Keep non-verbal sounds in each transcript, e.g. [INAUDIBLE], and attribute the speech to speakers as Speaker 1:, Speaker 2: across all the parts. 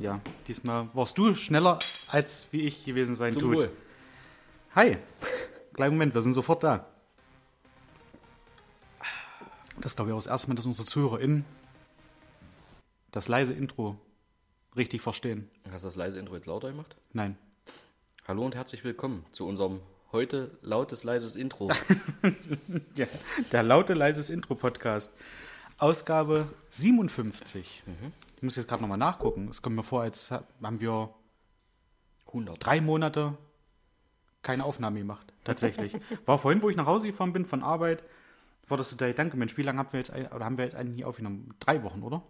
Speaker 1: ja. Diesmal warst du schneller, als wie ich gewesen sein
Speaker 2: Zum
Speaker 1: tut.
Speaker 2: Wohl.
Speaker 1: Hi. Kleinen Moment, wir sind sofort da. Das glaube ich auch das erste Mal, dass unsere ZuhörerInnen das leise Intro richtig verstehen.
Speaker 2: Hast du das leise Intro jetzt lauter gemacht?
Speaker 1: Nein.
Speaker 2: Hallo und herzlich willkommen zu unserem heute lautes, leises
Speaker 1: [LAUGHS]
Speaker 2: Intro.
Speaker 1: [LAUGHS] Ja, der laute, leises Intro-Podcast. Mhm. Ausgabe 57. Ich muss jetzt gerade nochmal nachgucken. Es kommt mir vor, als ha- haben wir
Speaker 2: 100.
Speaker 1: drei Monate keine Aufnahme gemacht.
Speaker 2: [LAUGHS]
Speaker 1: Tatsächlich. War vorhin, wo ich nach Hause gefahren bin von Arbeit, war das so der Gedanke, Mensch, wie lange haben wir jetzt, ein- oder haben wir jetzt eigentlich nie aufgenommen? Drei Wochen, oder?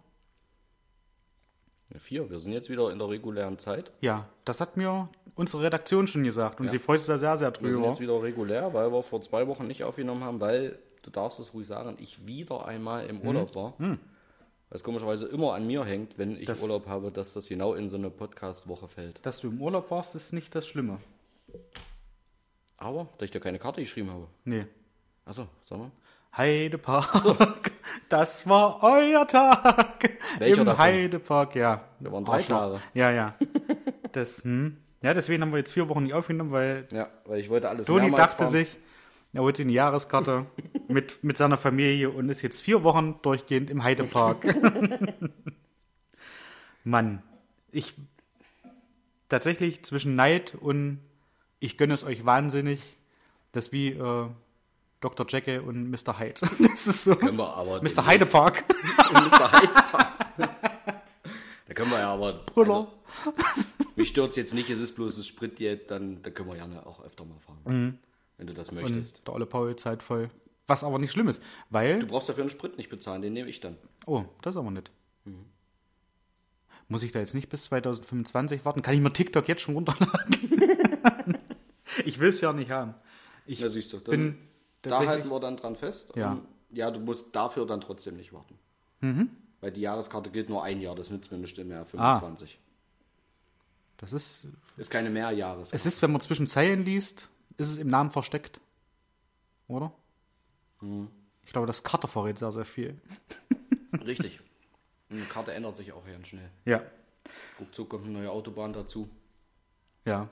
Speaker 2: Vier. Wir sind jetzt wieder in der regulären Zeit.
Speaker 1: Ja, das hat mir unsere Redaktion schon gesagt und sie freut sich da sehr, sehr
Speaker 2: Wir sind
Speaker 1: drüber.
Speaker 2: jetzt wieder regulär, weil wir vor zwei Wochen nicht aufgenommen haben, weil, du darfst es ruhig sagen, ich wieder einmal
Speaker 1: Hm?
Speaker 2: im Urlaub war. Was komischerweise immer an mir hängt, wenn ich
Speaker 1: Das-
Speaker 2: Urlaub habe, dass das genau in so eine Podcast-Woche fällt.
Speaker 1: Dass du im Urlaub warst, ist nicht das Schlimme.
Speaker 2: Aber, da ich dir keine Karte geschrieben habe.
Speaker 1: Nee.
Speaker 2: Achso, sondern?
Speaker 1: Heidepark. [LAUGHS] Das war euer Tag.
Speaker 2: Welcher
Speaker 1: Im
Speaker 2: davon?
Speaker 1: Heidepark, ja.
Speaker 2: Wir waren drei
Speaker 1: Arschloch.
Speaker 2: Tage. [LAUGHS]
Speaker 1: Ja, ja. Das, hm. Ja, deswegen haben wir jetzt vier Wochen nicht aufgenommen, weil
Speaker 2: Ja, weil ich wollte alles
Speaker 1: Toni
Speaker 2: mehrmals
Speaker 1: dachte
Speaker 2: fahren.
Speaker 1: sich, er holt sich eine Jahreskarte [LAUGHS] mit, mit seiner Familie und ist jetzt vier Wochen durchgehend im Heidepark. [LAUGHS] Mann, ich tatsächlich zwischen Neid und ich gönne es euch wahnsinnig, das ist wie äh, Dr. Jekyll und Mr. Hyde. [LAUGHS] Das ist so.
Speaker 2: Können wir aber
Speaker 1: Mr. Heidepark. [LAUGHS]
Speaker 2: Mr. Hyde. da können wir ja aber.
Speaker 1: Brüller.
Speaker 2: Also, mich stört's jetzt nicht, es ist bloß das Spritdiät, dann da können wir gerne auch öfter mal fahren.
Speaker 1: Mhm.
Speaker 2: Wenn du das möchtest.
Speaker 1: Der Olle Paul ist halt voll. Was aber nicht schlimm ist, weil.
Speaker 2: Du brauchst dafür einen Sprit nicht bezahlen, den nehme ich dann.
Speaker 1: Oh, das aber nicht. Muss ich da jetzt nicht bis 2025 warten? Kann ich mir TikTok jetzt schon runterladen? [LAUGHS] ich will es ja nicht haben. Ich
Speaker 2: Na, siehst du, dann-
Speaker 1: bin
Speaker 2: Da
Speaker 1: tatsächlich.
Speaker 2: halten wir dann dran fest.
Speaker 1: Ja. Mhm.
Speaker 2: Und ja, du musst dafür dann trotzdem nicht warten. Weil die Jahreskarte gilt nur ein Jahr, das nützt mir nicht im
Speaker 1: Ah.
Speaker 2: Jahr 25.
Speaker 1: das ist,
Speaker 2: Ist keine Mehrjahreskarte.
Speaker 1: es ist, wenn man zwischen Zeilen liest, ist es im Namen versteckt. Oder?
Speaker 2: Mhm.
Speaker 1: Ich glaube, das Karte verrät sehr, sehr viel.
Speaker 2: Richtig. Und die Karte ändert sich auch ganz schnell.
Speaker 1: Ja.
Speaker 2: Ruckzuck kommt eine neue Autobahn dazu.
Speaker 1: Ja.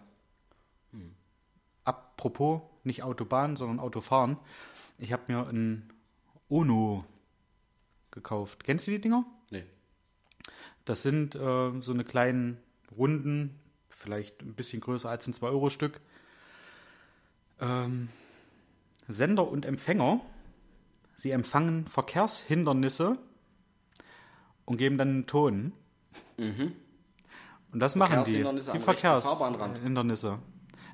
Speaker 1: Apropos, nicht Autobahn, sondern Autofahren. Ich habe mir ein Ono gekauft. Kennst du die Dinger?
Speaker 2: Nee.
Speaker 1: Das sind äh, so eine kleinen Runden, vielleicht ein bisschen größer als ein 2-Euro-Stück. Ähm, Sender und Empfänger, sie empfangen Verkehrshindernisse und geben dann einen Ton. Und das machen die.
Speaker 2: Mhm. Verkehrshindernisse
Speaker 1: Die
Speaker 2: am rechten Fahrbahnrand.
Speaker 1: Verkehrshindernisse.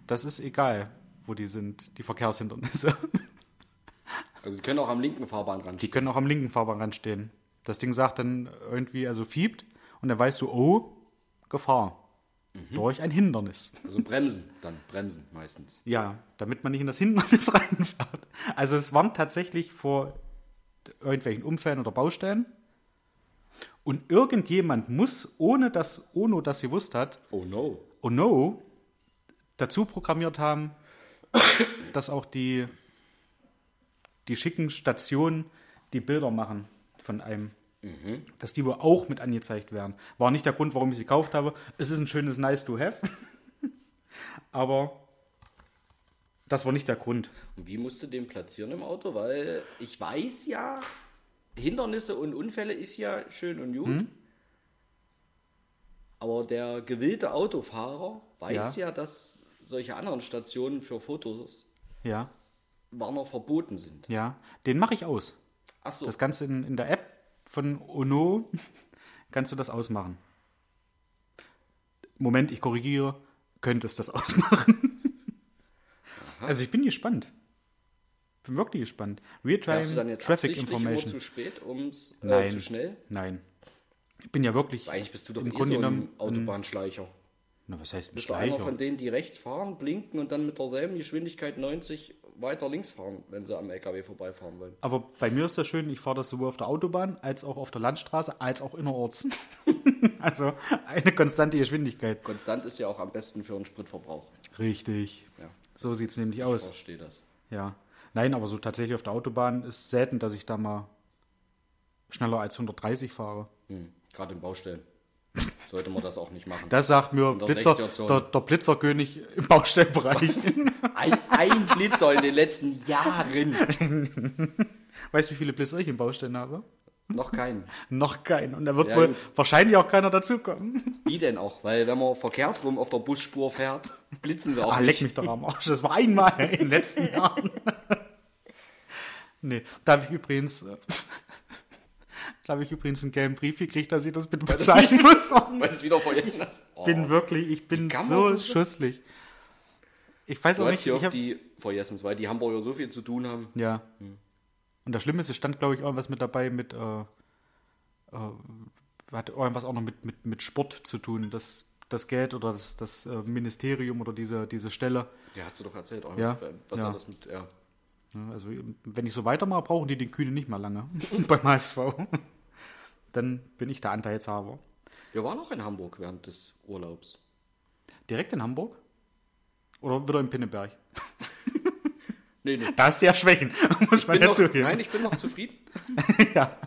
Speaker 1: Das ist egal, wo die sind, die Verkehrshindernisse.
Speaker 2: Also die können auch am linken Fahrbahnrand
Speaker 1: Die können auch am linken Fahrbahnrand stehen. Das Ding sagt dann irgendwie, also fiebt und dann weißt du, oh, Gefahr. Durch ein Hindernis.
Speaker 2: Also bremsen, dann bremsen meistens.
Speaker 1: Ja, damit man nicht in das Hindernis [LAUGHS] reinfährt. Also es waren tatsächlich vor irgendwelchen Unfällen oder Baustellen. Und irgendjemand muss, ohne dass Ono das gewusst hat,
Speaker 2: Oh no.
Speaker 1: Oh no dazu programmiert haben, [COUGHS] dass auch die, die schicken Stationen die Bilder machen von einem. Dass die wohl auch mit angezeigt werden. War nicht der Grund, warum ich sie gekauft habe. Es ist ein schönes Nice to have. [LAUGHS] Aber das war nicht der Grund.
Speaker 2: Und wie musst du den platzieren im Auto? Weil ich weiß ja, Hindernisse und Unfälle ist ja schön und gut.
Speaker 1: Hm?
Speaker 2: Aber der gewillte Autofahrer weiß ja. dass solche anderen Stationen für Fotos
Speaker 1: Ja,
Speaker 2: Warner verboten sind.
Speaker 1: ja. Den mache ich aus.
Speaker 2: Achso,
Speaker 1: Das Ganze in, in der App von Ono [LAUGHS] kannst du das ausmachen. Moment, ich korrigiere, könntest das [LAUGHS] ausmachen. Also ich bin gespannt. Bin wirklich gespannt.
Speaker 2: fährst du dann
Speaker 1: Real-Time
Speaker 2: jetzt
Speaker 1: Traffic
Speaker 2: absichtlich immer
Speaker 1: Information.
Speaker 2: zu spät, ums äh,
Speaker 1: Nein.
Speaker 2: zu schnell?
Speaker 1: Nein. Ich bin ja wirklich.
Speaker 2: Eigentlich bist du doch
Speaker 1: im
Speaker 2: eh
Speaker 1: Grunde
Speaker 2: so
Speaker 1: genommen. ähm,
Speaker 2: ein Autobahnschleicher.
Speaker 1: Na, was heißt ein
Speaker 2: Bist du einer
Speaker 1: Schleicher?
Speaker 2: von denen, die rechts fahren, blinken und dann mit derselben Geschwindigkeit 90 weiter links fahren, wenn sie am LKW vorbeifahren wollen?
Speaker 1: Aber bei mir ist das schön, ich fahre das sowohl auf der Autobahn als auch auf der Landstraße als auch innerorts. [LAUGHS] also eine konstante Geschwindigkeit.
Speaker 2: Konstant ist ja auch am besten für einen Spritverbrauch.
Speaker 1: Richtig.
Speaker 2: Ja,
Speaker 1: So sieht es nämlich aus.
Speaker 2: verstehe das.
Speaker 1: Ja. Nein, aber so tatsächlich auf der Autobahn ist selten, dass ich da mal schneller als 130 fahre.
Speaker 2: Hm. Gerade im Baustellen. sollte man das auch nicht
Speaker 1: [LAUGHS]
Speaker 2: machen.
Speaker 1: Das sagt mir
Speaker 2: der
Speaker 1: Blitzer,
Speaker 2: 60er-Zone.
Speaker 1: der, der Blitzerkönig im Baustellenbereich. [LAUGHS]
Speaker 2: Ein, ein Blitzer in den letzten Jahren.
Speaker 1: weißt du, wie viele Blitzer ich im Baustellen habe?
Speaker 2: Noch keinen.
Speaker 1: Noch kein. Und da wird
Speaker 2: Ja,
Speaker 1: wohl
Speaker 2: gut.
Speaker 1: wahrscheinlich auch keiner dazukommen. [LAUGHS]
Speaker 2: Wie denn auch? Weil wenn man verkehrt rum auf der Busspur fährt, blitzen sie auch
Speaker 1: Ah, leck
Speaker 2: nicht.
Speaker 1: mich doch am Arsch. Das war einmal in den letzten
Speaker 2: [LAUGHS]
Speaker 1: Jahren. [LAUGHS] nee, da habe ich übrigens. äh, [LAUGHS] Da habe ich übrigens einen gelben Brief gekriegt, dass ich das bitte bezeichnen muss. Oh,
Speaker 2: Weil du es wieder vergessen hast. Oh.
Speaker 1: Ich bin wirklich, ich bin
Speaker 2: kann man
Speaker 1: so
Speaker 2: so sein?
Speaker 1: schusslich. Ich weiß
Speaker 2: du
Speaker 1: auch
Speaker 2: hast
Speaker 1: nicht,
Speaker 2: hier
Speaker 1: ich
Speaker 2: auf
Speaker 1: hab,
Speaker 2: die Hm. vergessen, weil die Hamburger so viel zu tun haben.
Speaker 1: Ja. Und das Schlimme ist, es stand, glaube ich, irgendwas mit dabei mit, äh, äh, hat irgendwas auch noch mit, mit, mit Sport zu tun, das, das Geld oder das, das äh, Ministerium oder diese, diese Stelle.
Speaker 2: Der hat sie doch erzählt. auch
Speaker 1: Ja,
Speaker 2: Was, was
Speaker 1: ja.
Speaker 2: hat das mit. Ja.
Speaker 1: Ne, Also, wenn ich so weitermache, brauchen die den Kühne nicht mehr lange [LAUGHS]
Speaker 2: [LAUGHS]
Speaker 1: beim HSV. Dann bin ich der Anteilshaber.
Speaker 2: Wir waren auch in Hamburg während des Urlaubs.
Speaker 1: Direkt in Hamburg? Oder wieder in Pinneberg?
Speaker 2: Nee, nee.
Speaker 1: Da hast du ja Schwächen, [LAUGHS] muss man
Speaker 2: Bin noch,
Speaker 1: dazu geben.
Speaker 2: nein, ich bin noch zufrieden.
Speaker 1: ja.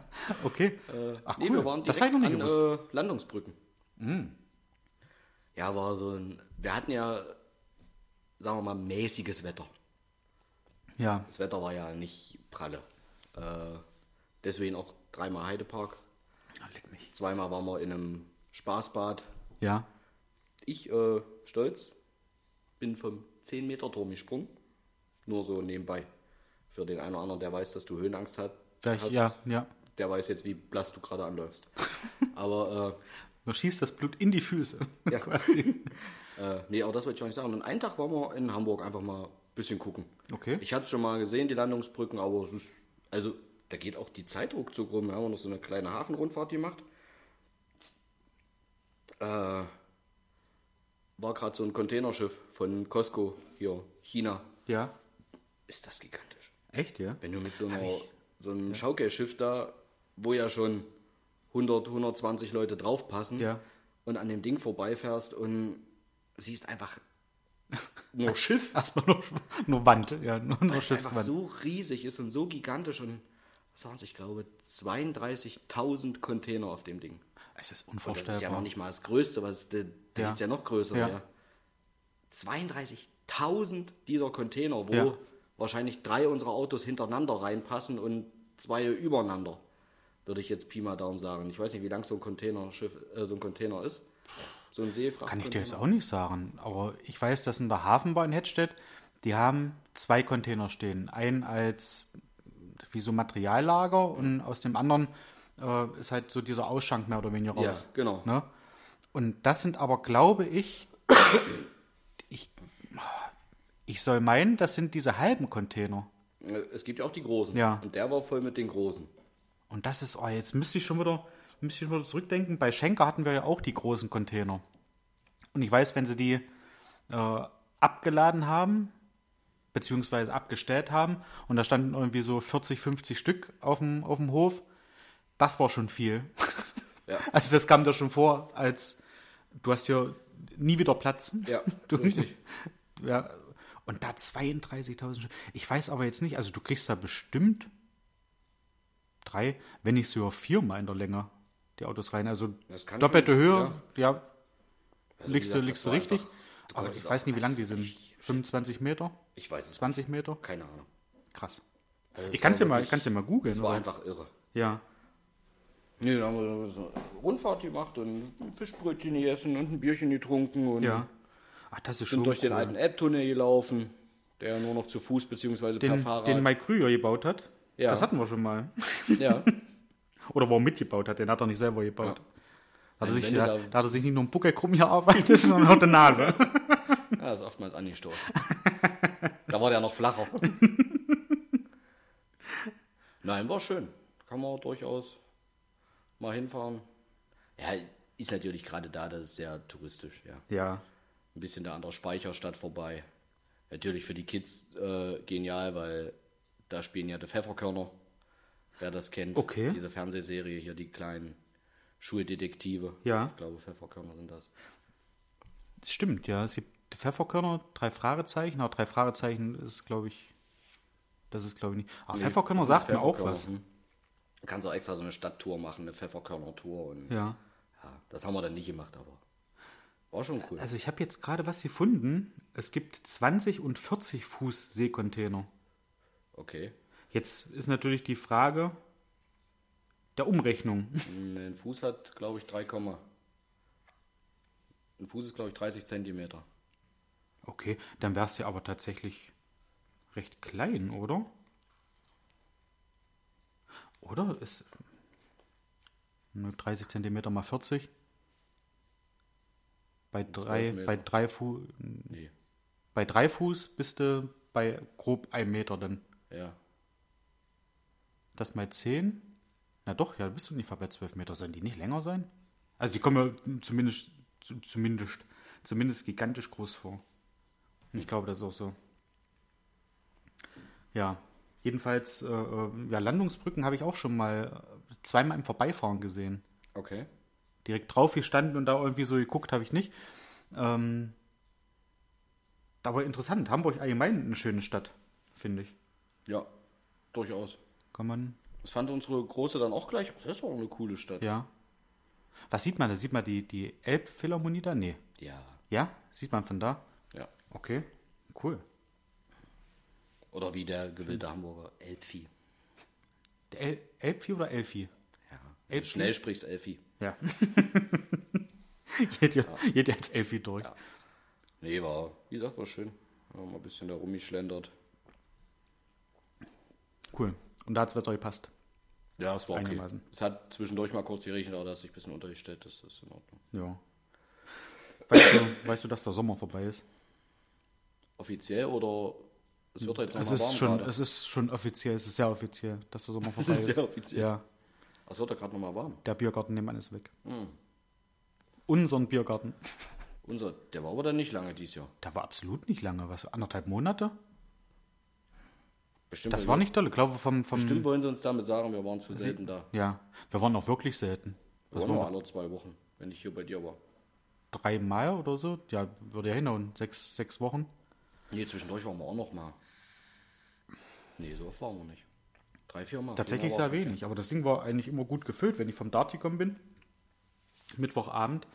Speaker 1: Okay. Ach,
Speaker 2: Äh, nee, wir waren
Speaker 1: das
Speaker 2: direkt
Speaker 1: habe ich noch nicht gewusst. Mhm.
Speaker 2: an äh, Landungsbrücken. Ja, war so ein. Wir hatten ja, sagen wir mal, mäßiges Wetter.
Speaker 1: ja.
Speaker 2: Das Wetter war ja nicht pralle. Äh, deswegen auch dreimal Heidepark.
Speaker 1: Ah, leck mich.
Speaker 2: Zweimal waren wir in einem Spaßbad.
Speaker 1: Ja.
Speaker 2: Ich, äh, stolz, bin vom 10-Meter-Turm gesprungen. Nur so nebenbei. Für den einen oder anderen, der weiß, dass du Höhenangst hat,
Speaker 1: Vielleicht,
Speaker 2: hast,
Speaker 1: ja, ja.
Speaker 2: der weiß jetzt, wie blass du gerade anläufst. Aber,
Speaker 1: Du schießt das Blut in die Füße. [LAUGHS]
Speaker 2: äh, ja. äh, nee, auch das wollte ich auch nicht sagen. Und einen Tag waren wir in Hamburg einfach mal ein bisschen gucken.
Speaker 1: Okay.
Speaker 2: Ich hatte es schon mal gesehen, die Landungsbrücken, aber es ist, also da geht auch die Zeit ruckzuck rum. Wir haben noch so eine kleine Hafenrundfahrt gemacht. Äh, war gerade so ein Containerschiff von Costco hier, China.
Speaker 1: Ja.
Speaker 2: Ist das gigantisch.
Speaker 1: Echt, ja?
Speaker 2: Wenn du mit so, einer, so einem Schaukerschiff da, wo ja schon 100, 120 Leute draufpassen
Speaker 1: Ja.
Speaker 2: und an dem Ding vorbeifährst und siehst einfach nur Schiff
Speaker 1: [LAUGHS] Erstmal nur, nur Wand, ja, nur, nur
Speaker 2: weil es einfach
Speaker 1: Schiffswand.
Speaker 2: so riesig ist und so gigantisch und was waren es, ich glaube, 32.000 Container auf dem Ding.
Speaker 1: Es ist
Speaker 2: Und das ist ja noch
Speaker 1: unvorstellbar.
Speaker 2: nicht mal das Größte, was da, da
Speaker 1: Ja.
Speaker 2: gibt's ja noch größere.
Speaker 1: Ja.
Speaker 2: Ja. 32.000 dieser Container, wo
Speaker 1: Ja.
Speaker 2: wahrscheinlich drei unserer Autos hintereinander reinpassen und zwei übereinander, würde ich jetzt Pi mal Daumen sagen. Ich weiß nicht, wie lang so ein Containerschiff, äh, so ein Container ist. So ein Seefracht.
Speaker 1: Kann ich dir
Speaker 2: genau.
Speaker 1: jetzt auch nicht sagen. Aber ich weiß, dass in der Hafenbahn Hettstedt, die haben zwei Container stehen. Einen als wie so Materiallager und aus dem anderen äh, ist halt so dieser Ausschank mehr oder weniger
Speaker 2: Ja,
Speaker 1: raus.
Speaker 2: genau.
Speaker 1: Ne? Und das sind aber, glaube ich, ich, ich soll meinen, das sind diese halben Container.
Speaker 2: Äh, Es gibt ja auch die Großen.
Speaker 1: Ja.
Speaker 2: Und der war voll mit den Großen.
Speaker 1: Und das ist, oh, jetzt müsste ich schon wieder, müsste ich schon wieder zurückdenken. Bei Schenker hatten wir ja auch die großen Container. Und ich weiß, wenn sie die äh, abgeladen haben, beziehungsweise abgestellt haben, und da standen irgendwie so 40, 50 Stück auf dem, auf dem Hof, das war schon viel.
Speaker 2: [LAUGHS] Ja.
Speaker 1: Also das kam dir schon vor, als du hast hier nie wieder Platz.
Speaker 2: Ja,
Speaker 1: [LAUGHS] du,
Speaker 2: richtig.
Speaker 1: Ja, und da 32.000. Sch- Ich weiß aber jetzt nicht, also du kriegst da bestimmt drei, wenn nicht sogar viermal in der Länge die Autos rein. Also
Speaker 2: Das kann
Speaker 1: doppelte
Speaker 2: schon,
Speaker 1: Höhe, ja,
Speaker 2: Also, wie
Speaker 1: liegst, du,
Speaker 2: gesagt,
Speaker 1: liegst
Speaker 2: das
Speaker 1: du
Speaker 2: war
Speaker 1: richtig.
Speaker 2: einfach- du
Speaker 1: aber
Speaker 2: konntest
Speaker 1: ich
Speaker 2: auch
Speaker 1: weiß nicht, wie lang die sind.
Speaker 2: nicht-
Speaker 1: 25 Meter,
Speaker 2: Ich weiß es.
Speaker 1: 20 Meter?
Speaker 2: Keine Ahnung.
Speaker 1: Krass.
Speaker 2: Also es
Speaker 1: Ich kann es
Speaker 2: war
Speaker 1: dir mal,
Speaker 2: wirklich-
Speaker 1: ich kann's dir mal googeln.
Speaker 2: Es war
Speaker 1: oder?
Speaker 2: einfach irre.
Speaker 1: Ja.
Speaker 2: Nee, da haben wir so eine Rundfahrt gemacht und ein Fischbrötchen gegessen und ein Bierchen getrunken und
Speaker 1: Ja. Ach, das ist schon
Speaker 2: Mhm. sind durch den
Speaker 1: cool.
Speaker 2: alten Elbtunnel gelaufen, der nur noch zu Fuß bzw. per
Speaker 1: den,
Speaker 2: Fahrrad.
Speaker 1: den Mike Krüger gebaut hat.
Speaker 2: Ja.
Speaker 1: Das hatten wir schon mal. [LAUGHS]
Speaker 2: ja.
Speaker 1: Oder wo er mitgebaut hat, den hat er nicht selber gebaut. Hat er
Speaker 2: Also
Speaker 1: sich,
Speaker 2: wenn du
Speaker 1: da,
Speaker 2: da-
Speaker 1: da hat er sich nicht nur ein Buckel krumm gearbeitet, [LAUGHS] sondern auf
Speaker 2: [LAUGHS]
Speaker 1: der Nase.
Speaker 2: ja, ist oftmals
Speaker 1: [LAUGHS]
Speaker 2: angestoßen. da war der noch flacher. Nein, war schön. Kann man durchaus mal hinfahren. Ja, ist natürlich gerade da, das ist sehr touristisch, ja.
Speaker 1: Ja.
Speaker 2: ein bisschen da an der Speicherstadt vorbei. Natürlich für die Kids äh, genial, weil da spielen ja die Pfefferkörner, wer das kennt.
Speaker 1: Okay.
Speaker 2: Diese Fernsehserie hier, die kleinen Schuldetektive.
Speaker 1: Ja.
Speaker 2: Ich glaube, Pfefferkörner sind das.
Speaker 1: Das stimmt, ja. Es gibt die Pfefferkörner, drei Fragezeichen. Aber drei Fragezeichen ist, glaube ich, das ist, glaube ich, nicht. Aber Pfefferkörner
Speaker 2: Das sind
Speaker 1: sagt mir auch
Speaker 2: Pfefferkörner.
Speaker 1: was.
Speaker 2: Hm. Du kannst auch extra so eine Stadttour machen, eine Pfefferkörner-Tour. Und
Speaker 1: Ja.
Speaker 2: Ja, das haben wir dann nicht gemacht, aber war schon cool.
Speaker 1: Also ich habe jetzt gerade was gefunden. Es gibt 20 und 40 Fuß Seekontainer.
Speaker 2: Okay.
Speaker 1: Jetzt ist natürlich die Frage der Umrechnung.
Speaker 2: Ein Fuß hat, glaube ich, 3, Komma. ein Fuß ist, glaube ich, 30 Zentimeter.
Speaker 1: Okay, dann wär's ja aber tatsächlich recht klein, oder? Oder ist nur 30 Zentimeter mal 40? Bei drei,
Speaker 2: Meter.
Speaker 1: bei, drei Fu
Speaker 2: Nee,
Speaker 1: bei drei Fuß bist du bei grob einem Meter dann.
Speaker 2: ja.
Speaker 1: Das mal 10? Na doch, ja, bist du nicht bei 12 Meter. Sollen die nicht länger sein? Also die kommen mir zumindest, zu- zumindest, zumindest gigantisch groß vor. Und ich glaube, das ist auch so. Ja, jedenfalls, äh, äh, ja, Landungsbrücken habe ich auch schon mal äh, zweimal im Vorbeifahren gesehen.
Speaker 2: Okay.
Speaker 1: Direkt drauf gestanden und da irgendwie so geguckt habe ich nicht. Ähm, aber interessant, Hamburg allgemein eine schöne Stadt, finde ich.
Speaker 2: Ja, durchaus.
Speaker 1: Kann man
Speaker 2: Das fand unsere Große dann auch gleich. Das ist doch eine coole Stadt.
Speaker 1: Ja. Was sieht man? Da sieht man die, die Elbphilharmonie da? Nee.
Speaker 2: Ja.
Speaker 1: Ja? Sieht man von da?
Speaker 2: Ja.
Speaker 1: Okay. Cool.
Speaker 2: Oder wie der gewillte Hamburger Elfi.
Speaker 1: Der El Elbvieh oder Elfi?
Speaker 2: Ja.
Speaker 1: Elfi?
Speaker 2: Schnell sprichst Elfi.
Speaker 1: Ja. [LAUGHS] geht, ja, geht ja als Elfi durch.
Speaker 2: Nee, war, wie gesagt, war schön. Haben wir mal ein bisschen da rumgeschlendert.
Speaker 1: Cool. Und da hat das Wetter gepasst.
Speaker 2: Ja, es war okay.
Speaker 1: Einigermaßen.
Speaker 2: Es hat zwischendurch mal kurz geregnet, aber da hat sich ein bisschen untergestellt. Das ist in Ordnung.
Speaker 1: Ja. Weißt du, [LAUGHS] weißt du, dass der Sommer vorbei ist?
Speaker 2: Offiziell oder es wird jetzt
Speaker 1: Hm, Es
Speaker 2: nochmal warm
Speaker 1: ist, schon, [LAUGHS]
Speaker 2: gerade.
Speaker 1: es ist schon offiziell, es ist sehr offiziell, dass [LAUGHS] der Sommer vorbei
Speaker 2: ist
Speaker 1: ist.
Speaker 2: sehr offiziell.
Speaker 1: Ja,
Speaker 2: Es wird ja gerade nochmal warm.
Speaker 1: der Biergarten nebenan ist weg. Unseren Biergarten.
Speaker 2: Unser, der war aber dann nicht lange dieses Jahr.
Speaker 1: Da war absolut nicht lange, was, anderthalb Monate?
Speaker 2: Bestimmt,
Speaker 1: Das war nicht doll. Ich glaube, vom, vom,
Speaker 2: Bestimmt wollen sie uns damit sagen, wir waren zu selten da.
Speaker 1: Ja, wir waren auch wirklich selten.
Speaker 2: Wir
Speaker 1: Was
Speaker 2: waren nur
Speaker 1: waren wir?
Speaker 2: alle zwei Wochen, wenn ich hier bei dir war.
Speaker 1: Dreimal oder so? Ja, würde ja hinhauen. Sechs, sechs Wochen.
Speaker 2: Nee, zwischendurch waren wir auch noch mal. Nee, so oft waren wir nicht. Drei, vier Mal.
Speaker 1: Tatsächlich
Speaker 2: Viermal
Speaker 1: sehr
Speaker 2: war es
Speaker 1: wenig, aber das Ding war eigentlich immer gut gefüllt, wenn ich vom Dart gekommen bin. Mittwochabend.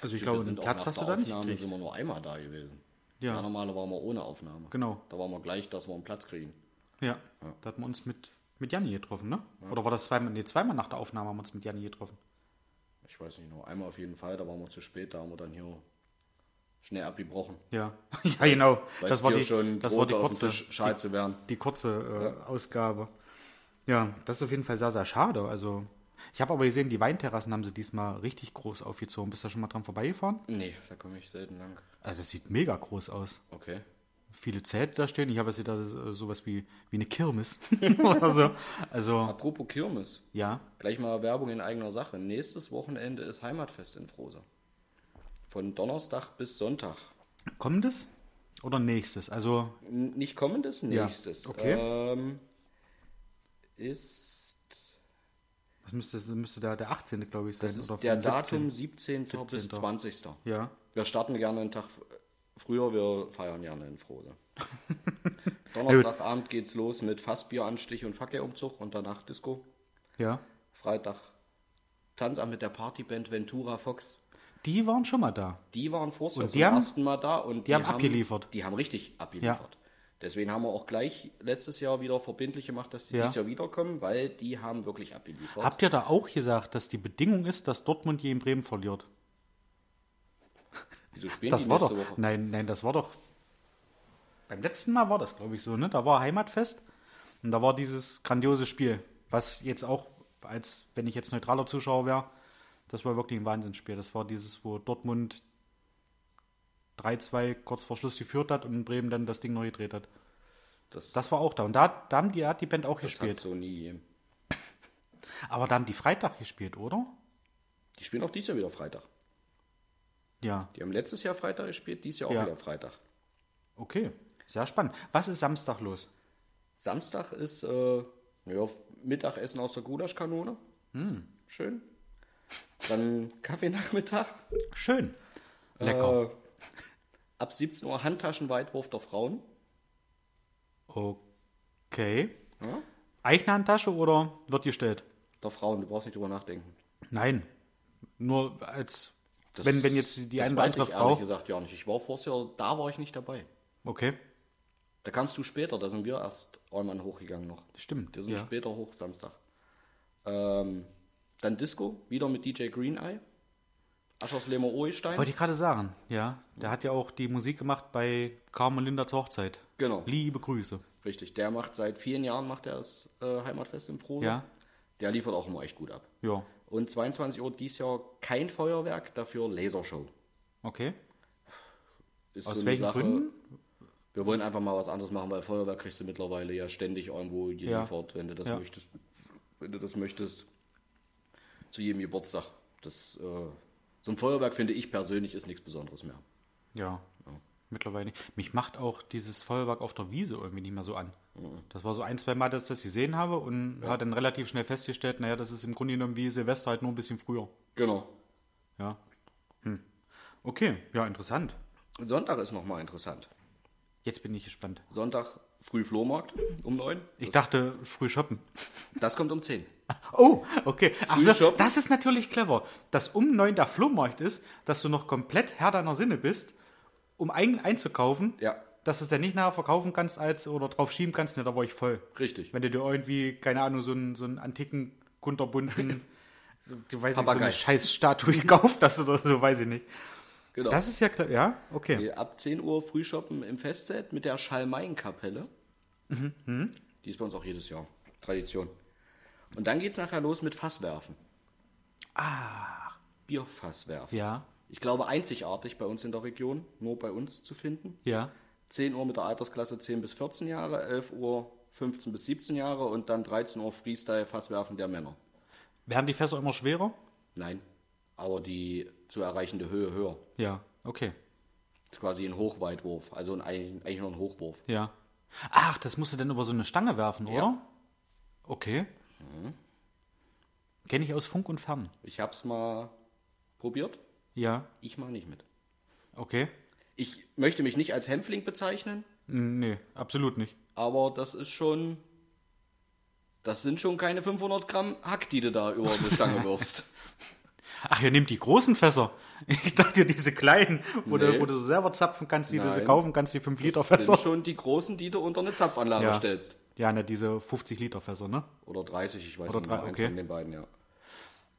Speaker 1: Also
Speaker 2: nicht.
Speaker 1: ich glaube,
Speaker 2: Wir
Speaker 1: einen
Speaker 2: sind auch
Speaker 1: Platz
Speaker 2: nach
Speaker 1: hast du
Speaker 2: der
Speaker 1: da nicht
Speaker 2: Aufnahme
Speaker 1: gekriegt.
Speaker 2: sind wir nur einmal da gewesen.
Speaker 1: Ja.
Speaker 2: Ja. Normale waren wir ohne Aufnahme.
Speaker 1: Genau.
Speaker 2: Da waren wir gleich, dass wir einen Platz kriegen.
Speaker 1: Ja, da hatten wir uns mit, mit Janni getroffen, ne? Oder war das zweimal? Nee, zweimal nach der Aufnahme haben wir uns mit Janni getroffen.
Speaker 2: Ich weiß nicht noch. Einmal auf jeden Fall, da waren wir zu spät, da haben wir dann hier schnell abgebrochen.
Speaker 1: Ja, [LAUGHS] ja genau.
Speaker 2: Weil
Speaker 1: das war
Speaker 2: Bier
Speaker 1: die,
Speaker 2: schon
Speaker 1: das war die
Speaker 2: drohte, auf dem
Speaker 1: kurze,
Speaker 2: Tisch schal zu werden.
Speaker 1: die kurze äh, Ausgabe. Ja, das ist auf jeden Fall sehr, sehr schade. Also, ich habe aber gesehen, die Weinterrassen haben sie diesmal richtig groß aufgezogen. Bist du da schon mal dran vorbeigefahren?
Speaker 2: Nee, da komme ich selten lang.
Speaker 1: Also, das sieht mega groß aus.
Speaker 2: Okay.
Speaker 1: Viele Zelte da stehen. Ich habe jetzt hier das, äh, sowas wie, wie eine Kirmes. [LAUGHS] Oder so. Also,
Speaker 2: Apropos Kirmes.
Speaker 1: ja.
Speaker 2: Gleich mal Werbung in eigener Sache. Nächstes Wochenende ist Heimatfest in Frohse. Von Donnerstag bis Sonntag.
Speaker 1: Kommendes oder nächstes? Also,
Speaker 2: N nicht kommendes,
Speaker 1: Ja,
Speaker 2: nächstes.
Speaker 1: okay.
Speaker 2: Ähm, ist,
Speaker 1: was müsste, das müsste der, der 18. glaube ich sein?
Speaker 2: das ist
Speaker 1: oder
Speaker 2: der
Speaker 1: vom 17..
Speaker 2: Datum 17. bis 20.
Speaker 1: Ja.
Speaker 2: Wir starten gerne einen Tag f- früher, wir feiern gerne in
Speaker 1: [LAUGHS]
Speaker 2: Frohse. Donnerstagabend geht's los mit Fassbieranstich und Fackelumzug und danach Disco.
Speaker 1: Ja.
Speaker 2: Freitag Tanzabend mit der Partyband Ventura Fox.
Speaker 1: Die waren schon mal da.
Speaker 2: Die waren vorher
Speaker 1: die
Speaker 2: zum
Speaker 1: haben-
Speaker 2: ersten Mal da und die,
Speaker 1: haben abgeliefert.
Speaker 2: Die haben richtig abgeliefert. Deswegen haben wir auch gleich letztes Jahr wieder verbindlich gemacht, dass die
Speaker 1: Ja.
Speaker 2: dieses Jahr wiederkommen, weil die haben wirklich abgeliefert.
Speaker 1: Habt ihr da auch gesagt, dass die Bedingung ist, dass Dortmund je in Bremen verliert?
Speaker 2: Wieso spielen
Speaker 1: Das
Speaker 2: die
Speaker 1: war
Speaker 2: nächste
Speaker 1: doch.
Speaker 2: Woche?
Speaker 1: Nein, nein, das war doch. Beim letzten Mal war das, glaube ich, so, ne? Da war Heimatfest und da war dieses grandiose Spiel, was jetzt auch, als wenn ich jetzt neutraler Zuschauer wäre, das war wirklich ein Wahnsinnsspiel. Das war dieses, wo Dortmund 3-2 kurz vor Schluss geführt hat und Bremen dann das Ding neu gedreht hat.
Speaker 2: Das,
Speaker 1: Das war auch da. Und da, da haben die, hat die Band auch
Speaker 2: das hat
Speaker 1: gespielt.
Speaker 2: so nie.
Speaker 1: Aber da haben die Freitag gespielt, oder?
Speaker 2: Die spielen auch dieses Jahr wieder Freitag.
Speaker 1: Ja.
Speaker 2: Die haben letztes Jahr Freitag gespielt, dieses Jahr auch
Speaker 1: Ja.
Speaker 2: wieder Freitag.
Speaker 1: Okay. Sehr spannend. Was ist Samstag los?
Speaker 2: Samstag ist äh, ja, Mittagessen aus der Gulaschkanone.
Speaker 1: Hm.
Speaker 2: Schön. Dann [LAUGHS] Kaffeenachmittag.
Speaker 1: Schön. Lecker.
Speaker 2: Äh, ab 17 Uhr Handtaschenweitwurf der Frauen. Äh,
Speaker 1: Okay.
Speaker 2: Ja?
Speaker 1: Eigene Handtasche oder wird gestellt?
Speaker 2: Doch Frauen, du brauchst nicht drüber nachdenken.
Speaker 1: Nein. Nur als, wenn, wenn jetzt die eine oder andere
Speaker 2: ich ehrlich
Speaker 1: Frau.
Speaker 2: gesagt ja nicht. Ich war vorher, da war ich nicht dabei.
Speaker 1: Okay,
Speaker 2: Da kamst du später, da sind wir erst einmal hochgegangen noch.
Speaker 1: stimmt.
Speaker 2: Wir sind
Speaker 1: Ja.
Speaker 2: später hoch, Samstag. Ähm, dann Disco, wieder mit DJ Green Eye. Aschers Lemo Ohlstein.
Speaker 1: Wollte ich gerade sagen, ja. Der hat ja auch die Musik gemacht bei Carmen Linders Hochzeit.
Speaker 2: Genau.
Speaker 1: Liebe Grüße.
Speaker 2: Richtig, der macht seit vielen Jahren macht er das äh, Heimatfest in Frohne.
Speaker 1: Ja.
Speaker 2: Der liefert auch immer echt gut ab.
Speaker 1: Ja,
Speaker 2: Und 22 Uhr dies Jahr kein Feuerwerk, dafür Lasershow.
Speaker 1: okay.
Speaker 2: Ist
Speaker 1: Aus
Speaker 2: so eine
Speaker 1: welchen
Speaker 2: Sache-
Speaker 1: Gründen?
Speaker 2: Wir wollen einfach mal was anderes machen, weil Feuerwerk kriegst du mittlerweile ja ständig irgendwo geliefert, wenn du das
Speaker 1: Ja.
Speaker 2: möchtest. Wenn du das möchtest. Zu jedem Geburtstag. Das, äh, so ein Feuerwerk finde ich persönlich ist nichts Besonderes mehr.
Speaker 1: Ja. Mittlerweile nicht. Mich macht auch dieses Feuerwerk auf der Wiese irgendwie nicht mehr so an.
Speaker 2: Mhm.
Speaker 1: Das war so ein, zwei Mal, dass ich das gesehen habe und hat dann relativ schnell festgestellt, naja, das ist im Grunde genommen wie Silvester halt nur ein bisschen früher.
Speaker 2: Genau.
Speaker 1: Ja. Hm. Okay, ja, interessant.
Speaker 2: Und Sonntag ist nochmal interessant.
Speaker 1: Jetzt bin ich gespannt.
Speaker 2: Sonntag früh Flohmarkt um 9.
Speaker 1: Ich dachte, früh shoppen.
Speaker 2: Das kommt um 10.
Speaker 1: Oh, okay.
Speaker 2: Früh
Speaker 1: Also,
Speaker 2: shoppen?
Speaker 1: das ist natürlich clever, dass um neun der Flohmarkt ist, dass du noch komplett Herr deiner Sinne bist, um ein, einzukaufen,
Speaker 2: Ja.
Speaker 1: dass du es dann nicht nachher verkaufen kannst als oder drauf schieben kannst, ne, da war ich voll.
Speaker 2: Richtig.
Speaker 1: Wenn du dir irgendwie, keine Ahnung, so einen, so einen antiken, [LAUGHS] kunterbunten, du weißt nicht, so
Speaker 2: Papagei.
Speaker 1: eine scheiß Statue [LAUGHS] gekauft hast oder so, weiß ich nicht.
Speaker 2: Genau.
Speaker 1: Das ist ja klar, ja, okay.
Speaker 2: Äh, Ab 10 Uhr Frühshoppen im Festset mit der Schalmeienkapelle. Die ist bei uns auch jedes Jahr. Tradition. Und dann geht's nachher los mit Fasswerfen. Ah. Bierfasswerfen.
Speaker 1: Ja,
Speaker 2: Ich glaube, einzigartig bei uns in der Region, nur bei uns zu finden.
Speaker 1: ja.
Speaker 2: 10 Uhr mit der Altersklasse 10 bis 14 Jahre, 11 Uhr 15 bis 17 Jahre und dann 13 Uhr Freestyle-Fasswerfen der Männer.
Speaker 1: Werden die Fässer immer schwerer?
Speaker 2: Nein, aber die zu erreichende Höhe höher.
Speaker 1: Ja, okay.
Speaker 2: Das ist quasi ein Hochweitwurf, also ein, eigentlich nur ein Hochwurf.
Speaker 1: Ja. Ach, das musst du dann über so eine Stange werfen, oder?
Speaker 2: Ja.
Speaker 1: Okay. Kenne ich aus Funk und Fern.
Speaker 2: Ich hab's mal probiert.
Speaker 1: Ja,
Speaker 2: Ich mache nicht mit.
Speaker 1: okay.
Speaker 2: Ich möchte mich nicht als Hämpfling bezeichnen,
Speaker 1: Mm, Nee, absolut nicht.
Speaker 2: aber das ist schon. Das sind schon keine 500 Gramm Hack, die du da über eine Stange
Speaker 1: [LAUGHS]
Speaker 2: wirfst.
Speaker 1: Ach, ihr nehmt die großen Fässer. [LAUGHS] Ich dachte, diese kleinen, wo,
Speaker 2: Nee.
Speaker 1: du, wo du so selber zapfen kannst, die du so
Speaker 2: Nein.
Speaker 1: kaufen kannst, die 5 Liter
Speaker 2: Das sind
Speaker 1: Fässer.
Speaker 2: schon die großen, die du unter eine Zapfanlage
Speaker 1: Ja.
Speaker 2: stellst.
Speaker 1: Ja, ne, diese 50 Liter Fässer, ne?
Speaker 2: Oder 30, ich weiß
Speaker 1: Oder
Speaker 2: nicht,
Speaker 1: drei-
Speaker 2: mehr, eins
Speaker 1: okay.
Speaker 2: von den beiden, ja.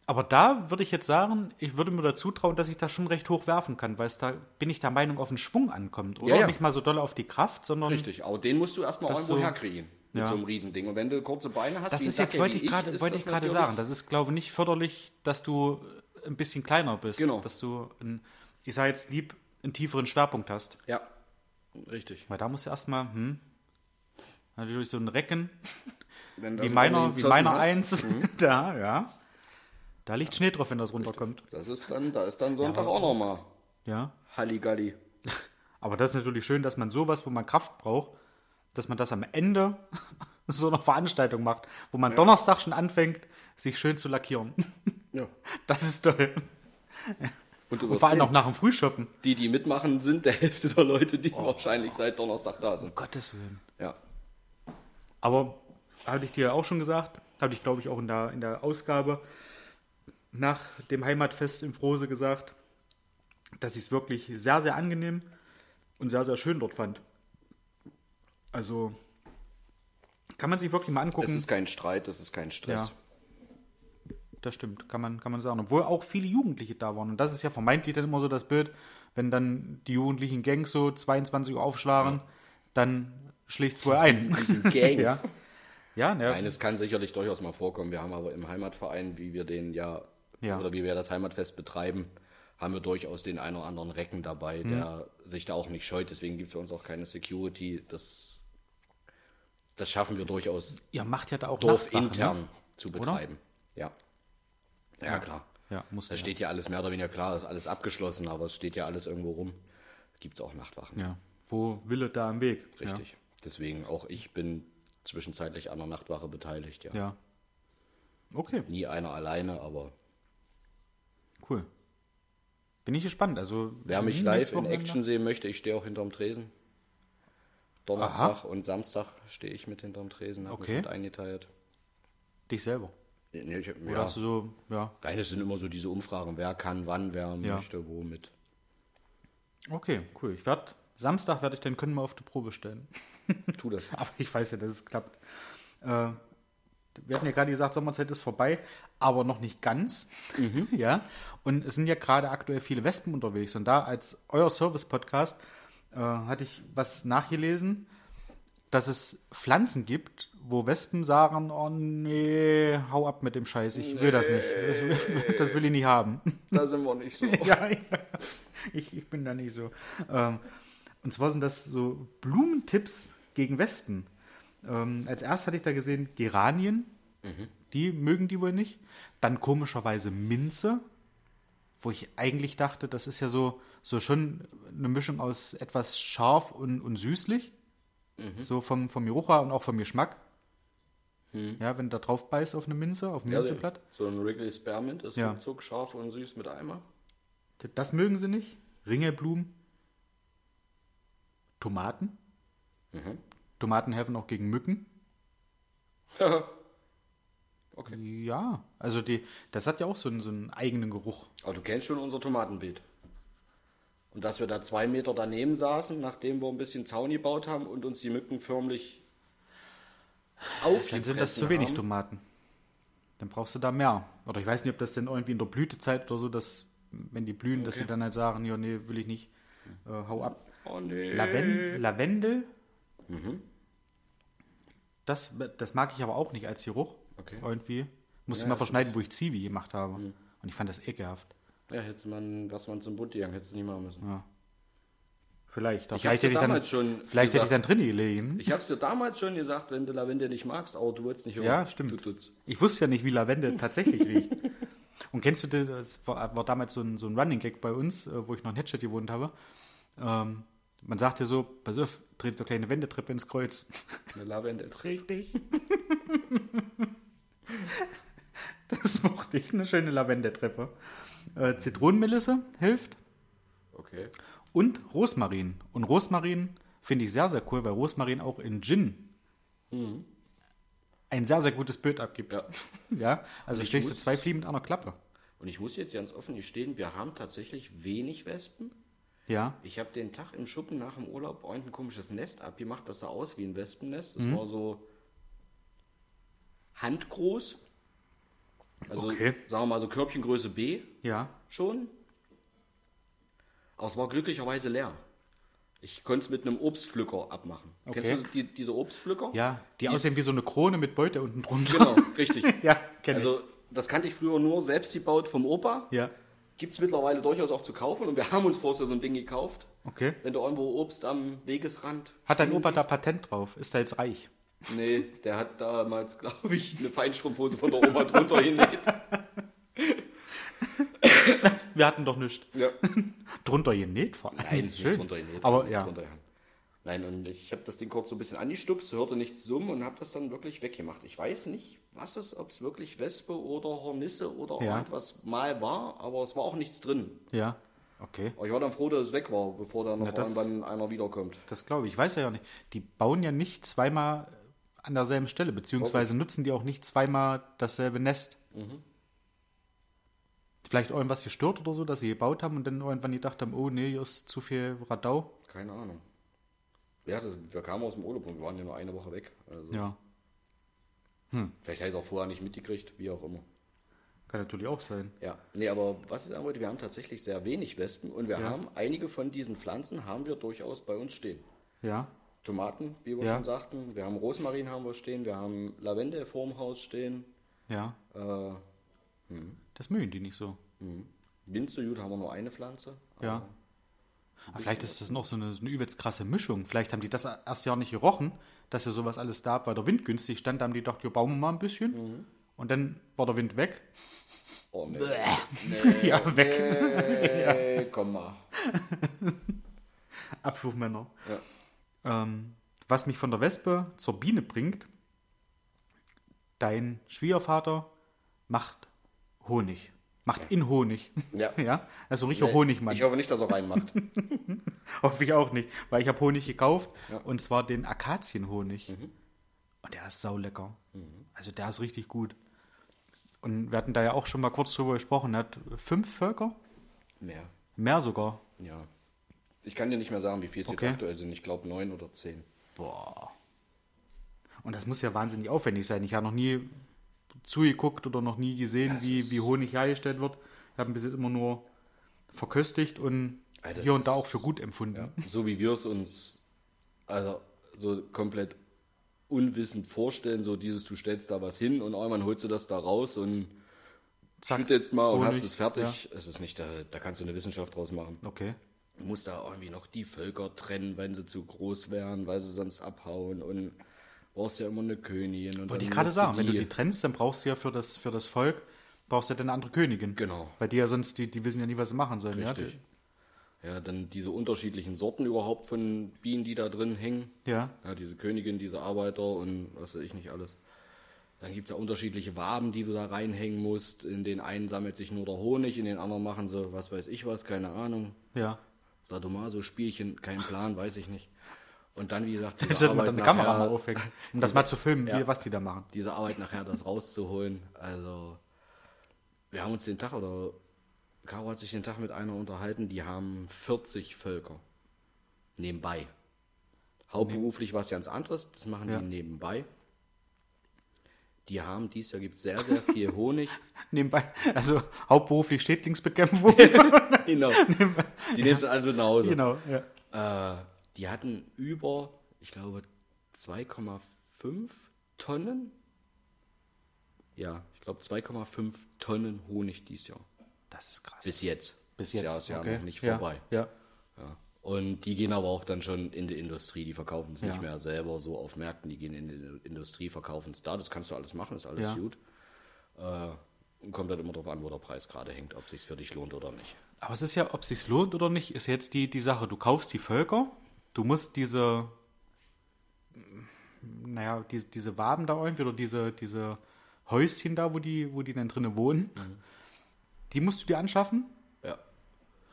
Speaker 1: Aber da würde ich jetzt sagen, ich würde mir dazu trauen, dass ich das schon recht hoch werfen kann, weil es da, bin ich der Meinung, auf den Schwung ankommt, oder?
Speaker 2: Ja, ja.
Speaker 1: Nicht mal so doll auf die Kraft, sondern
Speaker 2: Richtig, aber den musst du erstmal
Speaker 1: Das
Speaker 2: irgendwo
Speaker 1: so-
Speaker 2: herkriegen. Mit
Speaker 1: Ja.
Speaker 2: so einem Riesending. Und wenn du kurze Beine hast,
Speaker 1: Das
Speaker 2: wie ein
Speaker 1: ist jetzt,
Speaker 2: Dackel
Speaker 1: wollte
Speaker 2: wie
Speaker 1: ich gerade
Speaker 2: ist
Speaker 1: wollte
Speaker 2: das
Speaker 1: ich gerade
Speaker 2: natürlich-
Speaker 1: sagen, das ist, glaube ich, nicht förderlich, dass du ein bisschen kleiner bist.
Speaker 2: Genau.
Speaker 1: Dass du, ein, ich sage jetzt lieb, einen tieferen Schwerpunkt hast.
Speaker 2: Ja, richtig.
Speaker 1: Weil da musst du erstmal, hm, natürlich so ein Recken,
Speaker 2: Wenn du
Speaker 1: wie
Speaker 2: also
Speaker 1: meiner,
Speaker 2: die
Speaker 1: wie
Speaker 2: Zossen
Speaker 1: meiner
Speaker 2: hast, Mhm.
Speaker 1: eins. [LAUGHS] Da, ja. Da liegt Schnee drauf, wenn das runterkommt.
Speaker 2: Das ist dann, da ist dann Sonntag auch nochmal
Speaker 1: Ja.
Speaker 2: Halligalli.
Speaker 1: Aber das ist natürlich schön, dass man sowas, wo man Kraft braucht, dass man das am Ende [LAUGHS] so einer Veranstaltung macht, wo man Donnerstag schon anfängt, sich schön zu lackieren. [LAUGHS]
Speaker 2: Ja.
Speaker 1: Das ist toll.
Speaker 2: Und du
Speaker 1: Und
Speaker 2: wirst
Speaker 1: vor allem
Speaker 2: sehen,
Speaker 1: auch nach dem Frühschoppen.
Speaker 2: die, die mitmachen, sind der Hälfte der Leute, die
Speaker 1: Oh.
Speaker 2: wahrscheinlich seit Donnerstag da sind.
Speaker 1: Gottes Willen.
Speaker 2: Ja.
Speaker 1: Aber hatte ich dir ja auch schon gesagt, habe ich glaube ich auch in der, in der Ausgabe nach dem Heimatfest in Frose gesagt, dass ich es wirklich sehr, sehr angenehm und sehr, sehr schön dort fand. Also kann man sich wirklich mal
Speaker 2: Es
Speaker 1: angucken.
Speaker 2: ist kein Streit, es ist kein Stress.
Speaker 1: Ja. Das stimmt, kann man, kann man sagen. Obwohl auch viele Jugendliche da waren. Und das ist ja vermeintlich dann immer so das Bild, wenn dann die jugendlichen Gangs so 22 Uhr aufschlagen, dann schlägt wohl ein.
Speaker 2: Gangs.
Speaker 1: [LAUGHS] Ja. Ja, ne,
Speaker 2: Nein, es kann sicherlich durchaus mal vorkommen. Wir haben aber im Heimatverein, wie wir den ja,
Speaker 1: Ja.
Speaker 2: oder wie wir das Heimatfest betreiben, haben wir durchaus den einen oder anderen Recken dabei,
Speaker 1: Mhm.
Speaker 2: der sich da auch nicht scheut. Deswegen gibt es bei uns auch keine Security. Das, das schaffen wir durchaus
Speaker 1: Ihr macht ja da auch Nachtwache,
Speaker 2: dorfintern
Speaker 1: Ne?
Speaker 2: zu betreiben. Ja. ja. klar.
Speaker 1: Ja, muss
Speaker 2: Da
Speaker 1: ja.
Speaker 2: steht ja alles mehr oder weniger klar, ist alles abgeschlossen, aber es steht ja alles irgendwo rum. Gibt es auch Nachtwachen.
Speaker 1: Ja. Wo Wille da am Weg.
Speaker 2: Richtig. Deswegen auch ich bin zwischenzeitlich an der Nachtwache beteiligt, ja.
Speaker 1: Ja. ja. Okay,
Speaker 2: Nie einer alleine, aber
Speaker 1: cool. Bin ich gespannt. Also,
Speaker 2: wer mich
Speaker 1: hm,
Speaker 2: live
Speaker 1: nächstes
Speaker 2: in
Speaker 1: Wochenende-
Speaker 2: Action sehen möchte, ich stehe auch hinterm Tresen. Donnerstag und Samstag stehe ich mit hinterm Tresen, habe
Speaker 1: Okay.
Speaker 2: mich mit eingeteilt.
Speaker 1: Dich selber.
Speaker 2: Nee, ich hab,
Speaker 1: Oder
Speaker 2: ja.
Speaker 1: hast du so, ja.
Speaker 2: Nein, das sind immer so diese Umfragen, wer kann, wann, wer
Speaker 1: Ja.
Speaker 2: möchte,
Speaker 1: [LAUGHS]
Speaker 2: womit.
Speaker 1: Okay, cool. Ich werde, Samstag werde ich den können mal auf die Probe stellen.
Speaker 2: Tu das.
Speaker 1: [LAUGHS] Aber ich weiß ja, dass es klappt. Äh, wir hatten ja gerade gesagt, Sommerzeit ist vorbei, aber noch nicht ganz. [LAUGHS] ja. Und es sind ja gerade aktuell viele Wespen unterwegs. Und da als euer Service-Podcast äh, hatte ich was nachgelesen, dass es Pflanzen gibt, wo Wespen sagen, oh nee, hau ab mit dem Scheiß, ich will das nicht. Das will, [LAUGHS] das will ich nicht haben.
Speaker 2: Da sind wir nicht so.
Speaker 1: [LAUGHS] ja, ich- ich, ich bin da nicht so. Ähm, und zwar sind das so Blumentipps gegen Wespen. Ähm, als erst hatte ich da gesehen Geranien. Die mögen die wohl nicht. Dann komischerweise Minze, wo ich eigentlich dachte, das ist ja so, so schon eine Mischung aus etwas scharf und, und süßlich. So vom, vom Geruch her und auch vom Geschmack. Ja, wenn du da drauf beißt auf eine Minze, auf ein Minzeblatt.
Speaker 2: so ein Wrigley Spearmint ist
Speaker 1: Ja.
Speaker 2: ruckzuck scharf und süß mit Eimer.
Speaker 1: Das mögen sie nicht. Ringelblumen. Tomaten. Tomaten helfen auch gegen Mücken.
Speaker 2: okay.
Speaker 1: Ja, also die, das hat ja auch so einen, so einen eigenen Geruch.
Speaker 2: Aber du kennst schon unser Tomatenbeet. Und dass wir da zwei Meter daneben saßen, nachdem wir ein bisschen Zaun gebaut haben und uns die Mücken förmlich aufgefressen
Speaker 1: Dann sind das zu wenig
Speaker 2: haben.
Speaker 1: Tomaten. Dann brauchst du da mehr. Oder ich weiß nicht, ob das denn irgendwie in der Blütezeit oder so, dass, wenn die blühen, dass sie dann halt sagen, ja, nee, will ich nicht. Äh, hau ab.
Speaker 2: Oh nee.
Speaker 1: Laven Lavendel.
Speaker 2: Mhm.
Speaker 1: Das, das mag ich aber auch nicht als Geruch.
Speaker 2: Okay.
Speaker 1: Irgendwie. Muss ich mal verschneiden, wo ich Zivi gemacht habe.
Speaker 2: Mhm.
Speaker 1: Und ich fand das ekelhaft.
Speaker 2: Ja, hätte man, was man zum Bund gegangen, hätte es nicht machen müssen.
Speaker 1: Vielleicht.
Speaker 2: Ich hab's
Speaker 1: vielleicht
Speaker 2: dir
Speaker 1: hätte ich dann,
Speaker 2: damals schon
Speaker 1: vielleicht hätte ich dann
Speaker 2: gesagt.
Speaker 1: drin gelegen.
Speaker 2: Ich hab's dir damals schon gesagt, wenn du Lavendel nicht magst, aber du willst nicht hören.
Speaker 1: Ja, stimmt.
Speaker 2: Du tut's.
Speaker 1: Ich wusste ja nicht, wie Lavendel tatsächlich
Speaker 2: [LAUGHS]
Speaker 1: riecht. Und kennst du das? Das war, war damals so ein, so ein Running Gag bei uns, äh, wo ich noch in Hatchet gewohnt habe. Ähm, man sagt ja so, pass auf, dreht so kleine Wendetreppe ins Kreuz. [LAUGHS]
Speaker 2: Eine Lavendel
Speaker 1: Richtig. das mochte ich, eine schöne Lavendeltreppe. Äh, Zitronenmelisse hilft
Speaker 2: Okay.
Speaker 1: und Rosmarin. Und Rosmarin finde ich sehr, sehr cool, weil Rosmarin auch in Gin ein sehr, sehr gutes Bild abgibt.
Speaker 2: Mhm. Ja.
Speaker 1: [LAUGHS] Ja, also
Speaker 2: Ich
Speaker 1: schlägst du
Speaker 2: muss-
Speaker 1: zwei Fliegen mit einer Klappe.
Speaker 2: Und ich muss jetzt ganz offen gestehen, wir haben tatsächlich wenig Wespen.
Speaker 1: Ja,
Speaker 2: Ich habe den Tag im Schuppen nach dem Urlaub ordentlich ein komisches Nest abgemacht. Das sah aus wie ein Wespennest.
Speaker 1: Mhm.
Speaker 2: Das war so handgroß. Also
Speaker 1: Okay.
Speaker 2: sagen wir mal so Körbchengröße B
Speaker 1: ja.
Speaker 2: schon. Aber es war glücklicherweise leer. Ich konnte es mit einem Obstpflücker abmachen.
Speaker 1: Okay.
Speaker 2: Kennst du die, diese Obstpflücker?
Speaker 1: Ja, die,
Speaker 2: Die
Speaker 1: aussehen wie so eine Krone mit Beute unten drunter.
Speaker 2: Genau, richtig.
Speaker 1: [LAUGHS] Ja, kenn
Speaker 2: Also das kannte ich früher nur selbst gebaut vom Opa.
Speaker 1: ich. Ja,
Speaker 2: Gibt es mittlerweile durchaus auch zu kaufen und wir [LAUGHS] haben uns vorher so ein Ding gekauft.
Speaker 1: okay.
Speaker 2: Wenn du irgendwo Obst am Wegesrand.
Speaker 1: Hat dein
Speaker 2: stehen
Speaker 1: Opa da
Speaker 2: siehst-
Speaker 1: Patent drauf? Ist er jetzt reich?
Speaker 2: Nee, der hat damals, glaube ich, eine Feinstrumpfhose von der Oma drunter
Speaker 1: [LAUGHS]
Speaker 2: hingelegt.
Speaker 1: Wir hatten doch nichts.
Speaker 2: Ja.
Speaker 1: Drunter genäht vor allem.
Speaker 2: Nein,
Speaker 1: Schön.
Speaker 2: nicht drunter hingelegt.
Speaker 1: Aber
Speaker 2: nicht
Speaker 1: ja,
Speaker 2: drunter gehangen. Nein, und ich habe das Ding kurz so ein bisschen angestupst, hörte nichts summen und habe das dann wirklich weggemacht. Ich weiß nicht, was es, ob es wirklich Wespe oder Hornisse oder
Speaker 1: Ja.
Speaker 2: irgendwas mal war, aber es war auch nichts drin.
Speaker 1: ja. Okay,
Speaker 2: Aber ich war dann froh, dass es weg war, bevor da noch
Speaker 1: das-
Speaker 2: irgendwann einer wiederkommt.
Speaker 1: das glaube ich. Ich weiß ja auch nicht. Die bauen ja nicht zweimal an derselben Stelle, beziehungsweise nutzen die auch nicht zweimal dasselbe Nest. Vielleicht irgendwas gestört oder so, dass sie gebaut haben und dann irgendwann gedacht haben, oh nee, hier ist zu viel Radau.
Speaker 2: Keine Ahnung. Ja, das, wir kamen aus dem Urlaub und wir waren ja nur eine Woche weg. Also
Speaker 1: Ja,
Speaker 2: Vielleicht hat er es auch vorher nicht mitgekriegt, wie auch immer.
Speaker 1: kann natürlich auch sein.
Speaker 2: Ja, nee, aber was ich sagen wollte, wir haben tatsächlich sehr wenig Wespen und wir haben einige von diesen Pflanzen haben wir durchaus bei uns stehen.
Speaker 1: Ja,
Speaker 2: Tomaten, wie wir
Speaker 1: Ja.
Speaker 2: schon sagten, wir haben Rosmarin haben wir stehen, wir haben Lavendel vorm Haus stehen,
Speaker 1: ja.
Speaker 2: äh,
Speaker 1: Das mögen die nicht so.
Speaker 2: Minzejud haben wir nur eine Pflanze.
Speaker 1: Ja. Aber vielleicht ist das noch so eine, so eine übelst krasse Mischung. Vielleicht haben die das erst ja auch nicht gerochen, dass ja sowas alles da war. Weil der Wind günstig stand, da haben die gedacht, ja, bauen wir mal ein bisschen. Und dann war der Wind weg.
Speaker 2: Oh nee.
Speaker 1: [LAUGHS] ja, weg.
Speaker 2: Äh, komm mal.
Speaker 1: Abflugmänner.
Speaker 2: Ja.
Speaker 1: Ähm, was mich von der Wespe zur Biene bringt, dein Schwiegervater macht Honig. Macht in Honig. [LAUGHS]
Speaker 2: Ja.
Speaker 1: ja? Also richtiger Honigmann.
Speaker 2: Äh, Ich hoffe nicht, dass er reinmacht. [LAUGHS]
Speaker 1: Hoffe ich auch nicht, weil ich habe Honig gekauft und zwar den
Speaker 2: Mhm.
Speaker 1: Akazienhonig. Und der ist saulecker. Also der ist richtig gut. Und wir hatten da ja auch schon mal kurz drüber gesprochen. Er hat fünf Völker?
Speaker 2: Mehr.
Speaker 1: Mehr sogar.
Speaker 2: Ja. Ich kann dir nicht mehr sagen, wie viel es
Speaker 1: Okay.
Speaker 2: jetzt aktuell sind. Ich glaube neun oder zehn.
Speaker 1: Boah. Und das muss ja wahnsinnig aufwendig sein. Ich habe noch nie zugeguckt oder noch nie gesehen, wie, wie Honig hergestellt wird. Ich habe ihn bis jetzt immer nur verköstigt und
Speaker 2: Alter, das
Speaker 1: hier und da
Speaker 2: ist-
Speaker 1: auch für gut empfunden.
Speaker 2: So wie wir es uns also so komplett unwissend vorstellen, so dieses, du stellst da was hin und irgendwann holst du das da raus und
Speaker 1: Zack.
Speaker 2: schüttelst mal und
Speaker 1: Honig,
Speaker 2: hast es fertig. Es ist nicht, da, da kannst du eine Wissenschaft draus machen.
Speaker 1: Okay.
Speaker 2: Du musst da irgendwie noch die Völker trennen, wenn sie zu groß wären, weil sie sonst abhauen und brauchst ja immer eine Königin. Und
Speaker 1: Wollte
Speaker 2: dann
Speaker 1: ich gerade
Speaker 2: musst du
Speaker 1: sagen, wenn du
Speaker 2: die-
Speaker 1: die trennst, dann brauchst du ja für das, für das Volk, brauchst du ja dann eine andere Königin.
Speaker 2: Genau.
Speaker 1: Weil die ja sonst, die, die wissen ja nie, was sie machen sollen.
Speaker 2: Richtig. Ja, dann diese unterschiedlichen Sorten überhaupt von Bienen, die da drin hängen.
Speaker 1: Ja.
Speaker 2: Ja, diese Königin, diese Arbeiter und was weiß ich nicht alles. Dann gibt es ja unterschiedliche Waben, die du da reinhängen musst. In den einen sammelt sich nur der Honig, in den anderen machen sie was weiß ich was, keine Ahnung.
Speaker 1: Ja. ja.
Speaker 2: Sadomaso-Spielchen, kein Plan, weiß ich nicht. Und dann, wie
Speaker 1: [LAUGHS]
Speaker 2: gesagt,
Speaker 1: Jetzt
Speaker 2: diese
Speaker 1: sollte man
Speaker 2: Arbeit,
Speaker 1: dann eine Kamera mal
Speaker 2: nachher,
Speaker 1: aufhängen,
Speaker 2: [LAUGHS]
Speaker 1: um das mal zu filmen, wie, was die da machen.
Speaker 2: diese Arbeit nachher, das rauszuholen. Also, wir haben uns den Tag, oder Caro hat sich den Tag mit einer unterhalten, die haben 40 Völker. Nebenbei. Hauptberuflich was ganz anderes, das machen
Speaker 1: Ja.
Speaker 2: die nebenbei. Die haben, dies Jahr gibt sehr, sehr viel
Speaker 1: [LAUGHS]
Speaker 2: Honig.
Speaker 1: Nebenbei, also
Speaker 2: [LAUGHS]
Speaker 1: hauptberuflich Schädlingsbekämpfung.
Speaker 2: genau. Die nehmen sie also nach Hause.
Speaker 1: genau, ja.
Speaker 2: Äh, die hatten über, ich glaube, 2,5 Tonnen. Ja, ich glaube 2,5 Tonnen Honig dieses Jahr.
Speaker 1: Das ist krass.
Speaker 2: Bis jetzt. Das Jahr ist ja
Speaker 1: okay.
Speaker 2: noch nicht
Speaker 1: Ja,
Speaker 2: vorbei.
Speaker 1: Ja.
Speaker 2: Und die gehen aber auch dann schon in die Industrie. Die verkaufen es
Speaker 1: Ja.
Speaker 2: nicht mehr selber so auf Märkten. Die gehen in die Industrie, verkaufen es da. Das kannst du alles machen, ist alles
Speaker 1: Ja.
Speaker 2: gut. Äh, und kommt dann immer darauf an, wo der Preis gerade hängt, ob es für dich lohnt oder nicht.
Speaker 1: Aber es ist ja, ob es sich lohnt oder nicht, ist jetzt die, die Sache. Du kaufst die Völker, du musst diese, naja, diese, diese Waben da irgendwie oder diese, diese Häuschen da, wo die, wo die dann drinnen wohnen, die musst du dir anschaffen.
Speaker 2: Ja.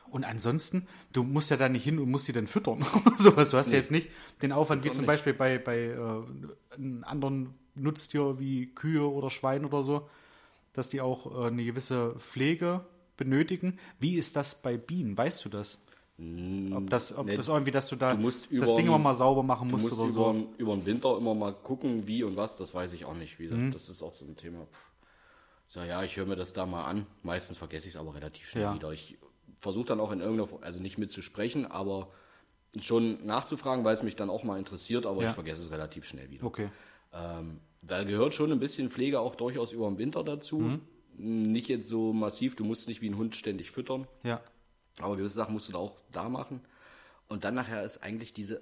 Speaker 1: Und ansonsten, du musst ja da nicht hin und musst sie dann füttern. [LAUGHS] Sowas. Du hast ja jetzt nicht den Aufwand, wie
Speaker 2: Füttern
Speaker 1: zum
Speaker 2: nicht.
Speaker 1: Beispiel bei, bei äh, einem anderen Nutztier wie Kühe oder Schwein oder so, dass die auch äh, eine gewisse Pflege benötigen. Wie ist das bei Bienen? Weißt du das? Ob das, ob
Speaker 2: nee.
Speaker 1: das irgendwie, dass du da
Speaker 2: Du musst
Speaker 1: das
Speaker 2: überm-
Speaker 1: Ding immer mal sauber machen
Speaker 2: Du
Speaker 1: musst,
Speaker 2: musst
Speaker 1: oder
Speaker 2: über,
Speaker 1: so?
Speaker 2: über den Winter immer mal gucken, wie und was, das weiß ich auch nicht. Wie gesagt,
Speaker 1: Mhm.
Speaker 2: Das ist auch so ein Thema. So, ja, ich höre mir das da mal an. Meistens vergesse ich es aber relativ schnell
Speaker 1: Ja.
Speaker 2: wieder. Ich versuche dann auch in irgendeiner Form, also nicht mitzusprechen, aber schon nachzufragen, weil es mich dann auch mal interessiert, aber
Speaker 1: Ja.
Speaker 2: ich vergesse es relativ schnell wieder.
Speaker 1: Okay.
Speaker 2: Ähm, da gehört schon ein bisschen Pflege auch durchaus über den Winter dazu.
Speaker 1: Mhm.
Speaker 2: Nicht jetzt so massiv, du musst nicht wie ein Hund ständig füttern.
Speaker 1: Ja.
Speaker 2: Aber gewisse Sachen musst du da auch da machen. Und dann nachher ist eigentlich diese,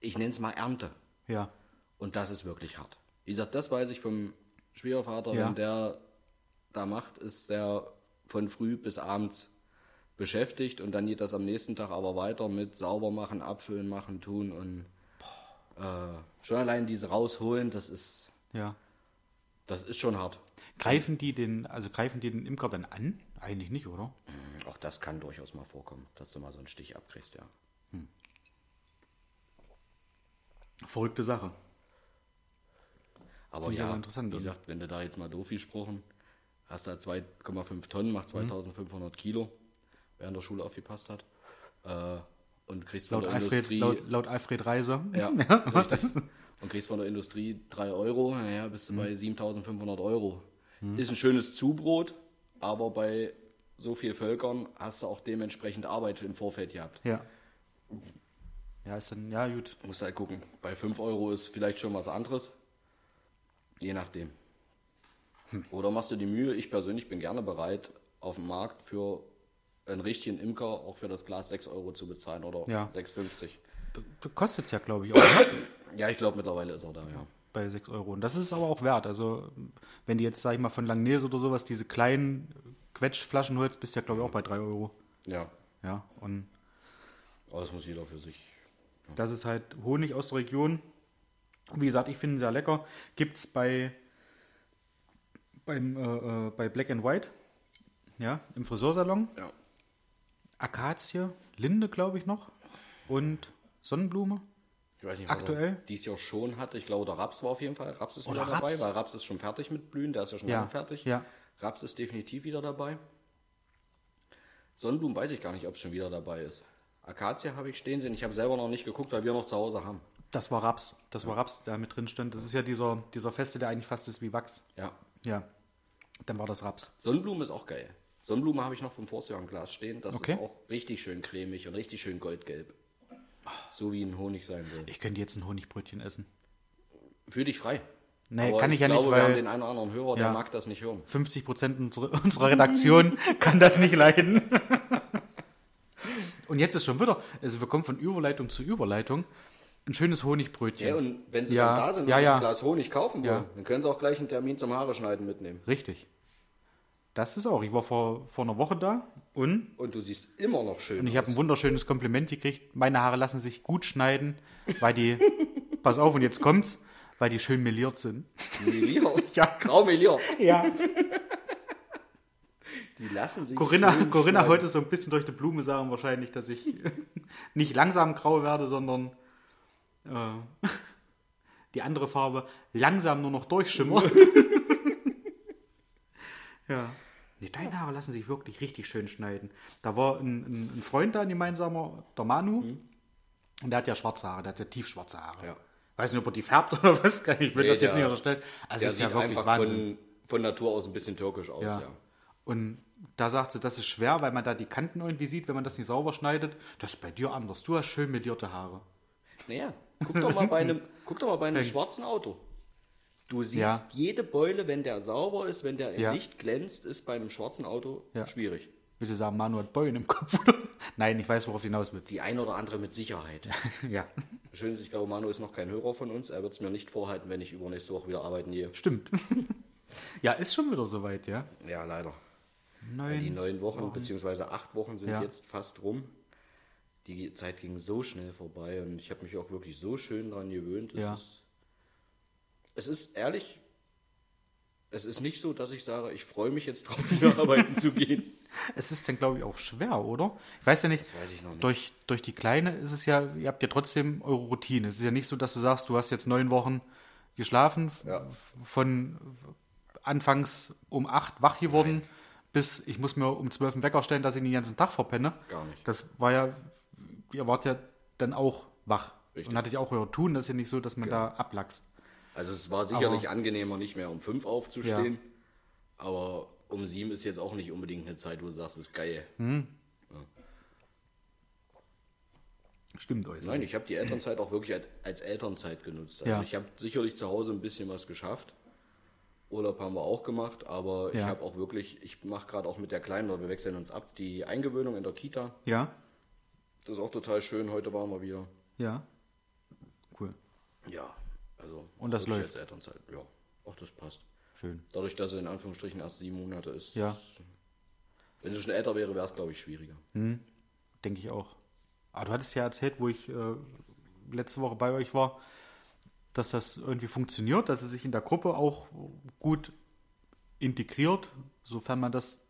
Speaker 2: ich nenne es mal Ernte.
Speaker 1: Ja.
Speaker 2: Und das ist wirklich hart. Wie gesagt, das weiß ich vom Schwiegervater,
Speaker 1: Ja.
Speaker 2: wenn der da macht, ist der von früh bis abends beschäftigt und dann geht das am nächsten Tag aber weiter mit sauber machen, abfüllen, machen, tun und äh, schon allein diese rausholen, das ist,
Speaker 1: Ja.
Speaker 2: das ist schon hart.
Speaker 1: Greifen die den, also greifen die den Imker dann an? Eigentlich nicht, oder?
Speaker 2: Auch das kann durchaus mal vorkommen, dass du mal so einen Stich abkriegst, ja.
Speaker 1: Verrückte Sache.
Speaker 2: Aber
Speaker 1: Finde ich
Speaker 2: ja,
Speaker 1: aber interessant,
Speaker 2: wie
Speaker 1: oder?
Speaker 2: gesagt, wenn du da jetzt mal doof gesprochen, hast halt da 2,5 Tonnen, macht 2500 Kilo, wer in der Schule aufgepasst hat. Äh, und kriegst von
Speaker 1: Laut
Speaker 2: der
Speaker 1: Alfred,
Speaker 2: Industrie...
Speaker 1: laut, laut Alfred Reiser. [LAUGHS]
Speaker 2: ja, richtig. Und kriegst von der Industrie 3 Euro, naja, bist du
Speaker 1: Hm.
Speaker 2: bei 7500 Euro. Ist ein schönes Zubrot, aber bei so viel Völkern hast du auch dementsprechend Arbeit im Vorfeld gehabt.
Speaker 1: Ja. Ja, ist dann, ja, gut.
Speaker 2: Musst halt gucken. Bei 5 Euro ist vielleicht schon was anderes. Je nachdem. Oder machst du die Mühe? Ich persönlich bin gerne bereit, auf dem Markt für einen richtigen Imker auch für das Glas 6 Euro zu bezahlen oder
Speaker 1: Ja.
Speaker 2: 6,50.
Speaker 1: Kostet es ja, glaube ich, auch ne?
Speaker 2: Ja, ich glaube, mittlerweile ist er da, ja.
Speaker 1: bei 6 Euro. Und das ist aber auch wert. Also, wenn die jetzt, sag ich mal, von Langnese oder sowas diese kleinen Quetschflaschen holst, bist du ja, glaube ich, auch bei 3 Euro.
Speaker 2: Ja,
Speaker 1: Ja, und
Speaker 2: aber das muss jeder für sich.
Speaker 1: das ist halt Honig aus der Region. Wie gesagt, ich finde ihn sehr lecker. Gibt es bei, beim, äh, äh, bei Black and White, ja, im Friseursalon.
Speaker 2: Ja.
Speaker 1: Akazie, Linde, glaube ich, noch. Und Sonnenblume.
Speaker 2: Ich weiß nicht,
Speaker 1: Aktuell?
Speaker 2: er dies Jahr schon hatte. Ich glaube, der Raps war auf jeden Fall. Raps ist wieder
Speaker 1: Oder
Speaker 2: dabei,
Speaker 1: Raps.
Speaker 2: weil Raps ist schon fertig mit Blühen. Der ist ja schon lange fertig.
Speaker 1: ja.
Speaker 2: Raps ist definitiv wieder dabei. Sonnenblumen weiß ich gar nicht, ob es schon wieder dabei ist. Akazie habe ich stehen sehen. Ich habe selber noch nicht geguckt, weil wir noch zu Hause haben.
Speaker 1: Das war Raps. Das war Raps, der mit drin stand. Das ist ja dieser, dieser Feste, der eigentlich fast ist wie Wachs.
Speaker 2: Ja.
Speaker 1: Ja. Dann war das Raps.
Speaker 2: Sonnenblume ist auch geil. Sonnenblume habe ich noch vom Vorjahr im Glas stehen. Das
Speaker 1: Okay.
Speaker 2: ist auch richtig schön cremig und richtig schön goldgelb. So wie ein Honig sein soll.
Speaker 1: Ich könnte jetzt ein Honigbrötchen essen.
Speaker 2: Fühl dich frei.
Speaker 1: Nee, Äh, kann ich ja nicht,
Speaker 2: glaube, wir
Speaker 1: weil-
Speaker 2: haben den einen oder anderen Hörer, der
Speaker 1: Ja.
Speaker 2: mag das nicht hören.
Speaker 1: 50 Prozent unserer [LAUGHS] Redaktion [LAUGHS] kann das nicht leiden. [LAUGHS] Und jetzt ist schon wieder, also wir kommen von Überleitung zu Überleitung, ein schönes Honigbrötchen.
Speaker 2: Ja, und wenn sie
Speaker 1: Ja,
Speaker 2: dann da sind und
Speaker 1: ja,
Speaker 2: sich
Speaker 1: ja.
Speaker 2: ein Glas Honig kaufen wollen,
Speaker 1: Ja.
Speaker 2: dann können sie auch gleich einen Termin zum Haare schneiden mitnehmen.
Speaker 1: Richtig. Das ist auch. Ich war vor, vor einer Woche da und
Speaker 2: Und du siehst immer noch schön
Speaker 1: Und ich habe ein wunderschönes Kompliment gekriegt. Meine Haare lassen sich gut schneiden, weil die, [LAUGHS] pass auf, und jetzt kommt's, weil die schön meliert sind. [LAUGHS]
Speaker 2: Meliert. ja, grau meliert.
Speaker 1: Ja.
Speaker 2: Die lassen sich
Speaker 1: Corinna,
Speaker 2: schön
Speaker 1: Corinna
Speaker 2: schneiden.
Speaker 1: heute so ein bisschen durch die Blume sagen wahrscheinlich, dass ich [LAUGHS] nicht langsam grau werde, sondern äh, [LAUGHS] die andere Farbe langsam nur noch durchschimmert. [LAUGHS] ja. Nee, deine Haare lassen sich wirklich richtig schön schneiden. Da war ein, ein, ein Freund da, ein gemeinsamer, der Manu. Und der hat ja schwarze Haare, der hat Mhm. ja tiefschwarze Haare.
Speaker 2: Ja.
Speaker 1: Weiß nicht, ob er die färbt [LAUGHS] oder was, kann ich will
Speaker 2: Nee,
Speaker 1: das jetzt
Speaker 2: der-
Speaker 1: nicht unterstellen. Also
Speaker 2: Der
Speaker 1: ist
Speaker 2: sieht
Speaker 1: ja wirklich
Speaker 2: einfach
Speaker 1: Wahnsinn.
Speaker 2: von, von Natur aus ein bisschen türkisch aus, ja.
Speaker 1: Ja. Und da sagt sie, das ist schwer, weil man da die Kanten irgendwie sieht, wenn man das nicht sauber schneidet. Das ist bei dir anders. Du hast schön melierte Haare.
Speaker 2: Naja, guck doch mal bei
Speaker 1: [LAUGHS]
Speaker 2: einem, guck doch mal bei einem schwarzen Auto. Du siehst
Speaker 1: Ja.
Speaker 2: jede Beule, wenn der sauber ist, wenn der im
Speaker 1: Ja.
Speaker 2: Licht glänzt, ist bei einem schwarzen Auto
Speaker 1: Ja.
Speaker 2: schwierig.
Speaker 1: Willst du sagen, Manu hat Beulen im Kopf? oder? [LAUGHS] Nein, ich weiß, worauf du hinaus willst.
Speaker 2: Die ein oder andere mit Sicherheit.
Speaker 1: Ja,
Speaker 2: Schön, ist, ich glaube, Manu ist noch kein Hörer von uns. Er wird es mir nicht vorhalten, wenn ich übernächste Woche wieder arbeiten gehe.
Speaker 1: stimmt. [LAUGHS] Ja, ist schon wieder soweit, ja.
Speaker 2: Ja, leider. Die
Speaker 1: Neun.
Speaker 2: neun Wochen beziehungsweise acht Wochen sind
Speaker 1: Ja.
Speaker 2: jetzt fast rum. Die Zeit ging so schnell vorbei und ich habe mich auch wirklich so schön daran gewöhnt. Es,
Speaker 1: Ja.
Speaker 2: ist, es ist ehrlich, es ist nicht so, dass ich sage, ich freue mich jetzt drauf,
Speaker 1: [LAUGHS]
Speaker 2: wieder arbeiten zu gehen.
Speaker 1: Es ist dann, glaube ich, auch schwer, oder? Ich weiß ja nicht.
Speaker 2: Das weiß ich noch nicht.
Speaker 1: Durch, durch die Kleine ist es ja, ihr habt ja trotzdem eure Routine. Es ist ja nicht so, dass du sagst, du hast jetzt neun Wochen geschlafen, f-
Speaker 2: Ja.
Speaker 1: f- von anfangs um acht wach geworden, bis ich muss mir um zwölf einen Wecker stellen, dass ich den ganzen Tag verpenne.
Speaker 2: Gar nicht.
Speaker 1: Das war ja, ihr wart ja dann auch wach.
Speaker 2: Richtig. Genau.
Speaker 1: Und hattet ja auch euer Tun. Das ist ja nicht so, dass man da ablaxt.
Speaker 2: Also es war sicherlich angenehmer, nicht mehr um fünf aufzustehen, aber um sieben ist jetzt auch nicht unbedingt eine Zeit, wo du sagst, es ist geil.
Speaker 1: Stimmt euch.
Speaker 2: Nein, ich habe die Elternzeit auch wirklich als, als Elternzeit genutzt. Also
Speaker 1: Ja.
Speaker 2: ich habe sicherlich zu Hause ein bisschen was geschafft. Urlaub haben wir auch gemacht, aber ich
Speaker 1: Ja.
Speaker 2: habe auch wirklich, ich mache gerade auch mit der Kleinen, weil wir wechseln uns ab, die Eingewöhnung in der Kita.
Speaker 1: Ja,
Speaker 2: Das ist auch total schön, heute waren wir wieder.
Speaker 1: ja. Cool.
Speaker 2: Ja, also.
Speaker 1: Und das
Speaker 2: wirklich
Speaker 1: läuft?
Speaker 2: Als Elternzeit, ja. Auch das passt.
Speaker 1: Schön.
Speaker 2: Dadurch, dass sie in Anführungsstrichen erst sieben Monate ist.
Speaker 1: Ja.
Speaker 2: Wenn sie schon älter wäre, wäre es, glaube ich, schwieriger.
Speaker 1: Denke ich auch. Aber du hattest ja erzählt, wo ich äh, letzte Woche bei euch war, dass das irgendwie funktioniert, dass sie sich in der Gruppe auch gut integriert, sofern man das,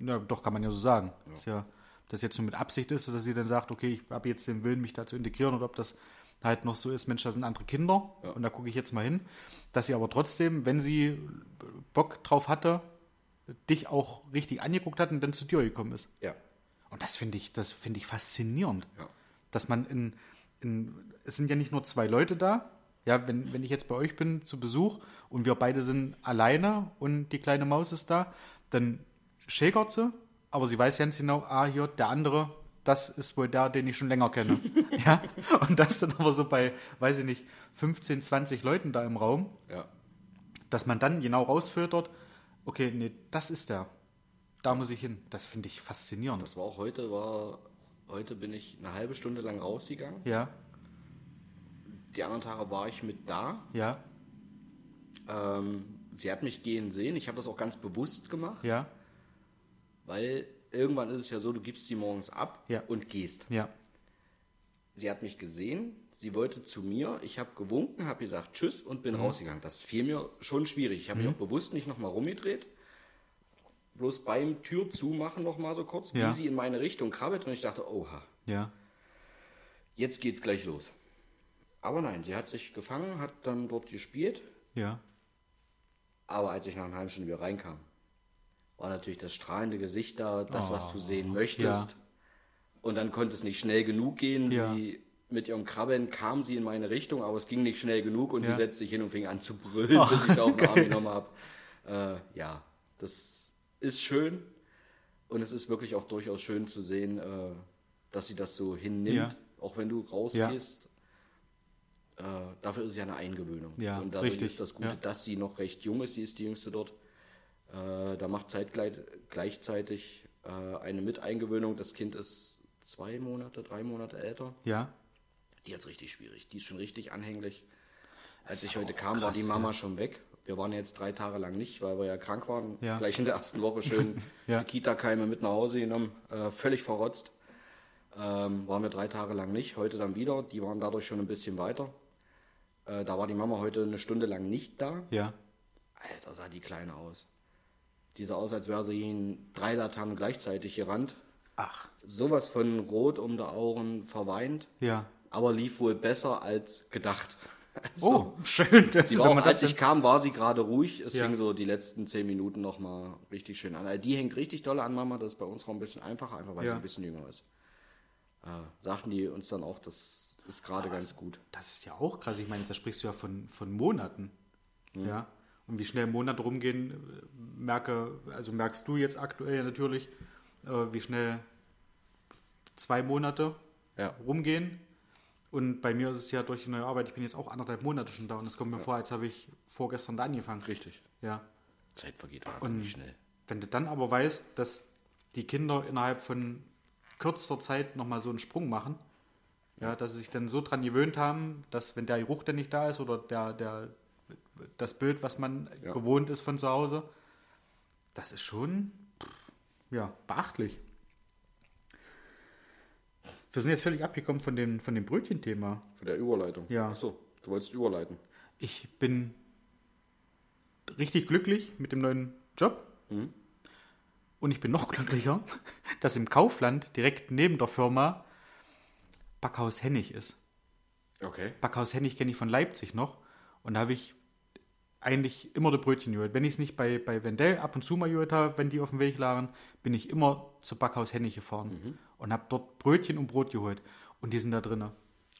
Speaker 1: na, doch kann man ja so sagen. Ja. Ist ja, ob das jetzt nur mit Absicht ist, dass sie dann sagt, okay, ich habe jetzt den Willen, mich da zu integrieren oder ob das halt noch so ist, Mensch, das sind andere Kinder
Speaker 2: Ja.
Speaker 1: und da gucke ich jetzt mal hin, dass sie aber trotzdem, wenn sie Bock drauf hatte, dich auch richtig angeguckt hat und dann zu dir gekommen ist.
Speaker 2: Ja.
Speaker 1: Und das finde ich, das finde ich faszinierend.
Speaker 2: Ja.
Speaker 1: Dass man in, in, es sind ja nicht nur zwei Leute da. Ja, wenn, wenn ich jetzt bei euch bin zu Besuch und wir beide sind alleine und die kleine Maus ist da, dann schäkert sie, aber sie weiß ganz genau, ah, hier, der andere, das ist wohl der, den ich schon länger kenne. ja, und das dann aber so bei, weiß ich nicht, 15, 20 Leuten da im Raum,
Speaker 2: Ja.
Speaker 1: dass man dann genau rausfiltert, okay, nee, das ist der. Da muss ich hin. Das finde ich faszinierend.
Speaker 2: Das war auch heute, war, heute bin ich eine halbe Stunde lang rausgegangen.
Speaker 1: ja,
Speaker 2: Die anderen Tage war ich mit da.
Speaker 1: ja.
Speaker 2: Ähm, sie hat mich gehen sehen. Ich habe das auch ganz bewusst gemacht,
Speaker 1: Ja,
Speaker 2: weil irgendwann ist es ja so, du gibst sie morgens ab
Speaker 1: Ja.
Speaker 2: und gehst.
Speaker 1: ja,
Speaker 2: Sie hat mich gesehen, sie wollte zu mir. Ich habe gewunken, habe gesagt Tschüss und
Speaker 1: Mhm.
Speaker 2: bin rausgegangen. Das fiel mir schon schwierig. Ich habe mich auch bewusst nicht nochmal rumgedreht. Bloß beim Tür zumachen nochmal so kurz,
Speaker 1: Ja.
Speaker 2: wie sie in meine Richtung krabbelt. Und ich dachte, oha,
Speaker 1: ja.
Speaker 2: jetzt geht's gleich los. Aber nein, sie hat sich gefangen, hat dann dort gespielt.
Speaker 1: Ja,
Speaker 2: Aber als ich nach einer halben Stunde wieder reinkam, war natürlich das strahlende Gesicht da, das, was du sehen möchtest.
Speaker 1: Oh, Ja.
Speaker 2: Und dann konnte es nicht schnell genug gehen.
Speaker 1: Ja.
Speaker 2: Sie mit ihrem Krabbeln kam sie in meine Richtung, aber es ging nicht schnell genug und sie
Speaker 1: Ja. Oh,
Speaker 2: setzte sich hin und fing an zu brüllen, bis ich es auf den Arm genommen habe. Äh, ja, das ist schön und es ist wirklich auch durchaus schön zu sehen, äh, dass sie das so hinnimmt,
Speaker 1: Ja.
Speaker 2: auch wenn du rausgehst. Äh, dafür ist es ja eine Eingewöhnung.
Speaker 1: Ja,
Speaker 2: und dadurch
Speaker 1: richtig,
Speaker 2: ist das Gute,
Speaker 1: ja.
Speaker 2: dass sie noch recht jung ist, sie ist die Jüngste dort. Äh, da macht zeitgleich, gleichzeitig äh, eine Miteingewöhnung. Das Kind ist zwei Monate, drei Monate älter.
Speaker 1: Ja.
Speaker 2: Die hat es richtig schwierig. Die ist schon richtig anhänglich. Als ich heute kam, war die Mama schon weg. Wir waren jetzt drei Tage lang nicht, weil wir ja krank waren.
Speaker 1: Ja.
Speaker 2: Gleich in der ersten Woche schön
Speaker 1: [LAUGHS] Ja.
Speaker 2: die Kita-Keime mit nach Hause genommen. Äh, völlig verrotzt. Ähm, waren wir drei Tage lang nicht. Heute dann wieder. Die waren dadurch schon ein bisschen weiter. Äh, da war die Mama heute eine Stunde lang nicht da.
Speaker 1: Ja.
Speaker 2: Alter, sah die Kleine aus. Die sah aus, als wäre sie in drei Laternen gleichzeitig gerannt.
Speaker 1: Ach.
Speaker 2: Sowas von rot um die Augen verweint,
Speaker 1: Ja.
Speaker 2: aber lief wohl besser als gedacht. [LAUGHS]
Speaker 1: Oh, schön. Das,
Speaker 2: Sie
Speaker 1: wenn
Speaker 2: war auch,
Speaker 1: man
Speaker 2: als
Speaker 1: das
Speaker 2: ich kam, war sie gerade ruhig. Es
Speaker 1: Ja.
Speaker 2: fing so die letzten zehn Minuten nochmal richtig schön an. Also die hängt richtig doll an Mama. Das ist bei uns auch ein bisschen einfacher, einfach weil
Speaker 1: Ja.
Speaker 2: sie ein bisschen jünger ist. Äh, sagten die uns dann auch, das ist gerade ganz gut.
Speaker 1: Das ist ja auch krass. Ich meine, da sprichst du ja von, von Monaten. Ja. Und wie schnell Monate rumgehen, äh, merke, also merkst du jetzt aktuell natürlich, äh, wie schnell zwei Monate
Speaker 2: Ja.
Speaker 1: rumgehen. Und bei mir ist es ja durch die neue Arbeit, ich bin jetzt auch anderthalb Monate schon da und es kommt mir vor, als habe ich vorgestern da angefangen.
Speaker 2: Richtig.
Speaker 1: Ja.
Speaker 2: Zeit vergeht wahnsinnig schnell.
Speaker 1: Wenn du dann aber weißt, dass die Kinder innerhalb von kürzester Zeit nochmal so einen Sprung machen, ja, dass sie sich dann so dran gewöhnt haben, dass wenn der Geruch dann nicht da ist oder der, der, das Bild, was man
Speaker 2: Ja.
Speaker 1: gewohnt ist von zu Hause, das ist schon pff, ja, beachtlich. Wir sind jetzt völlig abgekommen von dem, von dem Brötchenthema.
Speaker 2: Von der Überleitung.
Speaker 1: Ja.
Speaker 2: Ach so, du wolltest überleiten.
Speaker 1: Ich bin richtig glücklich mit dem neuen Job. Und ich bin noch glücklicher, [LAUGHS] dass im Kaufland direkt neben der Firma Backhaus Hennig ist.
Speaker 2: Okay.
Speaker 1: Backhaus Hennig kenne ich von Leipzig noch. Und da habe ich eigentlich immer die Brötchen geholt. Wenn ich es nicht bei, bei Wendell ab und zu mal geholt habe, wenn die auf dem Weg lagen, bin ich immer zu Backhaus Hennig gefahren und habe dort Brötchen und Brot geholt. Und die sind da drin.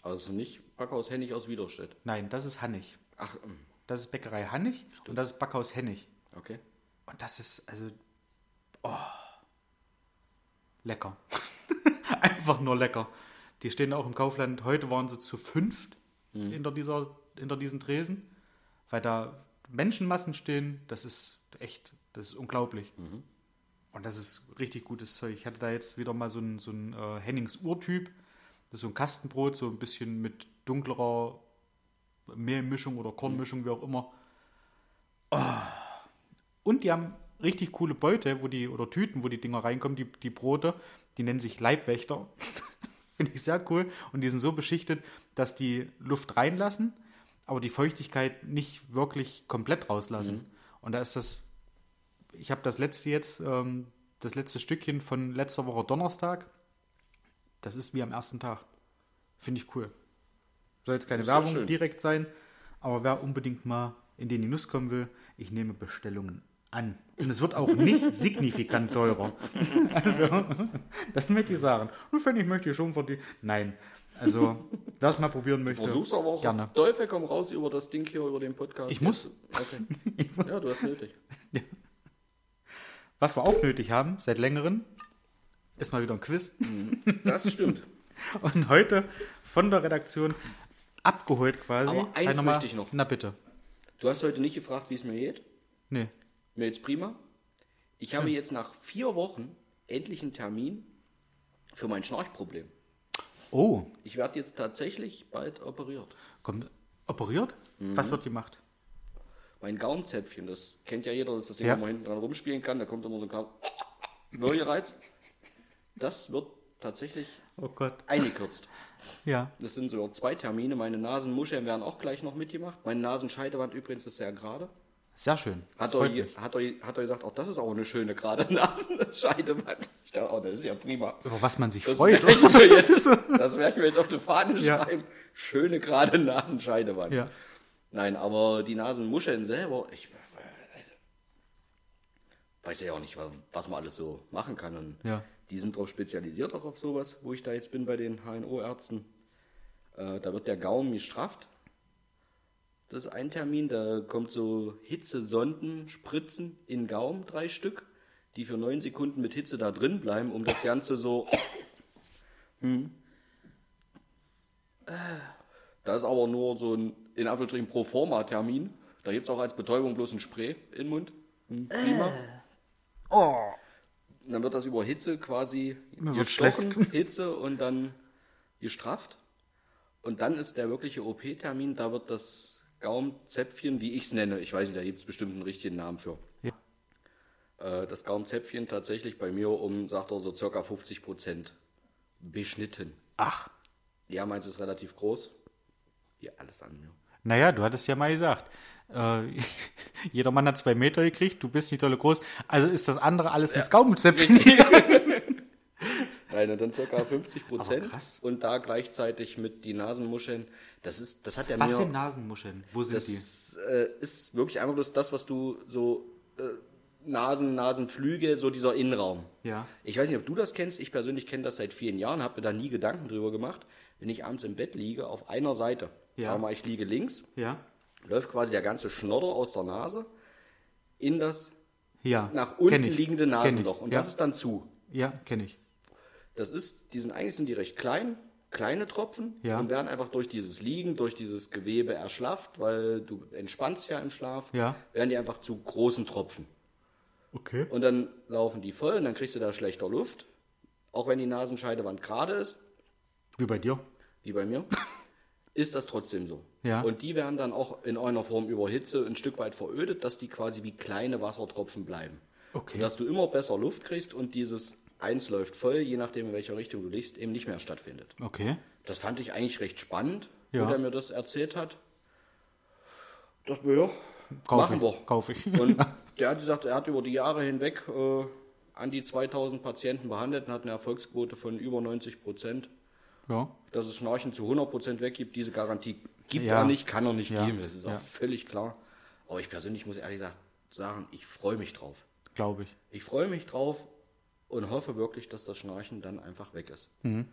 Speaker 2: Also nicht Backhaus Hennig aus Widerstedt.
Speaker 1: Nein, das ist Hannig.
Speaker 2: Ach, ähm,
Speaker 1: Das ist Bäckerei Hannig und das ist Backhaus Hennig.
Speaker 2: okay.
Speaker 1: Und das ist, also, oh, lecker. [LAUGHS] Einfach nur lecker. Die stehen auch im Kaufland. Heute waren sie zu fünft hinter, dieser, hinter diesen Tresen, weil da Menschenmassen stehen. Das ist echt, das ist unglaublich. Und das ist richtig gutes Zeug. Ich hatte da jetzt wieder mal so einen, so einen äh, Hennings Urtyp. Das ist so ein Kastenbrot, so ein bisschen mit dunklerer Mehlmischung oder Kornmischung, wie auch immer. Und die haben richtig coole Beute, wo die, oder Tüten, wo die Dinger reinkommen, die, die Brote, die nennen sich Leibwächter. [LAUGHS] Finde ich sehr cool. Und die sind so beschichtet, dass die Luft reinlassen, aber die Feuchtigkeit nicht wirklich komplett rauslassen.
Speaker 2: Mhm.
Speaker 1: Und da ist das, ich habe das letzte jetzt, ähm, das letzte Stückchen von letzter Woche Donnerstag, das ist wie am ersten Tag. Finde ich cool. Soll jetzt keine
Speaker 2: ist sehr
Speaker 1: Werbung
Speaker 2: schön.
Speaker 1: direkt sein, aber wer unbedingt mal in den Genuss kommen will, ich nehme Bestellungen an. Und es wird auch nicht [LAUGHS] signifikant teurer. Also, das möchte ich sagen. Und wenn ich möchte ich schon verdienen. Nein.
Speaker 2: [LAUGHS]
Speaker 1: Also, wer es mal probieren möchte.
Speaker 2: Versuch's aber auch
Speaker 1: Gerne.
Speaker 2: auf Teufel komm raus über das Ding hier, über den Podcast.
Speaker 1: Ich muss.
Speaker 2: Okay.
Speaker 1: [LAUGHS] Ich muss-
Speaker 2: Ja, du hast nötig.
Speaker 1: Was wir auch nötig haben, seit längerem, ist mal wieder ein Quiz.
Speaker 2: Das stimmt.
Speaker 1: Und heute von der Redaktion abgeholt quasi.
Speaker 2: Aber eins
Speaker 1: Einer mal-
Speaker 2: möchte ich noch.
Speaker 1: Na bitte.
Speaker 2: Du hast heute nicht gefragt, wie es mir geht.
Speaker 1: Nee.
Speaker 2: Mir geht's prima. Ich
Speaker 1: Hm.
Speaker 2: habe jetzt nach vier Wochen endlich einen Termin für mein Schnarchproblem.
Speaker 1: Oh,
Speaker 2: Ich werde jetzt tatsächlich bald operiert.
Speaker 1: kommt operiert?
Speaker 2: Mhm.
Speaker 1: Was wird gemacht?
Speaker 2: Mein Gaumzäpfchen, das kennt ja jeder, dass das Ding
Speaker 1: Ja.
Speaker 2: wo man hinten dran rumspielen kann. Da kommt immer so ein kleiner Würgereiz. Das wird tatsächlich
Speaker 1: Oh Gott.
Speaker 2: eingekürzt.
Speaker 1: Ja.
Speaker 2: Das sind sogar zwei Termine. Meine Nasenmuscheln werden auch gleich noch mitgemacht. Meine Nasenscheidewand übrigens ist sehr gerade.
Speaker 1: Sehr schön.
Speaker 2: Hat
Speaker 1: Freut
Speaker 2: euch,
Speaker 1: mich.
Speaker 2: hat, euch, hat euch gesagt, auch das ist auch eine schöne gerade [LAUGHS] Nasenscheidewand. Ich dachte, oh, das ist ja prima.
Speaker 1: Über was man sich
Speaker 2: Das
Speaker 1: freut.
Speaker 2: werde ich, mir
Speaker 1: [LAUGHS]
Speaker 2: jetzt- das werd ich mir jetzt auf die Fahne
Speaker 1: Ja.
Speaker 2: schreiben. Schöne gerade Nasenscheidewand.
Speaker 1: Ja.
Speaker 2: Nein, aber die Nasenmuscheln selber, ich, also, weiß ja auch nicht, wa- was man alles so machen kann. Und
Speaker 1: Ja.
Speaker 2: die sind drauf spezialisiert, auch auf sowas, wo ich da jetzt bin bei den HNO-Ärzten. Äh, da wird der Gaumen gestrafft. Das ist ein Termin, da kommt so Hitze, Sonden, Spritzen in den Gaumen, drei Stück, die für neun Sekunden mit Hitze da drin bleiben, um das Ganze so. Hm. Äh, Da ist aber nur so ein, in Anführungsstrichen, Proforma-Termin. Da gibt es auch als Betäubung bloß ein Spray in den Mund. Hm, Prima. Und dann wird das über Hitze quasi
Speaker 1: Mir wird
Speaker 2: gestochen, Hitze und dann gestrafft. Und dann ist der wirkliche OP-Termin, da wird das Gaumenzäpfchen, wie ich es nenne, ich weiß nicht, da gibt es bestimmt einen richtigen Namen für.
Speaker 1: Ja.
Speaker 2: Äh, das Gaumenzäpfchen tatsächlich bei mir um, sagt er, so circa 50 Prozent beschnitten.
Speaker 1: Ach,
Speaker 2: Ja, meins ist relativ groß. Ja, alles an mir.
Speaker 1: naja, du hattest ja mal gesagt. Äh, [LAUGHS] jeder Mann hat zwei Meter gekriegt, du bist nicht dolle groß. Also ist das andere alles ins Gaumenzäpfchen.
Speaker 2: Nein, und dann
Speaker 1: [LAUGHS]
Speaker 2: circa 50 Prozent.
Speaker 1: krass.
Speaker 2: Und da gleichzeitig mit die Nasenmuscheln. Das ist, das hat der
Speaker 1: Was
Speaker 2: mir.
Speaker 1: sind Nasenmuscheln? Wo sind die?
Speaker 2: Das äh, ist wirklich einfach bloß das, was du so äh, Nasen, Nasenflügel, so dieser Innenraum.
Speaker 1: Ja.
Speaker 2: Ich weiß nicht, ob du das kennst. Ich persönlich kenne das seit vielen Jahren, habe mir da nie Gedanken drüber gemacht. Wenn ich abends im Bett liege, auf einer Seite,
Speaker 1: Ja.
Speaker 2: sagen wir mal, ich liege links,
Speaker 1: Ja.
Speaker 2: läuft quasi der ganze Schnodder aus der Nase in das
Speaker 1: Ja.
Speaker 2: nach unten
Speaker 1: kenn ich.
Speaker 2: liegende
Speaker 1: Kenn ich.
Speaker 2: Nasenloch. Und
Speaker 1: ja,
Speaker 2: das ist dann zu.
Speaker 1: Ja, kenne ich.
Speaker 2: Das ist, die sind eigentlich sind die recht klein, kleine Tropfen
Speaker 1: Ja.
Speaker 2: und werden einfach durch dieses Liegen, durch dieses Gewebe erschlafft, weil du entspannst ja im Schlaf,
Speaker 1: Ja.
Speaker 2: werden die einfach zu großen Tropfen.
Speaker 1: Okay.
Speaker 2: Und dann laufen die voll und dann kriegst du da schlechter Luft, auch wenn die Nasenscheidewand gerade ist,
Speaker 1: Wie bei dir.
Speaker 2: wie bei
Speaker 1: [LAUGHS]
Speaker 2: mir, ist das trotzdem so.
Speaker 1: Ja.
Speaker 2: Und die werden dann auch in einer Form über Hitze ein Stück weit verödet, dass die quasi wie kleine Wassertropfen bleiben.
Speaker 1: Okay.
Speaker 2: Dass du immer besser Luft kriegst und dieses Eins läuft voll, je nachdem in welcher Richtung du liegst, eben nicht mehr stattfindet.
Speaker 1: Okay.
Speaker 2: Das fand ich eigentlich recht spannend,
Speaker 1: Ja.
Speaker 2: wo der mir das erzählt hat. Das wir, ja,
Speaker 1: Kauf
Speaker 2: machen
Speaker 1: ich.
Speaker 2: wir.
Speaker 1: Kauf ich. [LAUGHS]
Speaker 2: Und der hat gesagt, er hat über die Jahre hinweg äh, an die 2000 Patienten behandelt und hat eine Erfolgsquote von über 90 Prozent.
Speaker 1: Ja.
Speaker 2: Dass es Schnarchen zu 100 Prozent weggibt, diese Garantie gibt
Speaker 1: Ja.
Speaker 2: er nicht, kann er nicht
Speaker 1: Ja.
Speaker 2: geben. Das ist
Speaker 1: Ja.
Speaker 2: auch völlig klar. Aber ich persönlich muss ehrlich gesagt sagen, ich freue mich drauf.
Speaker 1: Glaube ich.
Speaker 2: Ich freue mich drauf und hoffe wirklich, dass das Schnarchen dann einfach weg ist.
Speaker 1: Mhm.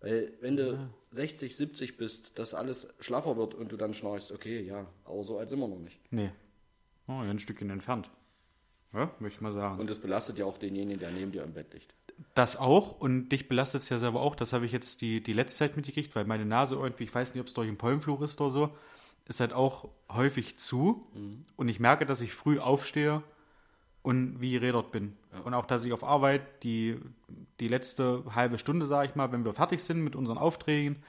Speaker 2: Weil wenn du 60, 70 bist, dass alles schlaffer wird und du dann schnarchst, okay, ja, aber so alt sind wir noch nicht.
Speaker 1: Nee. Oh, ja, ein Stückchen entfernt. Ja, möchte ich mal sagen.
Speaker 2: Und das belastet ja auch denjenigen, der neben dir im Bett liegt.
Speaker 1: Das auch und dich belastet es ja selber auch. Das habe ich jetzt die, die letzte Zeit mitgekriegt, weil meine Nase irgendwie, ich weiß nicht, ob es durch den Pollenfluch ist oder so, ist halt auch häufig zu. Und ich merke, dass ich früh aufstehe und wie gerädert bin. Und auch, dass ich auf Arbeit die, die letzte halbe Stunde, sage ich mal, wenn wir fertig sind mit unseren Aufträgen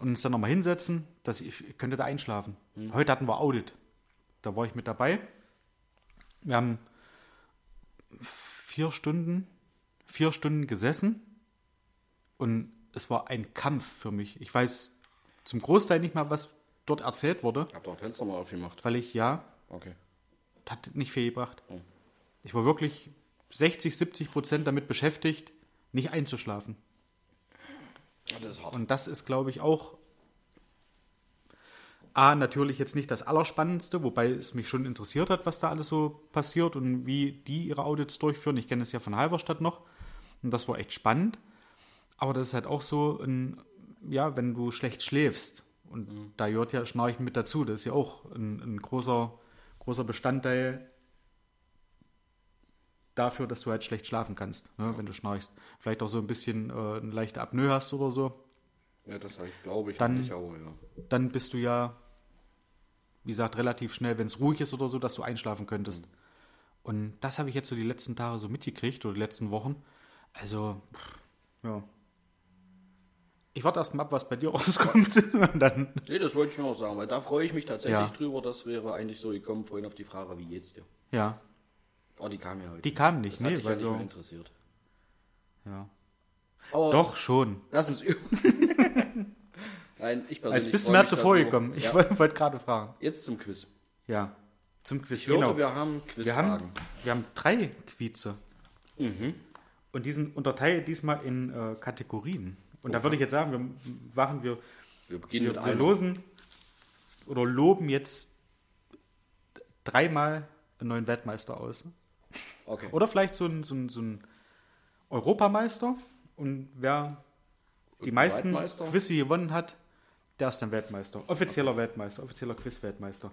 Speaker 1: und uns dann nochmal hinsetzen, dass ich, ich könnte da einschlafen. Heute hatten wir Audit. Da war ich mit dabei. Wir haben vier Stunden vier Stunden gesessen und es war ein Kampf für mich. Ich weiß zum Großteil nicht mal, was dort erzählt wurde,
Speaker 2: Hab doch ein Fenster mal aufgemacht.
Speaker 1: weil ich ja,
Speaker 2: Okay.
Speaker 1: das hat nicht viel gebracht. Ich war wirklich 60, 70 Prozent damit beschäftigt, nicht einzuschlafen.
Speaker 2: Ja, das ist hart.
Speaker 1: Und das ist, glaube ich, auch A, natürlich jetzt nicht das Allerspannendste, wobei es mich schon interessiert hat, was da alles so passiert und wie die ihre Audits durchführen. Ich kenne es ja von Halberstadt noch und das war echt spannend. Aber das ist halt auch so, ein, ja, wenn du schlecht schläfst und da gehört ja Schnarchen mit dazu, das ist ja auch ein, ein großer, großer Bestandteil dafür, dass du halt schlecht schlafen kannst, ne, wenn du schnarchst. Vielleicht auch so ein bisschen äh, eine leichte Apnoe hast oder so,
Speaker 2: ja, das hab ich, glaube ich,
Speaker 1: Dann-
Speaker 2: nicht, aber ja.
Speaker 1: dann bist du ja, wie gesagt, relativ schnell, wenn es ruhig ist oder so, dass du einschlafen
Speaker 2: Mhm.
Speaker 1: könntest. Und das habe ich jetzt so die letzten Tage so mitgekriegt oder die letzten Wochen. Also, pff, ja. Ich warte erst mal ab, was bei dir [LAUGHS] rauskommt. Und dann,
Speaker 2: Nee, das wollte ich nur noch sagen, weil da freue ich mich tatsächlich
Speaker 1: Ja.
Speaker 2: drüber. Das wäre eigentlich so gekommen vorhin auf die Frage, wie geht's dir?
Speaker 1: ja,
Speaker 2: Oh, die kam ja heute.
Speaker 1: die kamen nicht,
Speaker 2: das hat
Speaker 1: nee,
Speaker 2: dich ja
Speaker 1: weil
Speaker 2: nicht mehr
Speaker 1: du,
Speaker 2: interessiert.
Speaker 1: ja.
Speaker 2: Aber
Speaker 1: Doch, schon.
Speaker 2: Lass uns üben.
Speaker 1: [LAUGHS]
Speaker 2: Nein, ich persönlich
Speaker 1: Als bist du
Speaker 2: freu
Speaker 1: mir
Speaker 2: mich
Speaker 1: zuvor
Speaker 2: darüber.
Speaker 1: gekommen. Ich
Speaker 2: ja.
Speaker 1: woll- wollte gerade fragen.
Speaker 2: Jetzt zum Quiz.
Speaker 1: Ja. Zum Quiz. genau.
Speaker 2: Ich hörte, wir haben
Speaker 1: Wir
Speaker 2: Quizfragen. Mhm.
Speaker 1: haben, wir haben drei Quize. Und die sind unterteilt diesmal in äh, Kategorien. Und da würde ich jetzt sagen, wir machen wir,
Speaker 2: wir beginnen
Speaker 1: wir,
Speaker 2: mit
Speaker 1: wir
Speaker 2: einem.
Speaker 1: losen oder loben jetzt dreimal einen neuen Weltmeister aus.
Speaker 2: Okay.
Speaker 1: Oder vielleicht so ein, so ein, so ein Europameister und wer die meisten
Speaker 2: Weltmeister?
Speaker 1: Quizze gewonnen hat, der ist dann Weltmeister. Offizieller Weltmeister, offizieller Quiz-Weltmeister.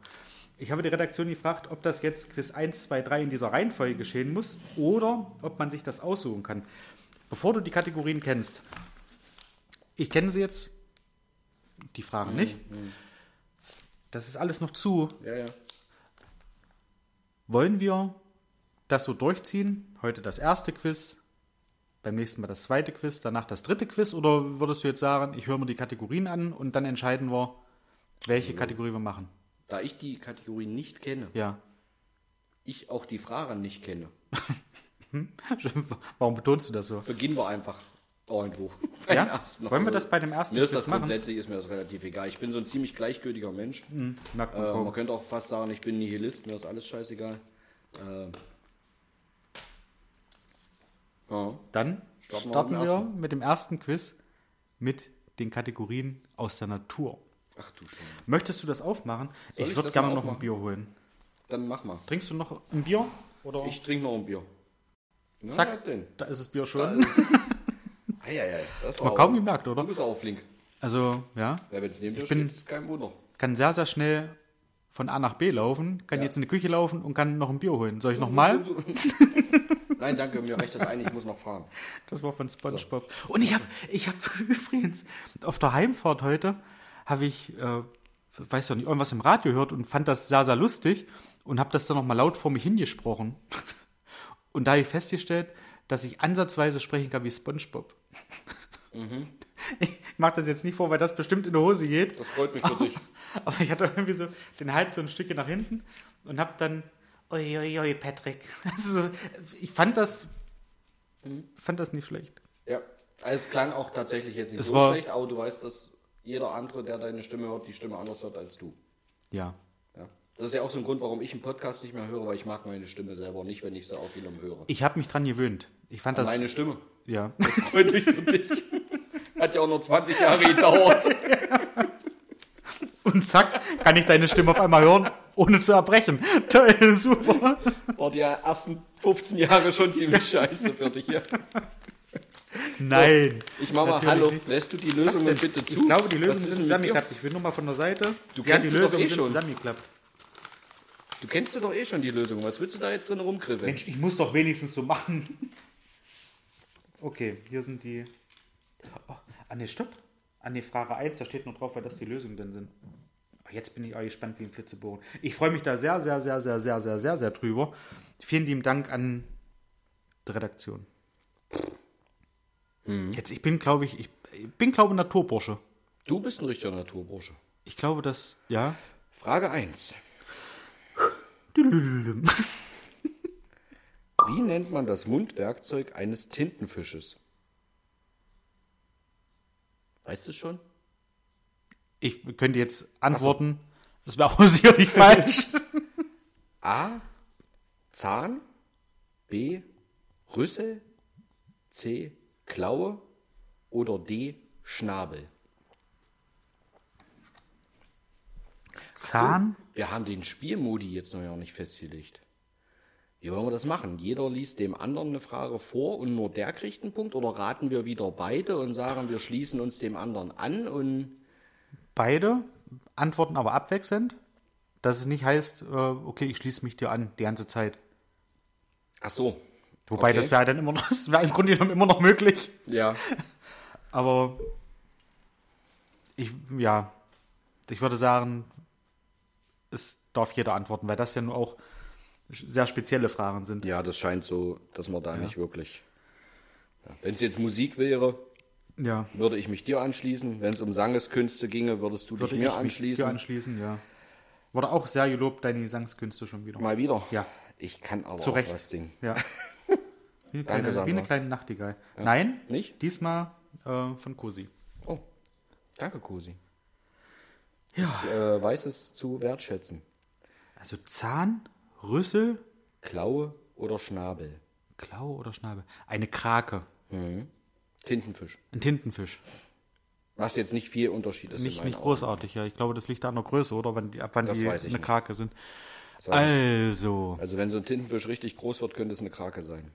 Speaker 1: Ich habe die Redaktion gefragt, ob das jetzt Quiz 1, 2, 3 in dieser Reihenfolge geschehen muss oder ob man sich das aussuchen kann. Bevor du die Kategorien kennst, ich kenne sie jetzt, die
Speaker 2: Mhm,
Speaker 1: Fragen nicht. Das ist alles noch zu.
Speaker 2: Ja, ja.
Speaker 1: Wollen wir das so durchziehen? Heute das erste Quiz, beim nächsten Mal das zweite Quiz, danach das dritte Quiz? Oder würdest du jetzt sagen, ich höre mir die Kategorien an und dann entscheiden wir, welche Kategorie wir machen?
Speaker 2: Da ich die Kategorie nicht kenne,
Speaker 1: Ja. [LAUGHS]
Speaker 2: ich auch die Fragen nicht kenne,
Speaker 1: Warum betonst du das so?
Speaker 2: beginnen wir einfach [LAUGHS] irgendwo.
Speaker 1: Ja?
Speaker 2: Beim ersten.
Speaker 1: Wollen wir das bei dem
Speaker 2: Also,
Speaker 1: ersten
Speaker 2: Mir ist
Speaker 1: Quiz
Speaker 2: das
Speaker 1: machen?
Speaker 2: grundsätzlich ist mir das relativ egal. Ich bin so ein ziemlich gleichgültiger Mensch.
Speaker 1: Hm, Merkt man
Speaker 2: Äh,
Speaker 1: kaum.
Speaker 2: man könnte auch fast sagen, ich bin Nihilist, mir ist alles scheißegal. Äh, ja.
Speaker 1: Dann
Speaker 2: Starten wir
Speaker 1: starten
Speaker 2: mit dem
Speaker 1: wir mit dem ersten Quiz mit den Kategorien aus der Natur.
Speaker 2: Ach du Scheiße.
Speaker 1: Möchtest du das aufmachen?
Speaker 2: Soll
Speaker 1: ich
Speaker 2: ich
Speaker 1: würde
Speaker 2: das
Speaker 1: gerne
Speaker 2: mal
Speaker 1: noch ein
Speaker 2: aufmachen?
Speaker 1: Bier holen.
Speaker 2: Dann mach mal.
Speaker 1: Trinkst du noch ein Bier? Oder?
Speaker 2: Ich trinke noch ein Bier. Na,
Speaker 1: Zack.
Speaker 2: was denn?
Speaker 1: da ist das Bier schon.
Speaker 2: Eieiei, das
Speaker 1: Hat man
Speaker 2: war
Speaker 1: kaum
Speaker 2: auch-
Speaker 1: gemerkt,
Speaker 2: Du
Speaker 1: oder?
Speaker 2: bist auch flink.
Speaker 1: Also, ja.
Speaker 2: Ja, wenn es neben dir
Speaker 1: bin-
Speaker 2: steht, ist kein Wunder.
Speaker 1: Kann sehr, sehr schnell von A nach B laufen, kann
Speaker 2: Ja.
Speaker 1: jetzt in die Küche laufen und kann noch ein Bier holen. Soll ich nochmal?
Speaker 2: [LAUGHS] Nein, danke, mir reicht das ein, ich muss noch fahren.
Speaker 1: Das war von Spongebob. Und ich habe ich hab [LAUGHS] übrigens auf der Heimfahrt heute, habe ich, äh, weiß ja nicht, irgendwas im Radio gehört und fand das sehr, sehr lustig und habe das dann nochmal laut vor mich hingesprochen. [LAUGHS] Und da habe ich festgestellt, dass ich ansatzweise sprechen kann wie Spongebob. Mhm. [LAUGHS] Ich mache das jetzt nicht vor, weil das bestimmt in die Hose geht.
Speaker 2: Das freut mich für dich.
Speaker 1: Aber ich hatte irgendwie so den Hals so ein Stückchen nach hinten und hab dann, uiuiui, Patrick. [LAUGHS] Also so, ich fand das,
Speaker 2: Hm?
Speaker 1: fand das nicht schlecht.
Speaker 2: Ja, also es klang auch tatsächlich jetzt nicht
Speaker 1: Es
Speaker 2: so
Speaker 1: war-
Speaker 2: schlecht, aber du weißt, dass jeder andere, der deine Stimme hört, die Stimme anders hört als du.
Speaker 1: Ja.
Speaker 2: Ja. Das ist ja auch so ein Grund, warum ich einen Podcast nicht mehr höre, weil ich mag meine Stimme selber nicht, wenn ich sie auf jemandem höre.
Speaker 1: Ich habe mich dran gewöhnt. Ich fand das,
Speaker 2: Meine Stimme. [LAUGHS]
Speaker 1: ja.
Speaker 2: Freut mich für dich. Hat ja auch nur 20 Jahre gedauert.
Speaker 1: [LAUGHS] Und zack, kann ich deine Stimme auf einmal hören, ohne zu erbrechen. [LAUGHS] Toll, super.
Speaker 2: War die ersten 15 Jahre schon
Speaker 1: [LAUGHS]
Speaker 2: ziemlich scheiße für dich. Ja.
Speaker 1: Nein.
Speaker 2: Ich mach mal,
Speaker 1: Natürlich
Speaker 2: hallo,
Speaker 1: nicht.
Speaker 2: lässt du die Lösungen bitte zu?
Speaker 1: Ich glaube, die
Speaker 2: Was
Speaker 1: Lösungen
Speaker 2: ist
Speaker 1: sind
Speaker 2: denn mit dir?
Speaker 1: zusammengeklappt. Ich will nur mal von der Seite.
Speaker 2: Du
Speaker 1: ja, die
Speaker 2: kennst sie doch
Speaker 1: Lösungen
Speaker 2: eh
Speaker 1: sind
Speaker 2: schon.
Speaker 1: zusammengeklappt.
Speaker 2: Du kennst ja doch eh schon die Lösung. Was willst du da jetzt drin rumgriffeln?
Speaker 1: Mensch, ich muss doch wenigstens so machen. Okay, hier sind die. Oh, ah ne, stopp. Ah ne, Frage 1, da steht nur drauf, weil das die Lösungen dann sind. Aber Jetzt bin ich auch gespannt wie ein Flitzebogen. Ich freue mich da sehr, sehr, sehr, sehr, sehr, sehr, sehr, sehr drüber. Vielen lieben Dank an die Redaktion. Jetzt, ich bin, glaube ich, ich ich bin, glaube ich, Naturbursche.
Speaker 2: Du bist ein richtiger Naturbursche.
Speaker 1: Ich glaube, dass, ja.
Speaker 2: Frage
Speaker 1: [LAUGHS]
Speaker 2: 1.
Speaker 1: Düdelüdelüdüm.
Speaker 2: Wie nennt man das Mundwerkzeug eines Tintenfisches? Weißt du schon?
Speaker 1: Ich könnte jetzt antworten. Das wäre auch [LAUGHS] sicherlich falsch.
Speaker 2: A. Zahn. B. Rüssel. C. Klaue. Oder D. Schnabel.
Speaker 1: Zahn?
Speaker 2: Wir haben den Spielmodi jetzt noch ja nicht festgelegt. Wie wollen wir das machen? Jeder liest dem anderen eine Frage vor und nur der kriegt einen Punkt? Oder raten wir wieder beide und sagen, wir schließen uns dem anderen an und
Speaker 1: beide antworten aber abwechselnd, dass es nicht heißt, äh, okay, ich schließe mich dir an die ganze Zeit.
Speaker 2: ach so.
Speaker 1: Wobei
Speaker 2: Okay.
Speaker 1: das wäre dann immer noch, [LAUGHS] das wäre im Grunde genommen immer noch möglich.
Speaker 2: Ja.
Speaker 1: Aber ich, ja, ich würde sagen, es darf jeder antworten, weil das ja nur auch sehr spezielle Fragen sind.
Speaker 2: Ja, das scheint so, dass man da nicht wirklich. Ja. Wenn es jetzt Musik wäre,
Speaker 1: Ja,
Speaker 2: würde ich mich dir anschließen. Wenn es um Sangeskünste ginge, würdest du
Speaker 1: würde
Speaker 2: dich
Speaker 1: ich
Speaker 2: mir
Speaker 1: mich
Speaker 2: anschließen.
Speaker 1: dir anschließen, ja. Wurde auch sehr gelobt, deine Gesangskünste schon wieder.
Speaker 2: Mal wieder.
Speaker 1: Ja.
Speaker 2: Ich kann aber
Speaker 1: Zu
Speaker 2: auch
Speaker 1: Recht.
Speaker 2: was singen. [LAUGHS]
Speaker 1: Ja. Wie
Speaker 2: Danke,
Speaker 1: eine kleine, wie eine
Speaker 2: Sandra.
Speaker 1: kleine Nachtigall. Nein,
Speaker 2: Nicht?
Speaker 1: diesmal äh, von Cosi.
Speaker 2: Oh, danke, Kusi. Ja. Ich äh, weiß es zu wertschätzen.
Speaker 1: Also Zahn, Rüssel,
Speaker 2: Klaue oder Schnabel?
Speaker 1: Klaue oder Schnabel? Eine Krake,
Speaker 2: Tintenfisch.
Speaker 1: ein Tintenfisch.
Speaker 2: Was jetzt nicht viel Unterschied ist. in
Speaker 1: Nicht,
Speaker 2: meinen
Speaker 1: nicht
Speaker 2: Augen.
Speaker 1: großartig, ja. Ich glaube, das liegt an der Größe, oder? Wann die, ab wann
Speaker 2: Das
Speaker 1: die eine
Speaker 2: weiß ich nicht.
Speaker 1: Krake sind.
Speaker 2: Das heißt,
Speaker 1: Also,
Speaker 2: Also wenn so ein Tintenfisch richtig groß wird, könnte es eine Krake sein.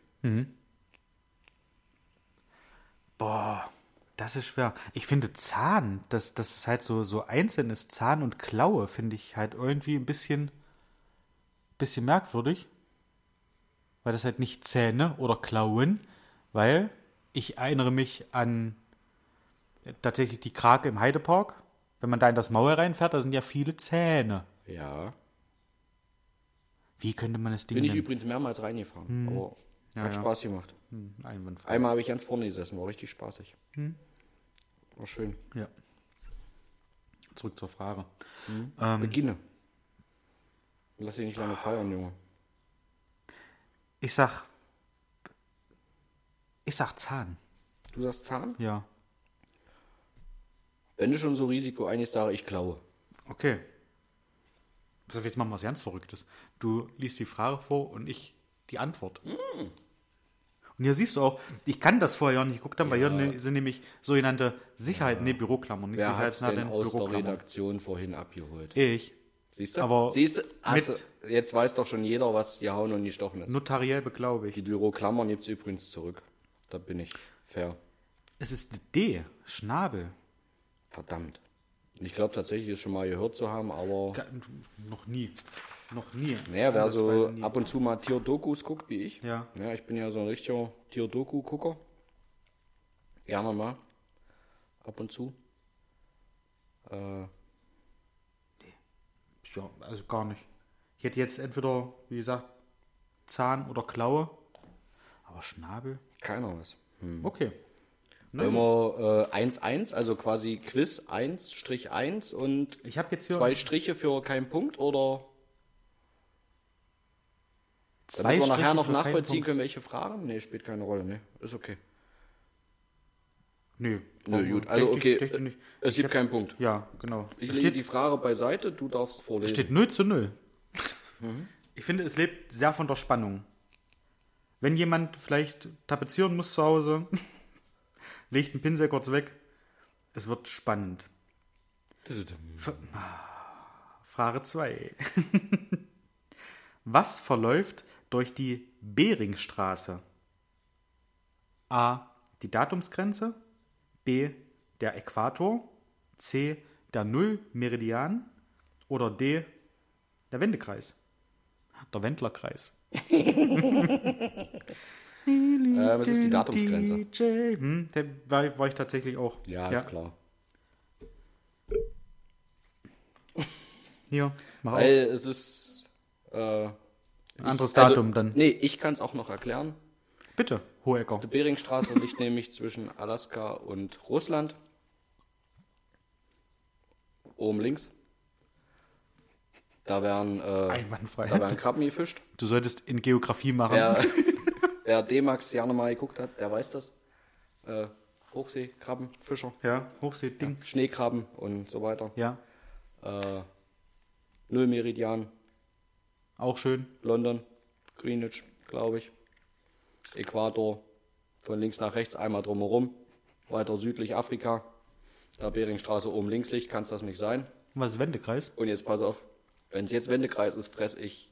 Speaker 1: boah, das ist schwer. Ich finde Zahn, dass das ist halt so, so einzeln ist. Zahn und Klaue finde ich halt irgendwie ein bisschen, bisschen merkwürdig. Weil das halt nicht Zähne oder Klauen, weil ich erinnere mich an tatsächlich die Krake im Heidepark. Wenn man da in das Maul reinfährt, da sind ja viele Zähne.
Speaker 2: Ja.
Speaker 1: Wie könnte man das Ding
Speaker 2: Bin ich
Speaker 1: nennen?
Speaker 2: übrigens mehrmals reingefahren. Aber hat
Speaker 1: Mhm. ja.
Speaker 2: Spaß gemacht.
Speaker 1: Hm, Einwandfrei.
Speaker 2: Einmal habe ich ganz vorne gesessen, war richtig spaßig.
Speaker 1: Mhm.
Speaker 2: War schön.
Speaker 1: Ja. Zurück zur Frage.
Speaker 2: Beginne. Lass dich nicht lange feiern, Junge.
Speaker 1: Ich sag. Ich sag Zahn.
Speaker 2: Du sagst Zahn?
Speaker 1: Ja.
Speaker 2: Wenn du schon so Risiko eingehst, sage ich Klaue.
Speaker 1: Okay. Also jetzt machen wir was ganz Verrücktes. Du liest die Frage vor und ich die Antwort.
Speaker 2: Mm.
Speaker 1: Und hier siehst du auch, ich kann das vorher ja nicht geguckt haben, weil hier ne- sind nämlich sogenannte Sicherheiten, ne, Büroklammern, nicht
Speaker 2: Wer hat's denn
Speaker 1: Sicherheitsnadeln,
Speaker 2: aus der
Speaker 1: Büroklammern.
Speaker 2: Redaktion vorhin abgeholt?
Speaker 1: Ich,
Speaker 2: Siehst du?
Speaker 1: Aber
Speaker 2: Siehst du? Hast
Speaker 1: mit-
Speaker 2: du? Jetzt weiß doch schon jeder, was gehauen und gestochen ist.
Speaker 1: notariell beglaubigt.
Speaker 2: Die Büroklammern gibt's übrigens zurück. Da bin ich fair.
Speaker 1: Es ist die D, Schnabel.
Speaker 2: Verdammt. Ich glaube tatsächlich, es schon mal gehört zu haben, aber
Speaker 1: Ga- Noch nie. Noch nie.
Speaker 2: naja, wer so
Speaker 1: Ansatzweise nie.
Speaker 2: ab und zu mal Tierdokus guckt, wie ich.
Speaker 1: Ja.
Speaker 2: Ja, ich bin ja so ein richtiger Tierdoku-Gucker. Gerne mal. Ab und zu. Äh,
Speaker 1: Ja, also gar nicht. Ich hätte jetzt entweder, wie gesagt, Zahn oder Klaue. Aber Schnabel?
Speaker 2: keiner was.
Speaker 1: Okay.
Speaker 2: Wenn wir äh, 1-1, also quasi Quiz 1-1 und
Speaker 1: Ich habe jetzt hier
Speaker 2: zwei Striche für keinen Punkt oder
Speaker 1: zwei
Speaker 2: damit wir nachher
Speaker 1: Striche
Speaker 2: noch
Speaker 1: für keinen
Speaker 2: nachvollziehen
Speaker 1: Punkt.
Speaker 2: können, welche Fragen? Nee, spielt keine Rolle, ne? Ist okay.
Speaker 1: Nö.
Speaker 2: Nö, gut, also
Speaker 1: Technisch-
Speaker 2: okay.
Speaker 1: technisch
Speaker 2: äh,
Speaker 1: nicht.
Speaker 2: Es gibt keinen Punkt.
Speaker 1: Ja, genau.
Speaker 2: Ich
Speaker 1: Es
Speaker 2: lege
Speaker 1: steht,
Speaker 2: die Frage beiseite, du darfst vorlesen.
Speaker 1: steht 0 zu 0.
Speaker 2: Mhm.
Speaker 1: Ich finde, es lebt sehr von der Spannung. Wenn jemand vielleicht tapezieren muss zu Hause, [LAUGHS] legt einen Pinsel kurz weg. Es wird spannend. Frage 2. [LAUGHS] Was verläuft durch die Beringstraße? A. Die Datumsgrenze. B. Der Äquator. C. Der Nullmeridian. Oder D. Der Wendekreis. Der Wendlerkreis.
Speaker 2: Äh, was ist die Datumsgrenze?
Speaker 1: DJ. Hm, der war, war ich tatsächlich auch.
Speaker 2: Ja, ist klar.
Speaker 1: Hier, mach auf.
Speaker 2: Weil es ist. Äh,
Speaker 1: Ein anderes
Speaker 2: also-
Speaker 1: Datum dann.
Speaker 2: nee, ich kann es auch noch erklären.
Speaker 1: Bitte, Hohecker.
Speaker 2: Die Beringstraße liegt nämlich zwischen Alaska und Russland. Oben links. Da werden, äh,
Speaker 1: Einwandfrei.
Speaker 2: da werden Krabben gefischt.
Speaker 1: Du solltest in Geografie machen.
Speaker 2: Wer, wer D-Max gerne mal geguckt hat, der weiß das. Äh, Hochsee, Krabben, Fischer,
Speaker 1: Ja, Hochsee-Ding.
Speaker 2: Schneekrabben und so weiter.
Speaker 1: Ja.
Speaker 2: Äh, Null Meridian,
Speaker 1: auch schön.
Speaker 2: London, Greenwich, glaube ich. Äquator, von links nach rechts einmal drumherum. Weiter südlich Afrika. Da Beringstraße oben links liegt, kann es das nicht sein.
Speaker 1: Und was ist Wendekreis?
Speaker 2: Und jetzt pass auf, wenn es jetzt Wendekreis ist, fress ich.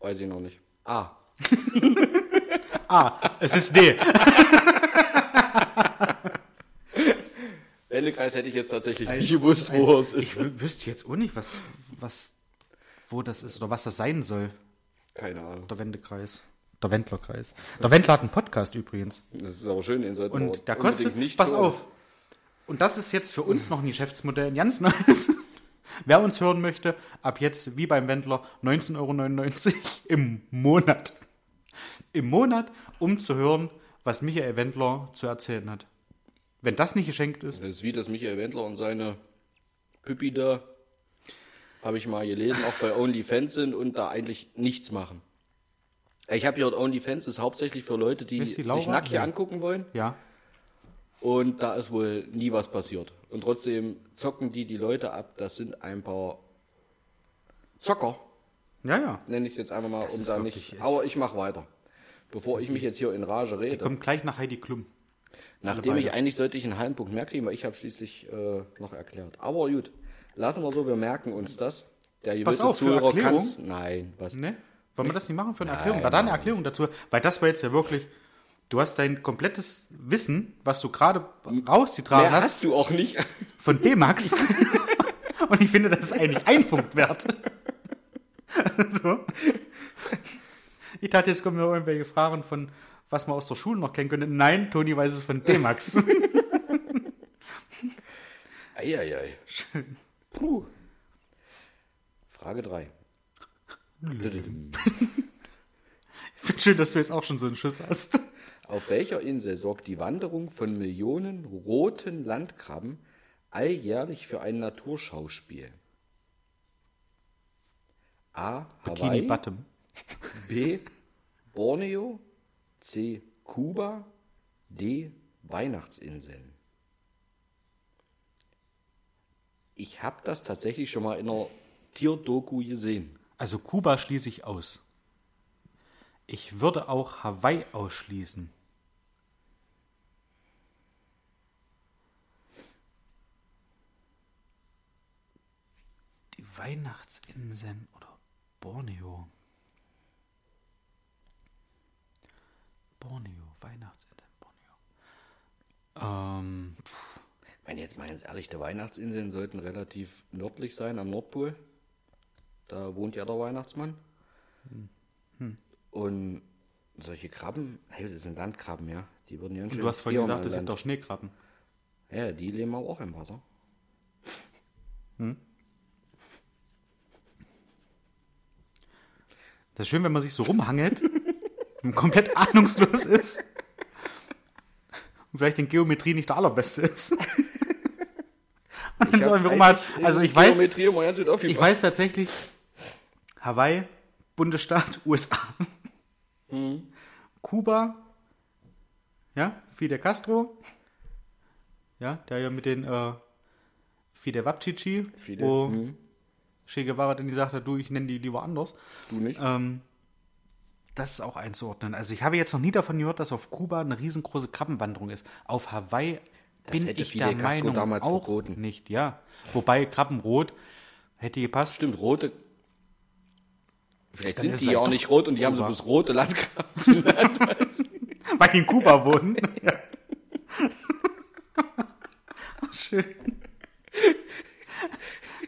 Speaker 2: Weiß ich noch nicht. Ah,
Speaker 1: Ah, es ist D.
Speaker 2: Wendekreis hätte ich jetzt tatsächlich nicht gewusst, wo es
Speaker 1: Ich
Speaker 2: ist.
Speaker 1: wü- wüsste jetzt auch nicht, was, was, wo das ist oder was das sein soll.
Speaker 2: Keine Ahnung.
Speaker 1: Der Wendekreis. Der Wendlerkreis. Der Wendler hat einen Podcast übrigens.
Speaker 2: Das ist aber schön, den sollten wir
Speaker 1: Und da
Speaker 2: unbedingt
Speaker 1: kostet, pass
Speaker 2: hören.
Speaker 1: auf. Und das ist jetzt für uns noch ein Geschäftsmodell, ein ganz neues. [LAUGHS] Wer uns hören möchte, ab jetzt wie beim Wendler 19,99 Euro im Monat. Im Monat, um zu hören, was Michael Wendler zu erzählen hat. Wenn das nicht geschenkt ist,
Speaker 2: Das ist wie das Michael Wendler und seine Püppi da, habe ich mal gelesen, auch bei OnlyFans sind und da eigentlich nichts machen. Ich habe gehört, OnlyFans ist hauptsächlich für Leute, die,
Speaker 1: Ist die Laura?
Speaker 2: sich nackt hier
Speaker 1: Ja.
Speaker 2: angucken wollen
Speaker 1: ja,
Speaker 2: und da ist wohl nie was passiert. Und trotzdem zocken die die Leute ab, das sind ein paar Zocker,
Speaker 1: ja, ja.
Speaker 2: nenne ich es jetzt einfach mal, um
Speaker 1: ist
Speaker 2: da
Speaker 1: wirklich
Speaker 2: nicht... Aber ich mache weiter. Bevor ich mich jetzt hier in Rage rede.
Speaker 1: Kommt gleich nach Heidi Klum.
Speaker 2: Nachdem ich
Speaker 1: beide.
Speaker 2: eigentlich sollte ich einen halben Punkt mehr kriegen, weil ich habe schließlich äh, noch erklärt. Aber gut, lassen wir so, wir merken uns das. Der
Speaker 1: Pass
Speaker 2: gewillte
Speaker 1: auf, für
Speaker 2: Zuhörer
Speaker 1: Erklärung.
Speaker 2: kann's- Nein, was?
Speaker 1: Ne? Wollen wir das nicht machen für eine Erklärung? Da da eine Erklärung dazu. Weil das war jetzt ja wirklich. Du hast dein komplettes Wissen, was du gerade rausgetragen
Speaker 2: Mehr
Speaker 1: hast,
Speaker 2: hast du auch
Speaker 1: [LAUGHS]
Speaker 2: nicht.
Speaker 1: von D-Max. Und ich finde, das ist eigentlich ein Punkt wert. [LAUGHS] so. Ich dachte, jetzt kommen mir irgendwelche Fragen von, was man aus der Schule noch kennen könnte. Nein, Toni weiß es von D-Max.
Speaker 2: Eieiei. Puh. Frage 3.
Speaker 1: Ich finde schön, dass du jetzt auch schon so einen Schuss hast.
Speaker 2: Auf welcher Insel sorgt die Wanderung von Millionen roten Landkrabben alljährlich für ein Naturschauspiel? A.
Speaker 1: Kini
Speaker 2: Hawaii,
Speaker 1: Bottom.
Speaker 2: B. Borneo, C. Kuba, D. Weihnachtsinseln. Ich habe das tatsächlich schon mal in einer Tierdoku gesehen.
Speaker 1: Also Kuba schließe ich aus. Ich würde auch Hawaii ausschließen. Die Weihnachtsinseln oder Borneo. Borneo, Weihnachtsinseln, Borneo. Ähm,
Speaker 2: Ich meine, jetzt mal ganz ehrlich, die Weihnachtsinseln sollten relativ nördlich sein, am Nordpol. Da wohnt ja der Weihnachtsmann.
Speaker 1: Hm.
Speaker 2: Und solche Krabben, hey, das sind Landkrabben, ja. Die würden ja ein
Speaker 1: du
Speaker 2: schönes
Speaker 1: hast vorhin
Speaker 2: Tier
Speaker 1: gesagt,
Speaker 2: mal
Speaker 1: das sind
Speaker 2: Land.
Speaker 1: doch Schneekrabben.
Speaker 2: Ja, die leben aber auch im Wasser.
Speaker 1: Das ist schön, wenn man sich so rumhangelt [LAUGHS] und komplett ahnungslos ist. Und vielleicht in Geometrie nicht der
Speaker 2: [LAUGHS]
Speaker 1: allerbeste ist. Und dann so einfach mal, also ich weiß,
Speaker 2: Geometrie immer ganz gut
Speaker 1: ich
Speaker 2: aufgepasst.
Speaker 1: weiß tatsächlich, Hawaii, Bundesstaat, [LAUGHS] USA.
Speaker 2: Mhm.
Speaker 1: Kuba, ja, Fidel Castro, ja, der ja mit den äh, Fidel Wapchichi,
Speaker 2: Fidel, mhm.
Speaker 1: wo Che Guevara dann gesagt hat, du, ich nenne die lieber anders.
Speaker 2: Du nicht?
Speaker 1: Ähm, das ist auch einzuordnen. Also ich habe jetzt noch nie davon gehört, dass auf Kuba eine riesengroße Krabbenwanderung ist. Auf Hawaii bin
Speaker 2: hätte
Speaker 1: ich
Speaker 2: Fidel
Speaker 1: der
Speaker 2: Castro
Speaker 1: Meinung
Speaker 2: damals
Speaker 1: auch
Speaker 2: verboten.
Speaker 1: nicht. Ja, wobei Krabbenrot hätte gepasst.
Speaker 2: Stimmt, rote. Vielleicht
Speaker 1: Dann
Speaker 2: sind
Speaker 1: ist
Speaker 2: die
Speaker 1: vielleicht
Speaker 2: ja auch
Speaker 1: doch
Speaker 2: nicht rot und die haben so
Speaker 1: Kuba.
Speaker 2: bloß rote Landkrabben.
Speaker 1: Weil die in Kuba wohnen. Ja. [LAUGHS] Schön.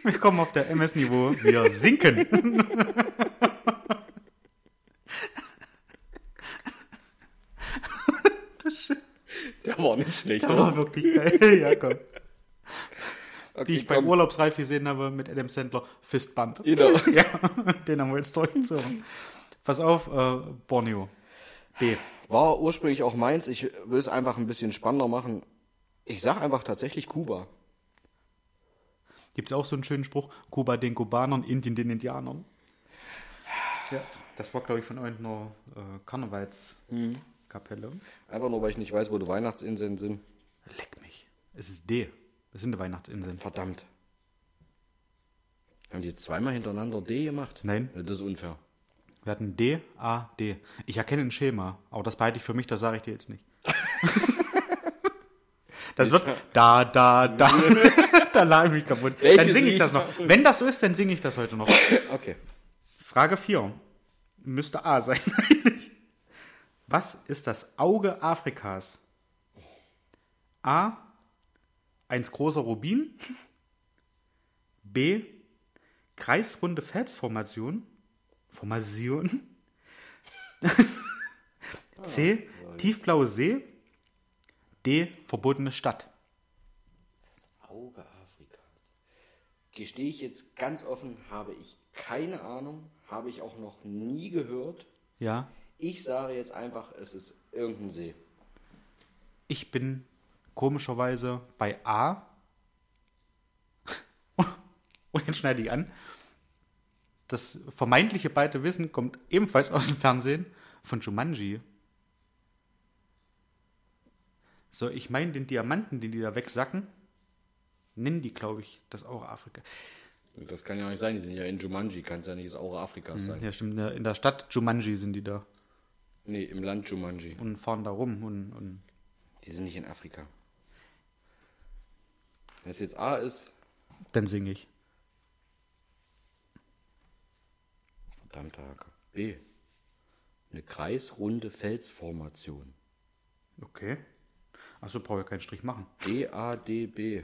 Speaker 1: Wir kommen auf der MS-Niveau.
Speaker 2: [LAUGHS]
Speaker 1: Wir sinken.
Speaker 2: [LAUGHS] Der war nicht schlecht.
Speaker 1: Das war wirklich geil. Ja, komm.
Speaker 2: Okay,
Speaker 1: Die ich beim
Speaker 2: komm.
Speaker 1: Urlaubsreif gesehen habe mit Adam Sandler. Fistbump.
Speaker 2: Genau.
Speaker 1: [LAUGHS] Ja, den haben wir jetzt durchgezogen. Pass auf, äh, Borneo. B.
Speaker 2: [LAUGHS] War ursprünglich auch meins. Ich will es einfach ein bisschen spannender machen. Ich sag einfach tatsächlich Kuba.
Speaker 1: Gibt es auch so einen schönen Spruch? Kuba den Kubanern, Indien den Indianern. Ja, das war, glaube ich, von irgendeiner äh, Karnevalskapelle.
Speaker 2: Einfach nur, weil ich nicht weiß, wo die Weihnachtsinseln sind.
Speaker 1: Mhm. Leck mich. Es ist D. Es sind die Weihnachtsinseln.
Speaker 2: Verdammt. Haben die jetzt zweimal hintereinander D gemacht?
Speaker 1: Nein.
Speaker 2: Ja, Das ist unfair.
Speaker 1: Wir hatten D, A, D. Ich erkenne ein Schema, aber das behalte ich für mich, das sage ich dir [LAUGHS] jetzt nicht. Das wird da, da, da. [LAUGHS] da lag ich mich kaputt. Dann
Speaker 2: Welches
Speaker 1: singe ich
Speaker 2: Lied?
Speaker 1: das noch. Wenn das so ist, dann singe ich das heute noch.
Speaker 2: Okay.
Speaker 1: Frage 4. Müsste A sein [LAUGHS] eigentlich. Was ist das Auge Afrikas? A. Eins großer Rubin. B. Kreisrunde Felsformation. Formation. [LAUGHS] C. Tiefblaue See. D. Verbotene Stadt.
Speaker 2: Auge Afrikas. Gestehe ich jetzt ganz offen, habe ich keine Ahnung, habe ich auch noch nie gehört.
Speaker 1: Ja,
Speaker 2: Ich sage jetzt einfach, es ist irgendein See.
Speaker 1: ich bin komischerweise bei A. [LAUGHS] Und jetzt schneide ich an. Das vermeintliche beide Wissen kommt ebenfalls aus dem Fernsehen von Jumanji. So, ich meine den Diamanten, den die da wegsacken, nennen die, glaube ich, das auch Afrika.
Speaker 2: Das kann ja nicht sein, die sind ja in Jumanji, kann es ja nicht das Auge Afrikas sein.
Speaker 1: Ja, stimmt, in der- in der Stadt Jumanji sind die da
Speaker 2: Nee, im Land Jumanji.
Speaker 1: und fahren da rum und, und
Speaker 2: Die sind nicht in Afrika. Wenn es jetzt A ist,
Speaker 1: dann singe ich.
Speaker 2: am Tag. B. Eine kreisrunde Felsformation.
Speaker 1: Okay. Achso, brauche ich keinen Strich machen.
Speaker 2: E, A, D, B.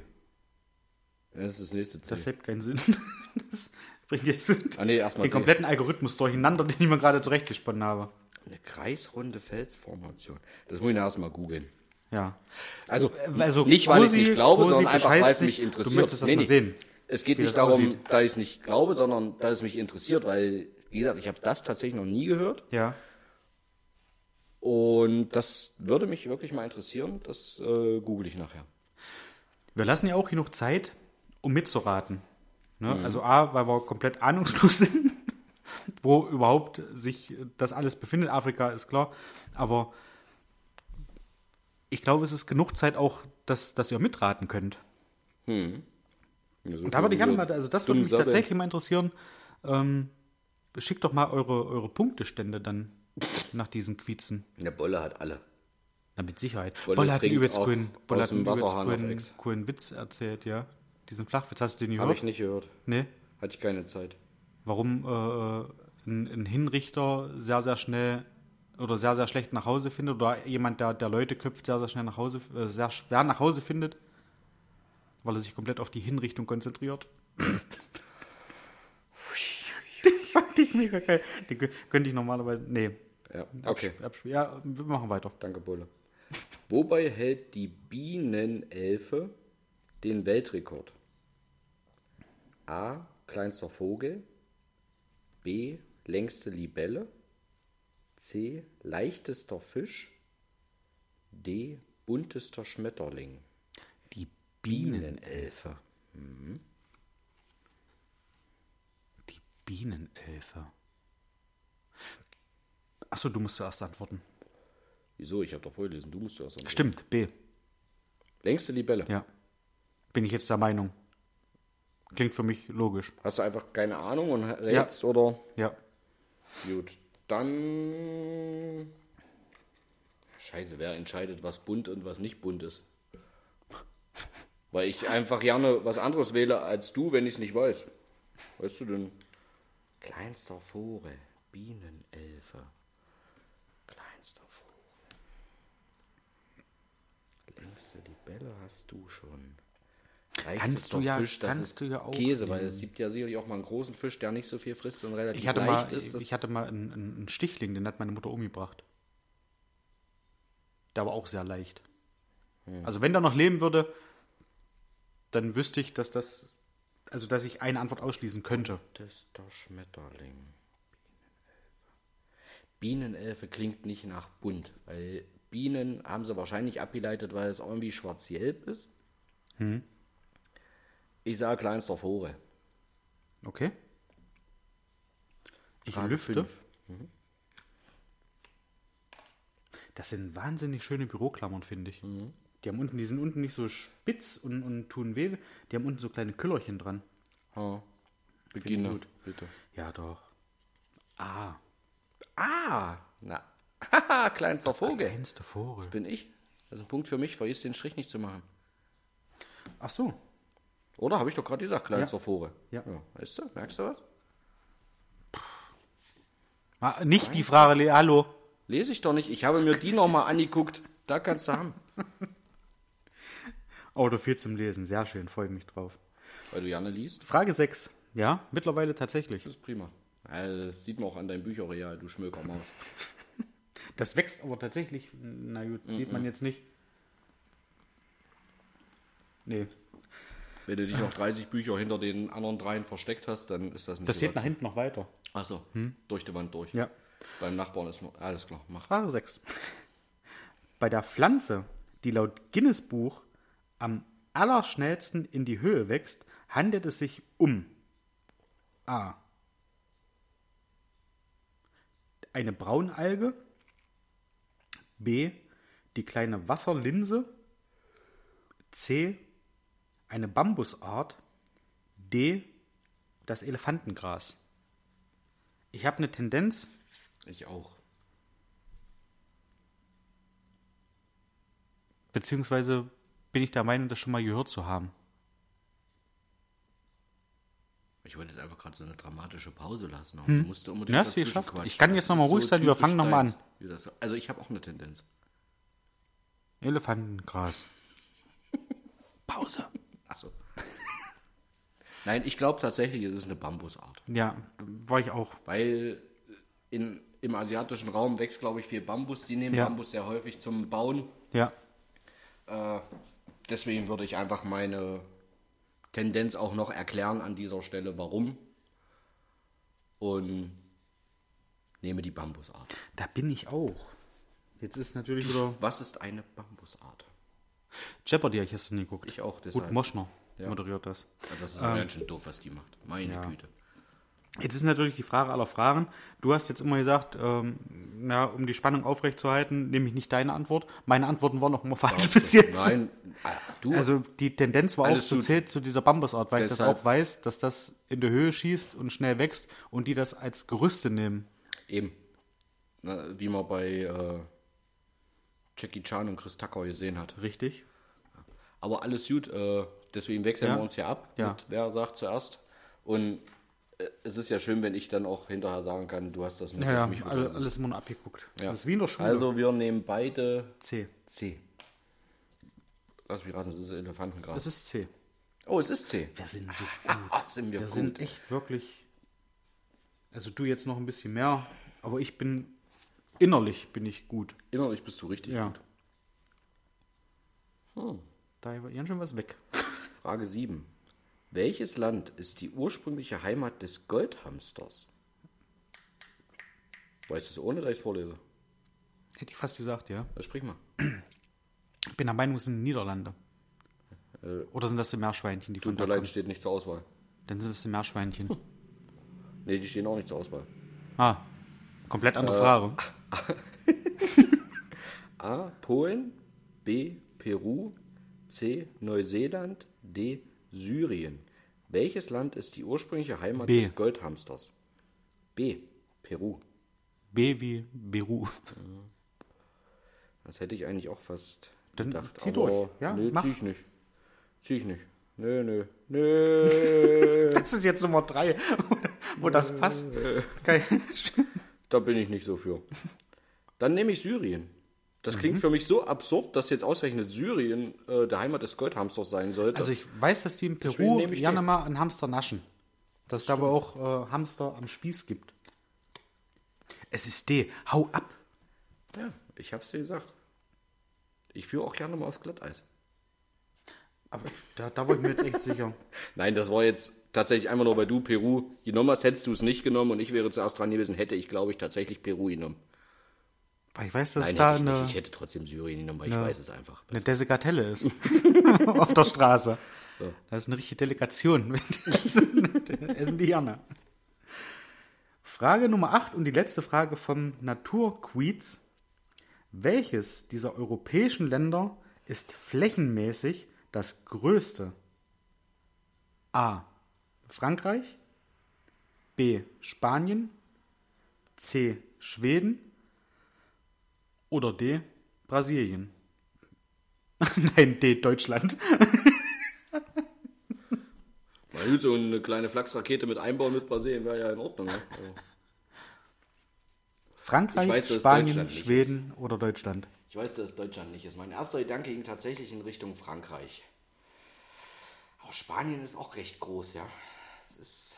Speaker 2: Das ist das nächste C.
Speaker 1: Das ergibt keinen Sinn. [LAUGHS] Das bringt jetzt
Speaker 2: ah, nee, erstmal
Speaker 1: den
Speaker 2: D.
Speaker 1: kompletten Algorithmus durcheinander, den ich mir gerade zurechtgesponnen habe.
Speaker 2: Eine kreisrunde Felsformation. Das muss ich nachher erstmal googeln.
Speaker 1: Ja.
Speaker 2: Also,
Speaker 1: Also,
Speaker 2: nicht, weil ich es
Speaker 1: Rosi-
Speaker 2: nicht glaube,
Speaker 1: Rosi
Speaker 2: sondern einfach,
Speaker 1: bescheißt
Speaker 2: weil es mich
Speaker 1: dich. Du
Speaker 2: interessiert.
Speaker 1: möchtest das mal sehen,
Speaker 2: Es geht
Speaker 1: wie
Speaker 2: nicht
Speaker 1: das
Speaker 2: darum,
Speaker 1: aussieht.
Speaker 2: dass ich es nicht glaube, sondern dass es mich interessiert, weil, wie gesagt, ich habe das tatsächlich noch nie gehört.
Speaker 1: Ja.
Speaker 2: Und das würde mich wirklich mal interessieren. Das äh, google ich nachher.
Speaker 1: Wir lassen ja auch genug Zeit, um mitzuraten. Ne?
Speaker 2: Mhm.
Speaker 1: Also A, weil wir komplett ahnungslos [LAUGHS] sind, wo überhaupt sich das alles befindet. Afrika ist klar. Aber ich glaube, es ist genug Zeit auch, dass, dass ihr mitraten könnt. Und da würde ich
Speaker 2: Äh,
Speaker 1: gerne mal, also das würde mich tatsächlich mal interessieren. Ähm, schickt doch mal eure, eure Punktestände dann nach diesen Quiezen.
Speaker 2: Der Bolle hat alle.
Speaker 1: Na, mit Sicherheit.
Speaker 2: Bolle
Speaker 1: Bolle, hat einen
Speaker 2: trinkt
Speaker 1: übelst
Speaker 2: auch
Speaker 1: coolen,
Speaker 2: aus
Speaker 1: Bolle hat
Speaker 2: dem
Speaker 1: einen übelst
Speaker 2: Wasserhahn auf
Speaker 1: coolen,
Speaker 2: Ex.
Speaker 1: coolen Witz erzählt, ja. Diesen Flachwitz, hast du den
Speaker 2: Habe
Speaker 1: gehört?
Speaker 2: ich nicht gehört.
Speaker 1: Nee.
Speaker 2: Hatte ich keine Zeit.
Speaker 1: Warum äh, ein, ein Hinrichter sehr, sehr schnell oder sehr, sehr schlecht nach Hause findet oder jemand, der, der Leute köpft, sehr, sehr schnell nach Hause, äh, sehr schwer nach Hause findet, weil er sich komplett auf die Hinrichtung konzentriert. [LAUGHS] Den fand ich mega geil. Den kö- könnte ich normalerweise. Nee.
Speaker 2: Ja, okay.
Speaker 1: Absp- Ja, wir machen weiter.
Speaker 2: Danke, Bulle. Wobei hält die Bienenelfe den Weltrekord? A. Kleinster Vogel. B. Längste Libelle. C. Leichtester Fisch. D. Buntester Schmetterling.
Speaker 1: Die
Speaker 2: Bienenelfe.
Speaker 1: Die Bienenelfe. Achso, du musst zuerst antworten.
Speaker 2: Wieso? Ich habe doch vorgelesen. Du musst das sagen.
Speaker 1: Stimmt, B.
Speaker 2: Längste Libelle.
Speaker 1: Ja. Bin ich jetzt der Meinung. Klingt für mich logisch.
Speaker 2: Hast du einfach keine Ahnung und rätst oder?
Speaker 1: Ja.
Speaker 2: Gut, dann. Scheiße, wer entscheidet, was bunt und was nicht bunt ist? Weil ich einfach gerne was anderes wähle als du, wenn ich es nicht weiß. Weißt du denn? Kleinster Vogel, Bienenelfe. Kleinster Vogel. Längste Libelle hast du schon. Leichtester
Speaker 1: du ja-
Speaker 2: Fisch, das
Speaker 1: kannst
Speaker 2: ist
Speaker 1: du ja auch
Speaker 2: Käse, weil es gibt ja sicherlich auch mal einen großen Fisch, der nicht so viel frisst und relativ
Speaker 1: Ich hatte
Speaker 2: leicht
Speaker 1: mal,
Speaker 2: ist. Das-
Speaker 1: ich hatte mal einen, einen einen Stichling, den hat meine Mutter umgebracht. Der war auch sehr leicht. Also wenn der noch leben würde, dann wüsste ich, dass das, also dass ich eine Antwort ausschließen könnte.
Speaker 2: Buntester Schmetterling. Bienenelfe. Bienenelfe klingt nicht nach bunt, weil Bienen haben sie wahrscheinlich abgeleitet, weil es irgendwie schwarz-gelb ist.
Speaker 1: Hm.
Speaker 2: Ich sage kleinster Vogel.
Speaker 1: Okay. Ich
Speaker 2: Frage
Speaker 1: lüfte.
Speaker 2: fünf.
Speaker 1: Das sind wahnsinnig schöne Büroklammern, finde ich.
Speaker 2: Mhm.
Speaker 1: Die haben unten, die sind unten nicht so spitz und, und tun weh. Die haben unten so kleine Küllerchen dran.
Speaker 2: Ha. Beginne,
Speaker 1: gut.
Speaker 2: bitte.
Speaker 1: Ja, doch. Ah,
Speaker 2: Ah, na. Haha, [LAUGHS] kleinster Vogel.
Speaker 1: kennst du Vogel.
Speaker 2: Bin ich. Das ist ein Punkt für mich, vergiss den Strich nicht zu machen.
Speaker 1: Ach so.
Speaker 2: Oder habe ich doch gerade gesagt, kleinster Vogel.
Speaker 1: Ja.
Speaker 2: Weißt du, merkst du was?
Speaker 1: Ma- Ah, Nicht die Frage, Le- hallo.
Speaker 2: Lese ich doch nicht. Ich habe mir die nochmal angeguckt. Da kannst du haben.
Speaker 1: Oh, da viel zum Lesen. Sehr schön, freue mich drauf.
Speaker 2: Weil du gerne liest.
Speaker 1: Frage 6. Ja, mittlerweile tatsächlich.
Speaker 2: Das ist prima. Also das sieht man auch an deinem Bücherreal, du Schmökermaus.
Speaker 1: Das wächst aber tatsächlich. Na gut, sieht man jetzt nicht. Nee.
Speaker 2: Wenn du dich noch 30 Bücher hinter den anderen dreien versteckt hast, dann ist das nicht
Speaker 1: Das geht nach
Speaker 2: Achso,
Speaker 1: hinten noch weiter.
Speaker 2: Ach so, durch die Wand durch.
Speaker 1: Ja.
Speaker 2: Beim Nachbarn ist noch. Alles klar, mach.
Speaker 1: Frage 6. Bei der Pflanze, die laut Guinness-Buch am allerschnellsten in die Höhe wächst, handelt es sich um A. Eine Braunalge, B. Die kleine Wasserlinse, C. Eine Bambusart, D. Das Elefantengras. Ich habe eine Tendenz,
Speaker 2: Ich auch.
Speaker 1: Beziehungsweise bin ich der Meinung, das schon mal gehört zu haben.
Speaker 2: Ich Ich wollte jetzt einfach gerade so eine dramatische Pause lassen. aber Du musst immer
Speaker 1: Ja, Hm? hast du geschafft. Ich kann jetzt noch mal ruhig sein, wir fangen noch mal an.
Speaker 2: Also ich habe auch eine Tendenz.
Speaker 1: Elefantengras. [LAUGHS] Pause.
Speaker 2: Achso. [LAUGHS] Nein, ich glaube tatsächlich, es ist eine Bambusart.
Speaker 1: Ja, war ich auch.
Speaker 2: Weil in, im asiatischen Raum wächst, glaube ich, viel Bambus. Die nehmen
Speaker 1: Ja.
Speaker 2: Bambus sehr häufig zum Bauen.
Speaker 1: Ja.
Speaker 2: Deswegen würde ich einfach meine Tendenz auch noch erklären an dieser Stelle, warum. Und nehme die Bambusart.
Speaker 1: Da bin ich auch. Jetzt ist natürlich wieder.
Speaker 2: Was ist eine Bambusart?
Speaker 1: Jeopardy habe ich gestern geguckt.
Speaker 2: Ich auch,
Speaker 1: Gut,
Speaker 2: deshalb.
Speaker 1: Moschner moderiert das.
Speaker 2: Ja, Das ist ähm, ganz schön doof, was die macht. Meine Güte.
Speaker 1: Jetzt ist natürlich die Frage aller Fragen. Du hast jetzt immer gesagt, ähm, na, um die Spannung aufrechtzuerhalten, nehme ich nicht deine Antwort. Meine Antworten waren noch immer falsch bis [LAUGHS] jetzt.
Speaker 2: Nein, ah, du,
Speaker 1: Also die Tendenz war
Speaker 2: Alles
Speaker 1: auch so
Speaker 2: gut.
Speaker 1: zählt zu dieser Bambusart, weil ich
Speaker 2: Deshalb-
Speaker 1: das auch weiß, dass das in der Höhe schießt und schnell wächst und die das als Gerüste nehmen.
Speaker 2: eben. Na, wie man bei äh, Jackie Chan und Chris Tucker gesehen hat.
Speaker 1: Richtig?
Speaker 2: Aber alles gut, äh, deswegen wechseln
Speaker 1: Ja.
Speaker 2: wir uns hier ab.
Speaker 1: Ja.
Speaker 2: Mit, wer sagt zuerst? Und äh, es ist ja schön, wenn ich dann auch hinterher sagen kann, du hast das nur
Speaker 1: Ja,
Speaker 2: durch
Speaker 1: ja,
Speaker 2: mich
Speaker 1: alle,
Speaker 2: begründet.
Speaker 1: alles immer nur abgeguckt.
Speaker 2: Ja.
Speaker 1: Das ist wie in der Schule.
Speaker 2: Also wir nehmen beide
Speaker 1: C.
Speaker 2: C. Lass mich raten, es ist Elefantengras.
Speaker 1: Das ist C.
Speaker 2: oh, es ist C.
Speaker 1: Wir sind so
Speaker 2: Ah, sind wir
Speaker 1: Wir
Speaker 2: gut.
Speaker 1: sind echt wirklich. Also du jetzt noch ein bisschen mehr, aber ich bin innerlich bin ich gut.
Speaker 2: Innerlich bist du richtig
Speaker 1: Ja.
Speaker 2: gut. Hm.
Speaker 1: Da war ganz schön was weg.
Speaker 2: Frage 7. Welches Land ist die ursprüngliche Heimat des Goldhamsters? Weißt du es, ohne dass ich es vorlese?
Speaker 1: Hätte ich fast gesagt, ja.
Speaker 2: Dann sprich mal.
Speaker 1: Ich bin der Meinung, es sind die Niederlande. Oder sind das die Meerschweinchen, die von
Speaker 2: Tut mir
Speaker 1: da
Speaker 2: leid,
Speaker 1: kommen?
Speaker 2: steht nicht zur Auswahl.
Speaker 1: Dann sind das die Meerschweinchen.
Speaker 2: Ne, die stehen auch nicht zur Auswahl.
Speaker 1: Ah, komplett andere Frage.
Speaker 2: A. Polen. B. Peru. C. Neuseeland. D. Syrien. Welches Land ist die ursprüngliche Heimat
Speaker 1: B.
Speaker 2: des Goldhamsters? B. Peru.
Speaker 1: B wie Beru.
Speaker 2: Das hätte ich eigentlich auch fast
Speaker 1: Dann
Speaker 2: gedacht.
Speaker 1: zieh
Speaker 2: aber
Speaker 1: durch, ja,
Speaker 2: Nö,
Speaker 1: mach.
Speaker 2: zieh ich nicht. Zieh ich nicht. Nö, nö. Nö.
Speaker 1: [LAUGHS]
Speaker 2: [LAUGHS]
Speaker 1: Das ist jetzt Nummer drei, [LAUGHS] wo das passt.
Speaker 2: da bin ich nicht so für. Dann nehme ich Syrien. Das
Speaker 1: Mhm.
Speaker 2: klingt für mich so absurd, dass jetzt ausgerechnet Syrien äh, der Heimat des Goldhamsters sein sollte.
Speaker 1: Also ich weiß, dass die in
Speaker 2: Deswegen
Speaker 1: Peru
Speaker 2: nehme ich
Speaker 1: gerne
Speaker 2: den.
Speaker 1: mal einen Hamster naschen. Dass es da aber auch äh, Hamster am Spieß gibt. Es ist D. Hau ab.
Speaker 2: Ja, ich hab's dir gesagt. Ich führe auch gerne mal aufs Glatteis.
Speaker 1: Aber da, da war ich mir jetzt echt sicher.
Speaker 2: Nein, das war jetzt tatsächlich einfach nur, weil du Peru genommen hast, hättest du es nicht genommen und ich wäre zuerst dran gewesen, hätte ich, glaube ich, tatsächlich Peru genommen.
Speaker 1: Weil ich weiß, dass
Speaker 2: Nein,
Speaker 1: da
Speaker 2: hätte ich
Speaker 1: eine,
Speaker 2: nicht. Ich hätte trotzdem Syrien genommen, weil ich weiß es einfach.
Speaker 1: eine Desekatelle ist. Auf der Straße. Das ist eine richtige Delegation. [LAUGHS] Essen die Hirne. Frage Nummer 8 und die letzte Frage vom Naturquiz. Welches dieser europäischen Länder ist flächenmäßig das größte? A. Frankreich. B. Spanien. C. Schweden. Oder D. Brasilien. [LAUGHS] Nein, D. Deutschland.
Speaker 2: Mal gut, so eine kleine Flachsrakete mit Einbau mit Brasilien wäre ja in Ordnung. Ne? Also,
Speaker 1: Frankreich,
Speaker 2: Ich weiß, dass
Speaker 1: Spanien,
Speaker 2: Deutschland nicht
Speaker 1: Schweden oder Deutschland.
Speaker 2: Ich weiß, dass es Deutschland nicht ist. Mein erster Gedanke ging tatsächlich in Richtung Frankreich. Aber Spanien ist auch recht groß, ja. Es ist.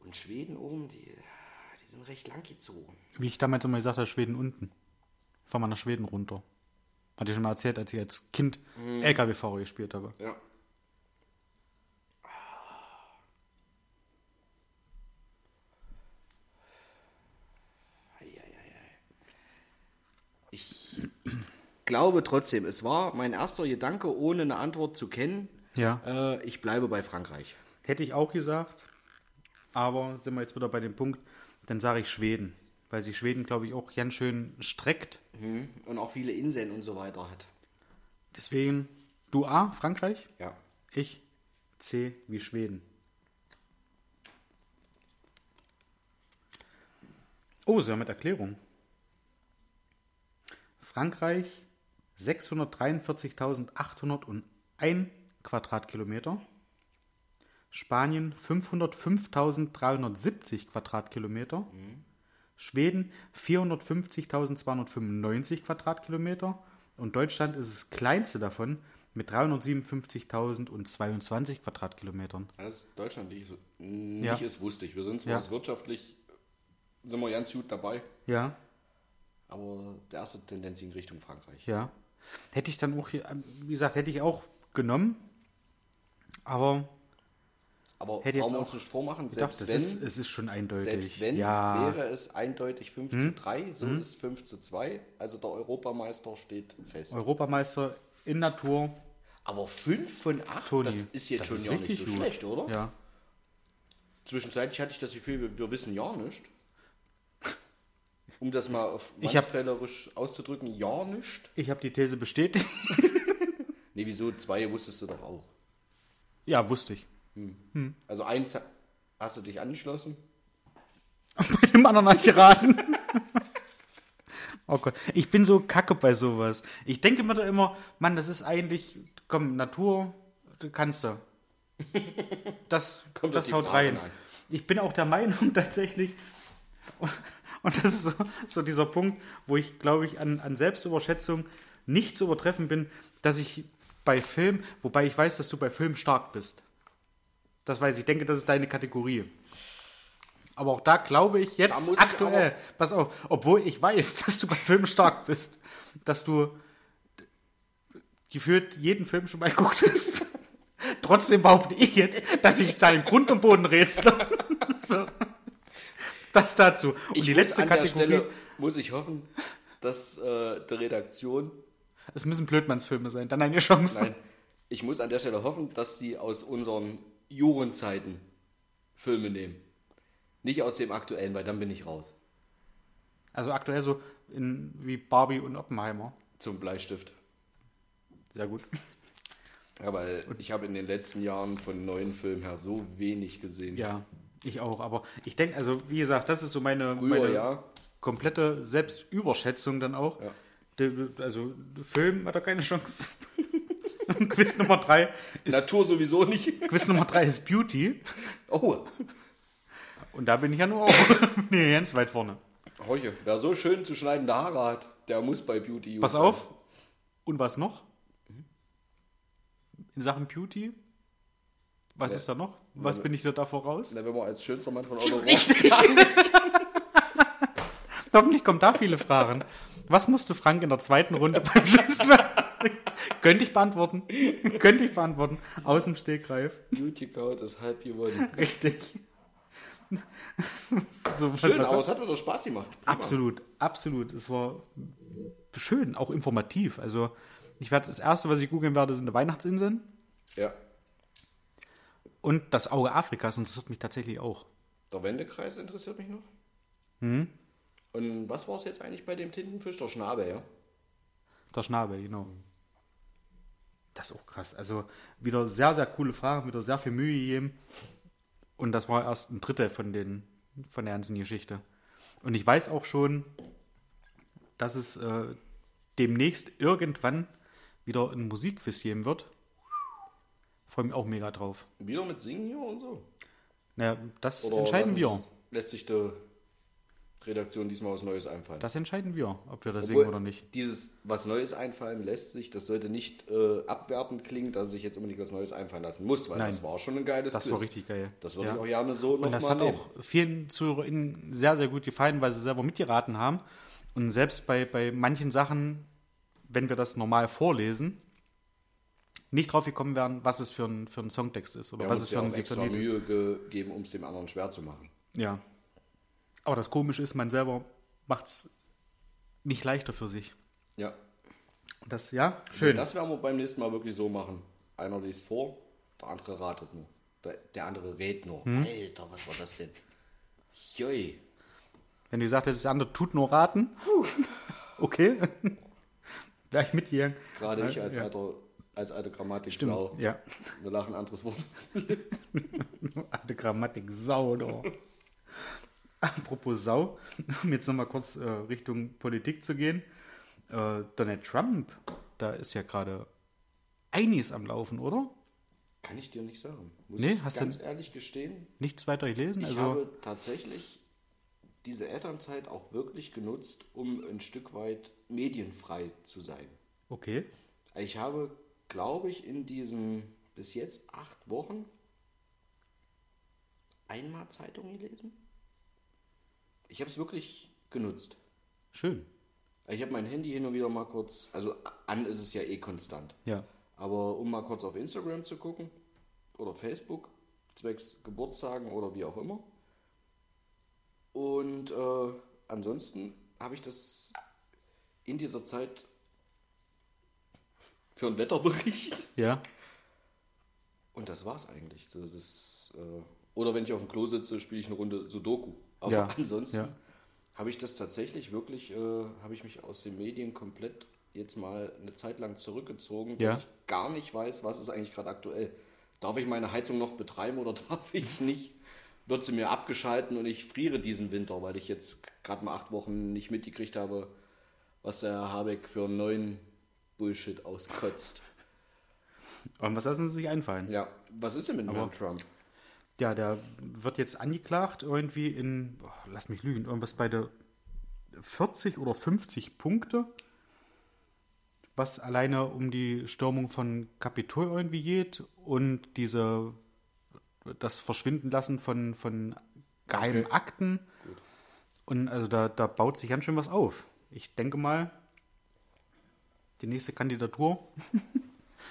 Speaker 2: Und Schweden oben, die, die sind recht lang gezogen.
Speaker 1: Wie ich damals immer gesagt habe, Schweden unten. Fahr mal nach Schweden runter. Hatte ich schon mal erzählt, als ich als Kind
Speaker 2: Mhm.
Speaker 1: LKW-Fahrer gespielt habe.
Speaker 2: Ja. Ich glaube trotzdem, es war mein erster Gedanke, ohne eine Antwort zu kennen.
Speaker 1: Ja.
Speaker 2: Äh, ich bleibe bei Frankreich.
Speaker 1: Hätte ich auch gesagt, aber sind wir jetzt wieder bei dem Punkt, dann sage ich Schweden. Weil sich Schweden, glaube ich, auch ganz schön streckt.
Speaker 2: Und auch viele Inseln und so weiter hat.
Speaker 1: Deswegen, du A, Frankreich,
Speaker 2: Ja.
Speaker 1: ich C wie Schweden. Oh, sogar mit Erklärung. Frankreich 643.801 Quadratkilometer. Spanien 505.370 Quadratkilometer, Schweden 450.295 Quadratkilometer und Deutschland ist das kleinste davon mit 357.022 Quadratkilometern.
Speaker 2: Dass Deutschland nicht, so- nicht
Speaker 1: Ja.
Speaker 2: ist, wusste ich. Wir sind zwar
Speaker 1: Ja.
Speaker 2: jetzt wirtschaftlich, sind wir ganz gut dabei,
Speaker 1: Ja,
Speaker 2: aber der erste Tendenz in Richtung Frankreich.
Speaker 1: ja. Hätte ich dann auch, hier- ähm, wie gesagt, hätte ich auch genommen, aber
Speaker 2: Aber
Speaker 1: Hätte jetzt
Speaker 2: brauchen wir
Speaker 1: auch
Speaker 2: uns nicht vormachen,
Speaker 1: doch,
Speaker 2: selbst
Speaker 1: das
Speaker 2: wenn,
Speaker 1: ist, es ist schon eindeutig.
Speaker 2: selbst wenn
Speaker 1: ja, Hm?
Speaker 2: wäre es eindeutig 5 zu 3, so ist 5 zu 2. Also der Europameister steht fest.
Speaker 1: Europameister in Natur.
Speaker 2: Aber 5 von 8,
Speaker 1: Toni,
Speaker 2: das ist jetzt
Speaker 1: das
Speaker 2: schon
Speaker 1: ist
Speaker 2: ja nicht
Speaker 1: richtig
Speaker 2: so
Speaker 1: gut.
Speaker 2: schlecht, oder?
Speaker 1: Ja.
Speaker 2: Zwischenzeitlich hatte ich das Gefühl, wir, wir wissen ja nicht. Um das mal auf
Speaker 1: Ich hab-
Speaker 2: mannsfällerisch auszudrücken, ja nicht.
Speaker 1: Ich habe die These bestätigt. [LAUGHS]
Speaker 2: Nee, wieso? Zwei wusstest du doch auch.
Speaker 1: ja, wusste ich.
Speaker 2: Also eins ha- hast du dich angeschlossen.
Speaker 1: [LAUGHS] Bei dem anderen habe ich geraten. [LAUGHS] oh Gott. Ich bin so kacke bei sowas. Ich denke mir da immer, Mann, das ist eigentlich, komm, Natur, du kannst du. Das,
Speaker 2: [LAUGHS] Kommt auf
Speaker 1: das
Speaker 2: die
Speaker 1: haut
Speaker 2: Fragen
Speaker 1: rein.
Speaker 2: an.
Speaker 1: Ich bin auch der Meinung [LAUGHS] tatsächlich, und das ist so, so dieser Punkt, wo ich, glaube ich, an, an Selbstüberschätzung nicht zu übertreffen bin, dass ich bei Film, wobei ich weiß, dass du bei Film stark bist. Das weiß ich. Ich denke, das ist deine Kategorie. Aber auch da glaube ich
Speaker 2: Da
Speaker 1: jetzt
Speaker 2: muss ich
Speaker 1: aktuell, pass auf, obwohl ich weiß, [LAUGHS] dass du bei Filmen stark bist, dass du gefühlt jeden Film schon mal geguckt hast. [LAUGHS] Trotzdem behaupte ich jetzt, dass ich da den Grund und Boden rätsle. [LAUGHS] so. Das dazu. Und
Speaker 2: Ich
Speaker 1: die
Speaker 2: muss
Speaker 1: letzte
Speaker 2: an
Speaker 1: Kategorie,
Speaker 2: der Stelle muss ich hoffen, dass äh, die Redaktion,
Speaker 1: es müssen Blödmannsfilme sein, dann eine Chance.
Speaker 2: nein, ich muss an der Stelle hoffen, dass die aus unseren Jurenzeiten Filme nehmen. Nicht aus dem aktuellen, weil dann bin ich raus.
Speaker 1: Also aktuell so in, wie Barbie und Oppenheimer.
Speaker 2: Zum Bleistift.
Speaker 1: Sehr gut.
Speaker 2: Ja, weil ich habe in den letzten Jahren von neuen Filmen her so wenig gesehen.
Speaker 1: Ja, ich auch. Aber ich denke, also wie gesagt, das ist so meine,
Speaker 2: Früher,
Speaker 1: meine
Speaker 2: ja.
Speaker 1: komplette Selbstüberschätzung dann auch.
Speaker 2: Ja.
Speaker 1: D- Also Film hat er keine Chance. [LAUGHS] Und Quiz Nummer drei ist,
Speaker 2: Natur sowieso nicht. [LAUGHS]
Speaker 1: Quiz Nummer drei ist Beauty.
Speaker 2: Oh,
Speaker 1: Und da bin ich ja nur auch [LAUGHS] nee, ganz weit vorne.
Speaker 2: Heuche, wer so schön zu schneidende Haare hat, der muss bei Beauty Youth
Speaker 1: Pass
Speaker 2: sein.
Speaker 1: auf. Und was noch? In Sachen Beauty? Was ist da noch?
Speaker 2: Also
Speaker 1: Was bin ich da da voraus?
Speaker 2: Na, wenn man als schönster Mann von Oliver
Speaker 1: Hoffentlich kommen da viele Fragen. Was musste Frank in der zweiten Runde [LAUGHS] beim Schützen? Könnte ich beantworten. Könnte ich beantworten. Aus dem Stegreif.
Speaker 2: Beauty Code ist halb
Speaker 1: [LAUGHS]
Speaker 2: gewonnen.
Speaker 1: Richtig. So, was-
Speaker 2: Schön,
Speaker 1: was-
Speaker 2: aber es hat mir doch Spaß gemacht. Prima.
Speaker 1: Absolut, absolut. Es war schön, auch informativ. Also ich werde das erste, was ich googeln werde, sind die Weihnachtsinseln
Speaker 2: Ja.
Speaker 1: und das Auge Afrikas. Und das interessiert mich tatsächlich auch.
Speaker 2: Der Wendekreis interessiert mich noch.
Speaker 1: Hm?
Speaker 2: Und was war es jetzt eigentlich bei dem Tintenfisch? Der Schnabel, ja?
Speaker 1: Der Schnabel, genau. Das ist auch krass. Also wieder sehr, sehr coole Fragen, wieder sehr viel Mühe gegeben. Und das war erst ein Drittel von, den, von der ganzen Geschichte. Und ich weiß auch schon, dass es äh, demnächst irgendwann wieder ein Musikquiz geben wird. Freue mich auch mega drauf.
Speaker 2: Wieder mit Singen hier und so?
Speaker 1: Naja, das
Speaker 2: Oder
Speaker 1: entscheiden
Speaker 2: lass
Speaker 1: wir.
Speaker 2: uns- Lässt sich der Redaktion diesmal was Neues einfallen.
Speaker 1: Das entscheiden wir, ob wir das
Speaker 2: Obwohl,
Speaker 1: singen oder nicht.
Speaker 2: Dieses was Neues einfallen lässt sich, das sollte nicht äh, abwertend klingen, dass ich jetzt unbedingt was Neues einfallen lassen muss, weil
Speaker 1: Nein.
Speaker 2: das war schon ein geiles
Speaker 1: Das
Speaker 2: Quiz.
Speaker 1: war richtig geil.
Speaker 2: Das würde
Speaker 1: ja.
Speaker 2: ich auch gerne so
Speaker 1: Und
Speaker 2: nochmal
Speaker 1: das hat auch vielen ZuhörerInnen sehr, sehr gut gefallen, weil sie selber mitgeraten haben. Und selbst bei, bei manchen Sachen, wenn wir das normal vorlesen, nicht drauf gekommen wären, was es für ein, für ein Songtext ist oder
Speaker 2: Wir haben
Speaker 1: was es
Speaker 2: uns
Speaker 1: für
Speaker 2: ja
Speaker 1: ein
Speaker 2: auch
Speaker 1: für
Speaker 2: extra
Speaker 1: ein Lied ist.
Speaker 2: Mühe gegeben, um es dem anderen schwer zu machen.
Speaker 1: Ja. Aber das Komische ist, man selber macht es nicht leichter für sich.
Speaker 2: Ja.
Speaker 1: Und das, ja, schön.
Speaker 2: Das werden wir beim nächsten Mal wirklich so machen. Einer liest vor, der andere ratet nur. Der, der andere redet nur.
Speaker 1: Hm?
Speaker 2: Alter, was war das denn? Joi.
Speaker 1: Wenn du gesagt hättest, der andere tut nur raten. [LAUGHS] Okay. [LAUGHS] Wäre ich mitgegangen.
Speaker 2: Gerade ich als
Speaker 1: ja.
Speaker 2: alter, als alter Grammatik-Sau.
Speaker 1: Ja.
Speaker 2: Wir lachen ein anderes Wort.
Speaker 1: Alte Grammatik, Sau. doch. Apropos Sau, um jetzt nochmal kurz äh, Richtung Politik zu gehen. Äh, Donald Trump, da ist ja gerade einiges am Laufen, oder?
Speaker 2: Kann ich dir nicht sagen. Muss
Speaker 1: Nee,
Speaker 2: ich
Speaker 1: hast du-
Speaker 2: ganz ehrlich gestehen,
Speaker 1: Nichts weiter gelesen.
Speaker 2: ich
Speaker 1: Also,
Speaker 2: habe tatsächlich diese Elternzeit auch wirklich genutzt, um ein Stück weit medienfrei zu sein.
Speaker 1: okay.
Speaker 2: Ich habe, glaube ich, in diesen bis jetzt acht Wochen einmal Zeitung gelesen. Ich habe es wirklich genutzt.
Speaker 1: Schön.
Speaker 2: Ich habe mein Handy hin und wieder mal kurz, also an ist es ja eh konstant.
Speaker 1: Ja.
Speaker 2: Aber um mal kurz auf Instagram zu gucken oder Facebook, zwecks Geburtstagen oder wie auch immer. Und äh, ansonsten habe ich das in dieser Zeit für einen Wetterbericht.
Speaker 1: Ja.
Speaker 2: Und das war's eigentlich. So, das, äh, oder wenn ich auf dem Klo sitze, spiele ich eine Runde Sudoku. Aber
Speaker 1: Ja,
Speaker 2: ansonsten
Speaker 1: ja.
Speaker 2: habe ich das tatsächlich wirklich, äh, habe ich mich aus den Medien komplett jetzt mal eine Zeit lang zurückgezogen,
Speaker 1: Ja.
Speaker 2: weil ich gar nicht weiß, was ist eigentlich gerade aktuell. Darf ich meine Heizung noch betreiben oder [LAUGHS] darf ich nicht? Wird sie mir abgeschalten und ich friere diesen Winter, weil ich jetzt gerade mal acht Wochen nicht mitgekriegt habe, was der Herr Habeck für einen neuen Bullshit auskotzt.
Speaker 1: Und was lassen Sie sich einfallen?
Speaker 2: Ja, was ist denn mit Donald Trump?
Speaker 1: Ja, der wird jetzt angeklagt irgendwie in, boah, lass mich lügen, irgendwas bei der 40 oder 50 Punkte, was alleine um die Stürmung von Kapitol irgendwie geht und diese, das Verschwinden lassen von, von geheimen
Speaker 2: Okay.
Speaker 1: Akten. Und also da, da baut sich ganz schön was auf. Ich denke mal, die nächste Kandidatur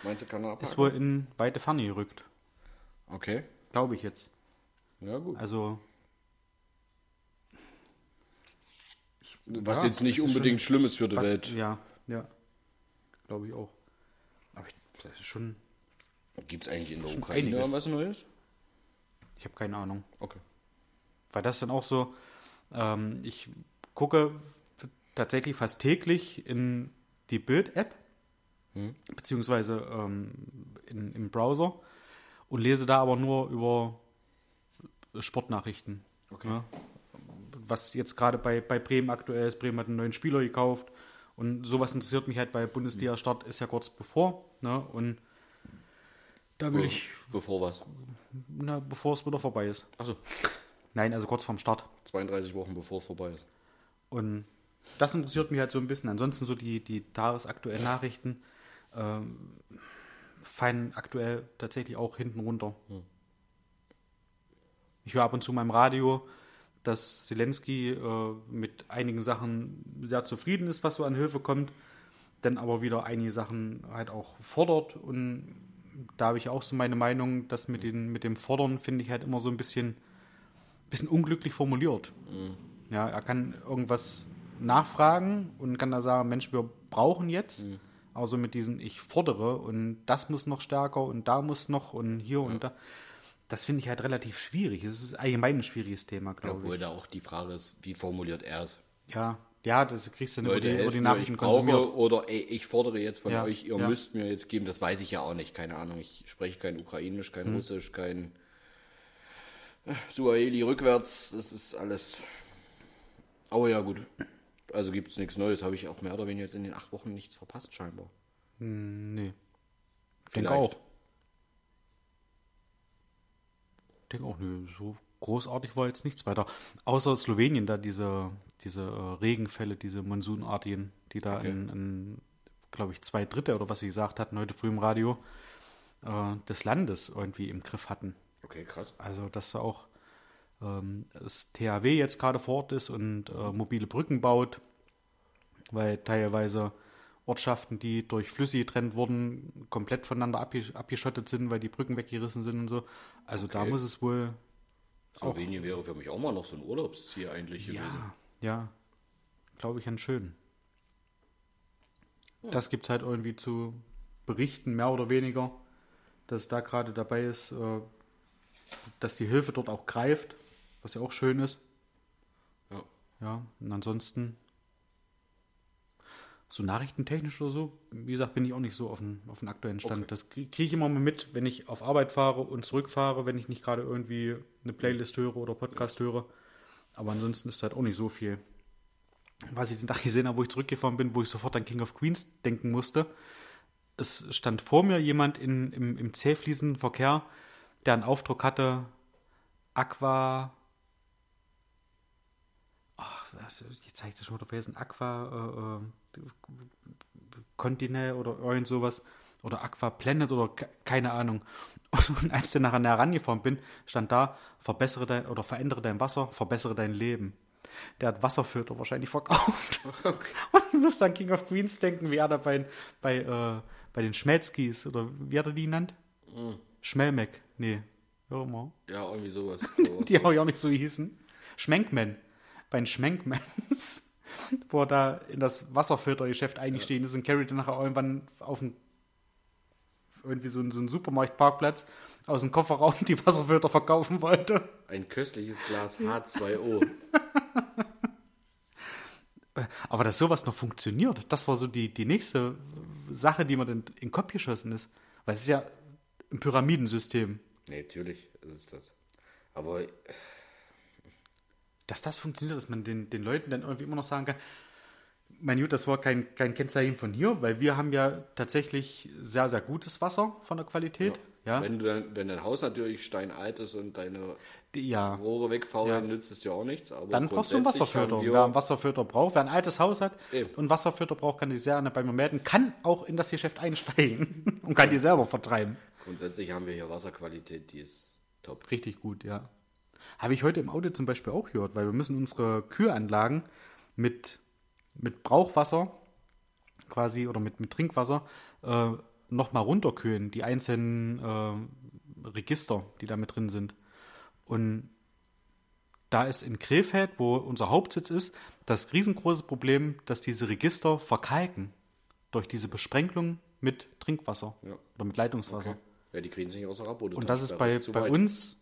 Speaker 2: Meinst du, kann er abhaken?
Speaker 1: ist wohl in weite Ferne gerückt,
Speaker 2: Okay.
Speaker 1: glaube ich jetzt.
Speaker 2: Ja, gut.
Speaker 1: Also
Speaker 2: Was
Speaker 1: Also, ja,
Speaker 2: jetzt nicht
Speaker 1: das ist
Speaker 2: unbedingt schlimm ist für die
Speaker 1: Was,
Speaker 2: Welt.
Speaker 1: Ja, ja. Glaube ich auch. Aber ich, das ist schon.
Speaker 2: Gibt es eigentlich in der
Speaker 1: Schon
Speaker 2: Ukraine
Speaker 1: einiges.
Speaker 2: was Neues?
Speaker 1: Ich habe keine Ahnung.
Speaker 2: Okay.
Speaker 1: Weil das dann auch so. Ähm, ich gucke f- tatsächlich fast täglich in die Bild-App, beziehungsweise ähm, in, im Browser und lese da aber nur über Sportnachrichten.
Speaker 2: Okay.
Speaker 1: Ja. Was jetzt gerade bei, bei Bremen aktuell ist. Bremen hat einen neuen Spieler gekauft und sowas interessiert mich halt, weil Bundesliga-Start ist ja kurz bevor. Ne? Und da will ich,
Speaker 2: Bevor was?
Speaker 1: na, bevor es wieder vorbei ist.
Speaker 2: Achso,
Speaker 1: Nein, also kurz vorm Start.
Speaker 2: 32 Wochen bevor es vorbei ist.
Speaker 1: Und das interessiert mich halt so ein bisschen. Ansonsten so die, die tagesaktuellen Nachrichten ähm, fallen aktuell tatsächlich auch hinten runter. Ich höre ab und zu meinem Radio, dass Zelensky äh, mit einigen Sachen sehr zufrieden ist, was so an Hilfe kommt, dann aber wieder einige Sachen halt auch fordert. Und da habe ich auch so meine Meinung, dass mit, den, mit dem Fordern finde ich halt immer so ein bisschen, bisschen unglücklich formuliert. Ja, er kann irgendwas nachfragen und kann da sagen, Mensch, wir brauchen jetzt. Aber so mit diesen, ich fordere und das muss noch stärker und da muss noch und hier und da. Das finde ich halt relativ schwierig. Es ist allgemein ein schwieriges Thema, glaube
Speaker 2: Obwohl da auch die Frage ist, wie formuliert er es?
Speaker 1: ich. Ja, ja, das kriegst du dann über
Speaker 2: Leute,
Speaker 1: die, über
Speaker 2: helft mir,
Speaker 1: die
Speaker 2: ich
Speaker 1: Nachrichten konsumiert.
Speaker 2: brauche oder ey, ich fordere jetzt von
Speaker 1: Ja,
Speaker 2: euch, ihr
Speaker 1: ja.
Speaker 2: müsst mir jetzt geben. Das weiß ich ja auch nicht, keine Ahnung. Ich spreche kein Ukrainisch, kein
Speaker 1: Mhm.
Speaker 2: Russisch, kein äh, Suaheli rückwärts. Das ist alles. Aber ja, gut. Also gibt es nichts Neues. Habe ich auch mehr oder weniger jetzt in den acht Wochen nichts verpasst, scheinbar.
Speaker 1: Nee. Denke
Speaker 2: Vielleicht.
Speaker 1: auch. Denke auch, nö, so großartig war jetzt nichts weiter. Außer Slowenien, da diese, diese äh, Regenfälle, diese Monsunartigen, die da in, in glaube ich, zwei Drittel oder was sie gesagt hatten heute früh im Radio, äh, des Landes irgendwie im Griff hatten.
Speaker 2: Okay, krass.
Speaker 1: Also, dass da auch ähm, das THW jetzt gerade fort ist und äh, mobile Brücken baut, weil teilweise Ortschaften, die durch Flüsse getrennt wurden, komplett voneinander abge abgeschottet sind, weil die Brücken weggerissen sind und so. Also da
Speaker 2: Okay.
Speaker 1: muss es wohl.
Speaker 2: Slowenien wäre für mich auch mal noch so ein Urlaubsziel eigentlich gewesen.
Speaker 1: Ja, ja glaube ich, ganz schön. Das gibt es halt irgendwie zu berichten, mehr oder weniger, dass da gerade dabei ist, äh, dass die Hilfe dort auch greift, was ja auch schön ist.
Speaker 2: Ja.
Speaker 1: Ja, und ansonsten, so nachrichtentechnisch oder so, wie gesagt, bin ich auch nicht so auf den, auf den aktuellen Stand. Das kriege ich immer mal mit, wenn ich auf Arbeit fahre und zurückfahre, wenn ich nicht gerade irgendwie eine Playlist höre oder Podcast höre. Aber ansonsten ist halt auch nicht so viel. Was ich den Tag gesehen habe, wo ich zurückgefahren bin, wo ich sofort an King of Queens denken musste, es stand vor mir jemand in, im, im zäh fließenden Verkehr, der einen Aufdruck hatte, Aqua. Ach, was- jetzt zeige ich das schon wieder vergessen. Aqua äh, äh, Contine oder irgend sowas. Oder Aqua Planet oder ke- keine Ahnung. Und als ich nachher näher rangefahren bin, stand da, verbessere dein oder verändere dein Wasser, verbessere dein Leben. Der hat Wasserfilter wahrscheinlich verkauft. Und ich muss an King of Queens denken, wie er da bei, bei, äh, bei den Schmelzkis oder wie hat er die genannt? Schmelmeck. Nee, wie auch immer.
Speaker 2: Ja, irgendwie sowas. So.
Speaker 1: [LAUGHS] Die haben ja auch nicht so hießen. Schmenkmen. Bei den Schmenkmans, [LAUGHS] wo er da in das Wasserfiltergeschäft eingestiegen ist und Carrie dann nachher irgendwann auf dem irgendwie so einen, so einen Supermarktparkplatz aus dem Kofferraum [LAUGHS] die Wasserfilter verkaufen wollte.
Speaker 2: Ein köstliches
Speaker 1: [LAUGHS]
Speaker 2: Glas H2O.
Speaker 1: Aber dass sowas noch funktioniert, das war so die, die nächste Sache, die mir dann in den Kopf geschossen ist. Weil es ist ja ein Pyramidensystem.
Speaker 2: Nee, natürlich ist es das. Aber
Speaker 1: dass das funktioniert, dass man den, den Leuten dann irgendwie immer noch sagen kann, mein Gut, das war kein, kein Kennzeichen von hier, weil wir haben ja tatsächlich sehr, sehr gutes Wasser von der Qualität. Ja, ja.
Speaker 2: Wenn, du dein, wenn dein Haus natürlich steinalt ist und deine
Speaker 1: Die, ja.
Speaker 2: Rohre wegfaulen,
Speaker 1: Ja.
Speaker 2: nützt es dir auch nichts. Aber
Speaker 1: dann brauchst du einen
Speaker 2: grundsätzlich
Speaker 1: Wasserfilter.
Speaker 2: haben
Speaker 1: Und
Speaker 2: wir-
Speaker 1: wer einen Wasserfilter braucht, wer ein altes Haus hat
Speaker 2: Eben.
Speaker 1: und einen Wasserfilter braucht, kann sich sehr gerne bei mir melden, kann auch in das Geschäft einsteigen [LAUGHS] und kann die selber vertreiben.
Speaker 2: Grundsätzlich haben wir hier Wasserqualität, die ist top.
Speaker 1: Richtig gut, ja. Habe ich heute im Auto zum Beispiel auch gehört, weil wir müssen unsere Kühlanlagen mit, mit Brauchwasser quasi oder mit, mit Trinkwasser äh, nochmal runterkühlen, die einzelnen äh, Register, die da mit drin sind. Und da ist in Krefeld, wo unser Hauptsitz ist, das riesengroße Problem, dass diese Register verkalken durch diese Besprenkelung mit Trinkwasser
Speaker 2: Ja.
Speaker 1: oder mit Leitungswasser.
Speaker 2: Ja, die kriegen sich nicht aus der Rabote.
Speaker 1: Also. Und das ist bei, bei uns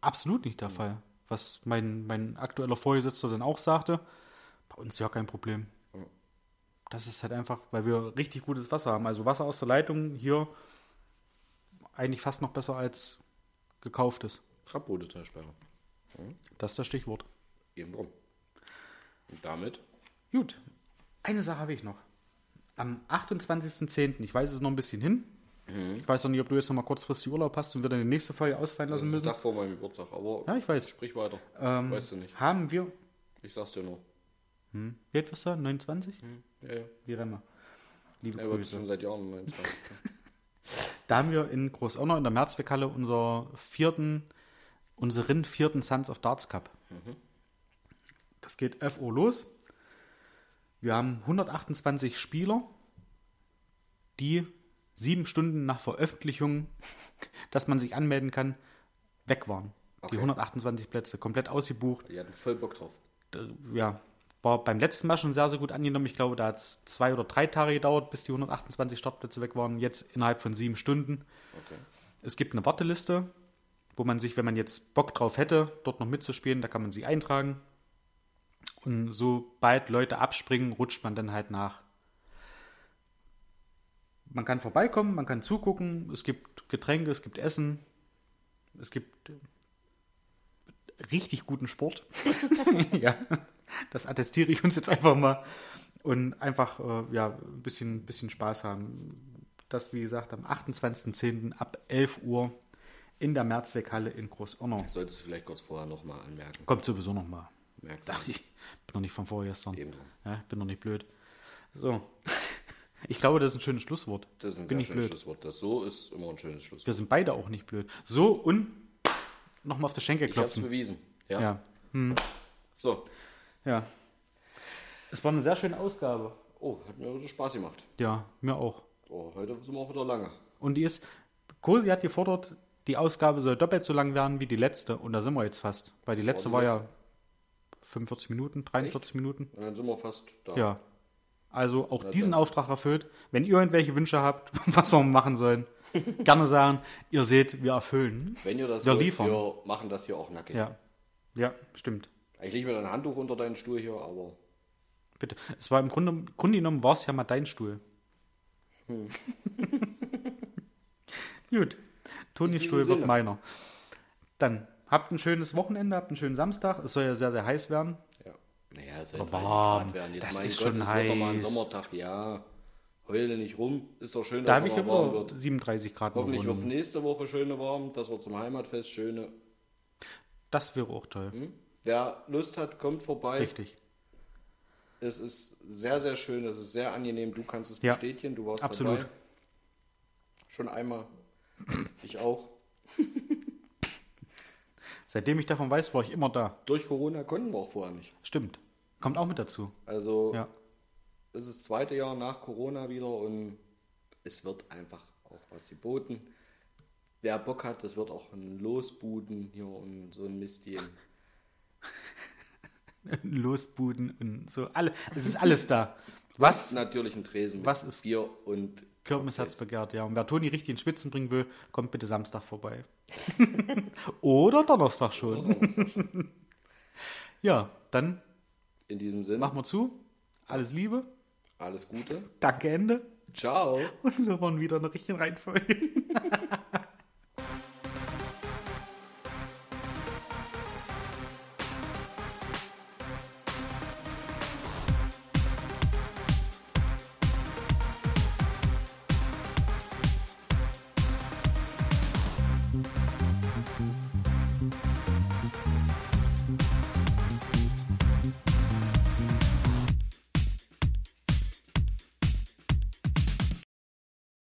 Speaker 1: absolut nicht der Fall. Was mein, mein aktueller Vorgesetzter dann auch sagte, bei uns ja kein Problem. Das ist halt einfach, weil wir richtig gutes Wasser haben. Also Wasser aus der Leitung hier eigentlich fast noch besser als gekauftes.
Speaker 2: Rabote-Talsperre.
Speaker 1: Das ist das Stichwort.
Speaker 2: Eben drum. Und damit
Speaker 1: Gut, eine Sache habe ich noch. Am 28.10., ich weiß es ist noch ein bisschen hin. Ich weiß noch nicht, ob du jetzt noch mal kurzfristig Urlaub hast und wir dann die nächste Folge ausfallen
Speaker 2: das
Speaker 1: lassen
Speaker 2: ist ein
Speaker 1: müssen.
Speaker 2: Tag vor meinem Geburtstag. Aber
Speaker 1: Ja, ich Ähm. weiß.
Speaker 2: sprich weiter. weißt du nicht.
Speaker 1: Haben wir,
Speaker 2: Ich sag's dir nur.
Speaker 1: wie alt wirst du? 29?
Speaker 2: Ja, ja.
Speaker 1: Die Remme. Liebe
Speaker 2: Ja, aber das ist
Speaker 1: Hm. Grüße.
Speaker 2: schon seit Jahren. mein Freund.
Speaker 1: Da haben wir in Großonner in der Märzbeckhalle unser vierten, unseren vierten Sons of Darts Cup.
Speaker 2: Mhm.
Speaker 1: Das geht FO los. Wir haben 128 Spieler, die sieben Stunden nach Veröffentlichung, [LAUGHS] dass man sich anmelden kann, weg waren. Die
Speaker 2: Okay.
Speaker 1: 128 Plätze, komplett ausgebucht.
Speaker 2: Die hatten voll Bock drauf.
Speaker 1: D- Ja, war beim letzten Mal schon sehr, sehr gut angenommen. Ich glaube, da hat es zwei oder drei Tage gedauert, bis die 128 Startplätze weg waren. Jetzt innerhalb von sieben Stunden.
Speaker 2: Okay.
Speaker 1: Es gibt eine Warteliste, wo man sich, wenn man jetzt Bock drauf hätte, dort noch mitzuspielen, da kann man sie eintragen. Und sobald Leute abspringen, rutscht man dann halt nach. Man kann vorbeikommen, man kann zugucken, es gibt Getränke, es gibt Essen, es gibt richtig guten Sport. [LAUGHS] ja, das attestiere ich uns jetzt einfach mal. Und einfach äh, ja, ein bisschen, bisschen Spaß haben das, wie gesagt, am 28.10. ab 11 Uhr in der Märzweghalle in Großonner.
Speaker 2: Solltest du vielleicht kurz vorher nochmal anmerken.
Speaker 1: Kommt sowieso nochmal.
Speaker 2: Merkst du?
Speaker 1: Ach, ich bin noch nicht von vorgestern.
Speaker 2: Eben drum.
Speaker 1: Ja, bin noch nicht blöd. So. [LAUGHS] Ich glaube, das ist ein schönes Schlusswort.
Speaker 2: Das ist ein
Speaker 1: bin
Speaker 2: sehr
Speaker 1: ich
Speaker 2: schönes
Speaker 1: blöd.
Speaker 2: Schlusswort. Das so ist immer ein schönes Schlusswort.
Speaker 1: Wir sind beide auch nicht blöd. So und nochmal auf die Schenkel
Speaker 2: Ich hab's
Speaker 1: klopfen.
Speaker 2: bewiesen. Ja.
Speaker 1: Ja.
Speaker 2: So.
Speaker 1: ja. Es war eine sehr schöne Ausgabe.
Speaker 2: Oh, hat mir heute Spaß gemacht.
Speaker 1: Ja, mir auch.
Speaker 2: Oh, heute sind wir auch wieder lange.
Speaker 1: Und die ist, Kosi hat gefordert, die Ausgabe soll doppelt so lang werden wie die letzte. Und da sind wir jetzt fast. Weil die letzte war ja 45 Minuten, 43 Minuten.
Speaker 2: Und dann sind wir fast da.
Speaker 1: Ja. Also auch diesen Auftrag erfüllt. Wenn ihr irgendwelche Wünsche habt, [LAUGHS] was wir machen
Speaker 2: [LAUGHS]
Speaker 1: sollen, gerne sagen, ihr seht, wir erfüllen.
Speaker 2: Wenn ihr das
Speaker 1: Wir
Speaker 2: wollt,
Speaker 1: liefern.
Speaker 2: wir machen das hier auch nackig.
Speaker 1: Ja. Ja, stimmt.
Speaker 2: Ich lege mir dann ein Handtuch unter deinen Stuhl hier, aber
Speaker 1: Bitte. Es war im Grunde, Grunde genommen war es ja mal dein Stuhl.
Speaker 2: Hm.
Speaker 1: [LAUGHS] Gut. Toni
Speaker 2: diesem
Speaker 1: Stuhl
Speaker 2: Sinne.
Speaker 1: wird meiner. Dann habt ein schönes Wochenende, habt einen schönen Samstag. Es soll ja sehr, sehr heiß werden.
Speaker 2: ja. Naja, es soll 30
Speaker 1: warm.
Speaker 2: Grad werden. Jetzt
Speaker 1: Das
Speaker 2: mein
Speaker 1: ist
Speaker 2: Gott,
Speaker 1: schon
Speaker 2: es wird doch mal ein
Speaker 1: heiß.
Speaker 2: Sommertag. Ja. Heule nicht rum, ist doch schön,
Speaker 1: Da
Speaker 2: dass
Speaker 1: habe ich
Speaker 2: immer
Speaker 1: ja
Speaker 2: warm
Speaker 1: wieder
Speaker 2: wird.
Speaker 1: 37 Grad noch
Speaker 2: Hoffentlich wird es
Speaker 1: Wohnung.
Speaker 2: nächste Woche schöne warm, dass wir zum Heimatfest schöne.
Speaker 1: Das wäre auch toll.
Speaker 2: Hm? Wer Lust hat, kommt vorbei.
Speaker 1: Richtig.
Speaker 2: Es ist sehr, sehr schön, es ist sehr angenehm. Du kannst es
Speaker 1: Ja.
Speaker 2: bestätigen, du warst
Speaker 1: Absolut.
Speaker 2: dabei. Schon einmal. Ich auch.
Speaker 1: Seitdem ich davon weiß, war ich immer da.
Speaker 2: Durch Corona konnten wir auch vorher nicht.
Speaker 1: Stimmt. Kommt auch mit dazu.
Speaker 2: Also
Speaker 1: Ja.
Speaker 2: es ist das zweite Jahr nach Corona wieder und es wird einfach auch was geboten. Wer Bock hat, das wird auch ein Losbuden hier und so ein Mist geben.
Speaker 1: [LAUGHS] Losbuden und so. Alle, es ist alles da. Was?
Speaker 2: Natürlich ein Tresen mit
Speaker 1: Was ist-
Speaker 2: Bier und
Speaker 1: Kirmes hat's begehrt, ja. Und wer Toni richtig in Schwitzen bringen will, kommt bitte Samstag vorbei. [LAUGHS] Oder Donnerstag schon. [LAUGHS] Ja, dann
Speaker 2: in diesem Sinne
Speaker 1: machen wir zu. Alles Liebe.
Speaker 2: alles Gute.
Speaker 1: Danke, Ende.
Speaker 2: Ciao.
Speaker 1: Und wir waren wieder in der richtigen Reihenfolge.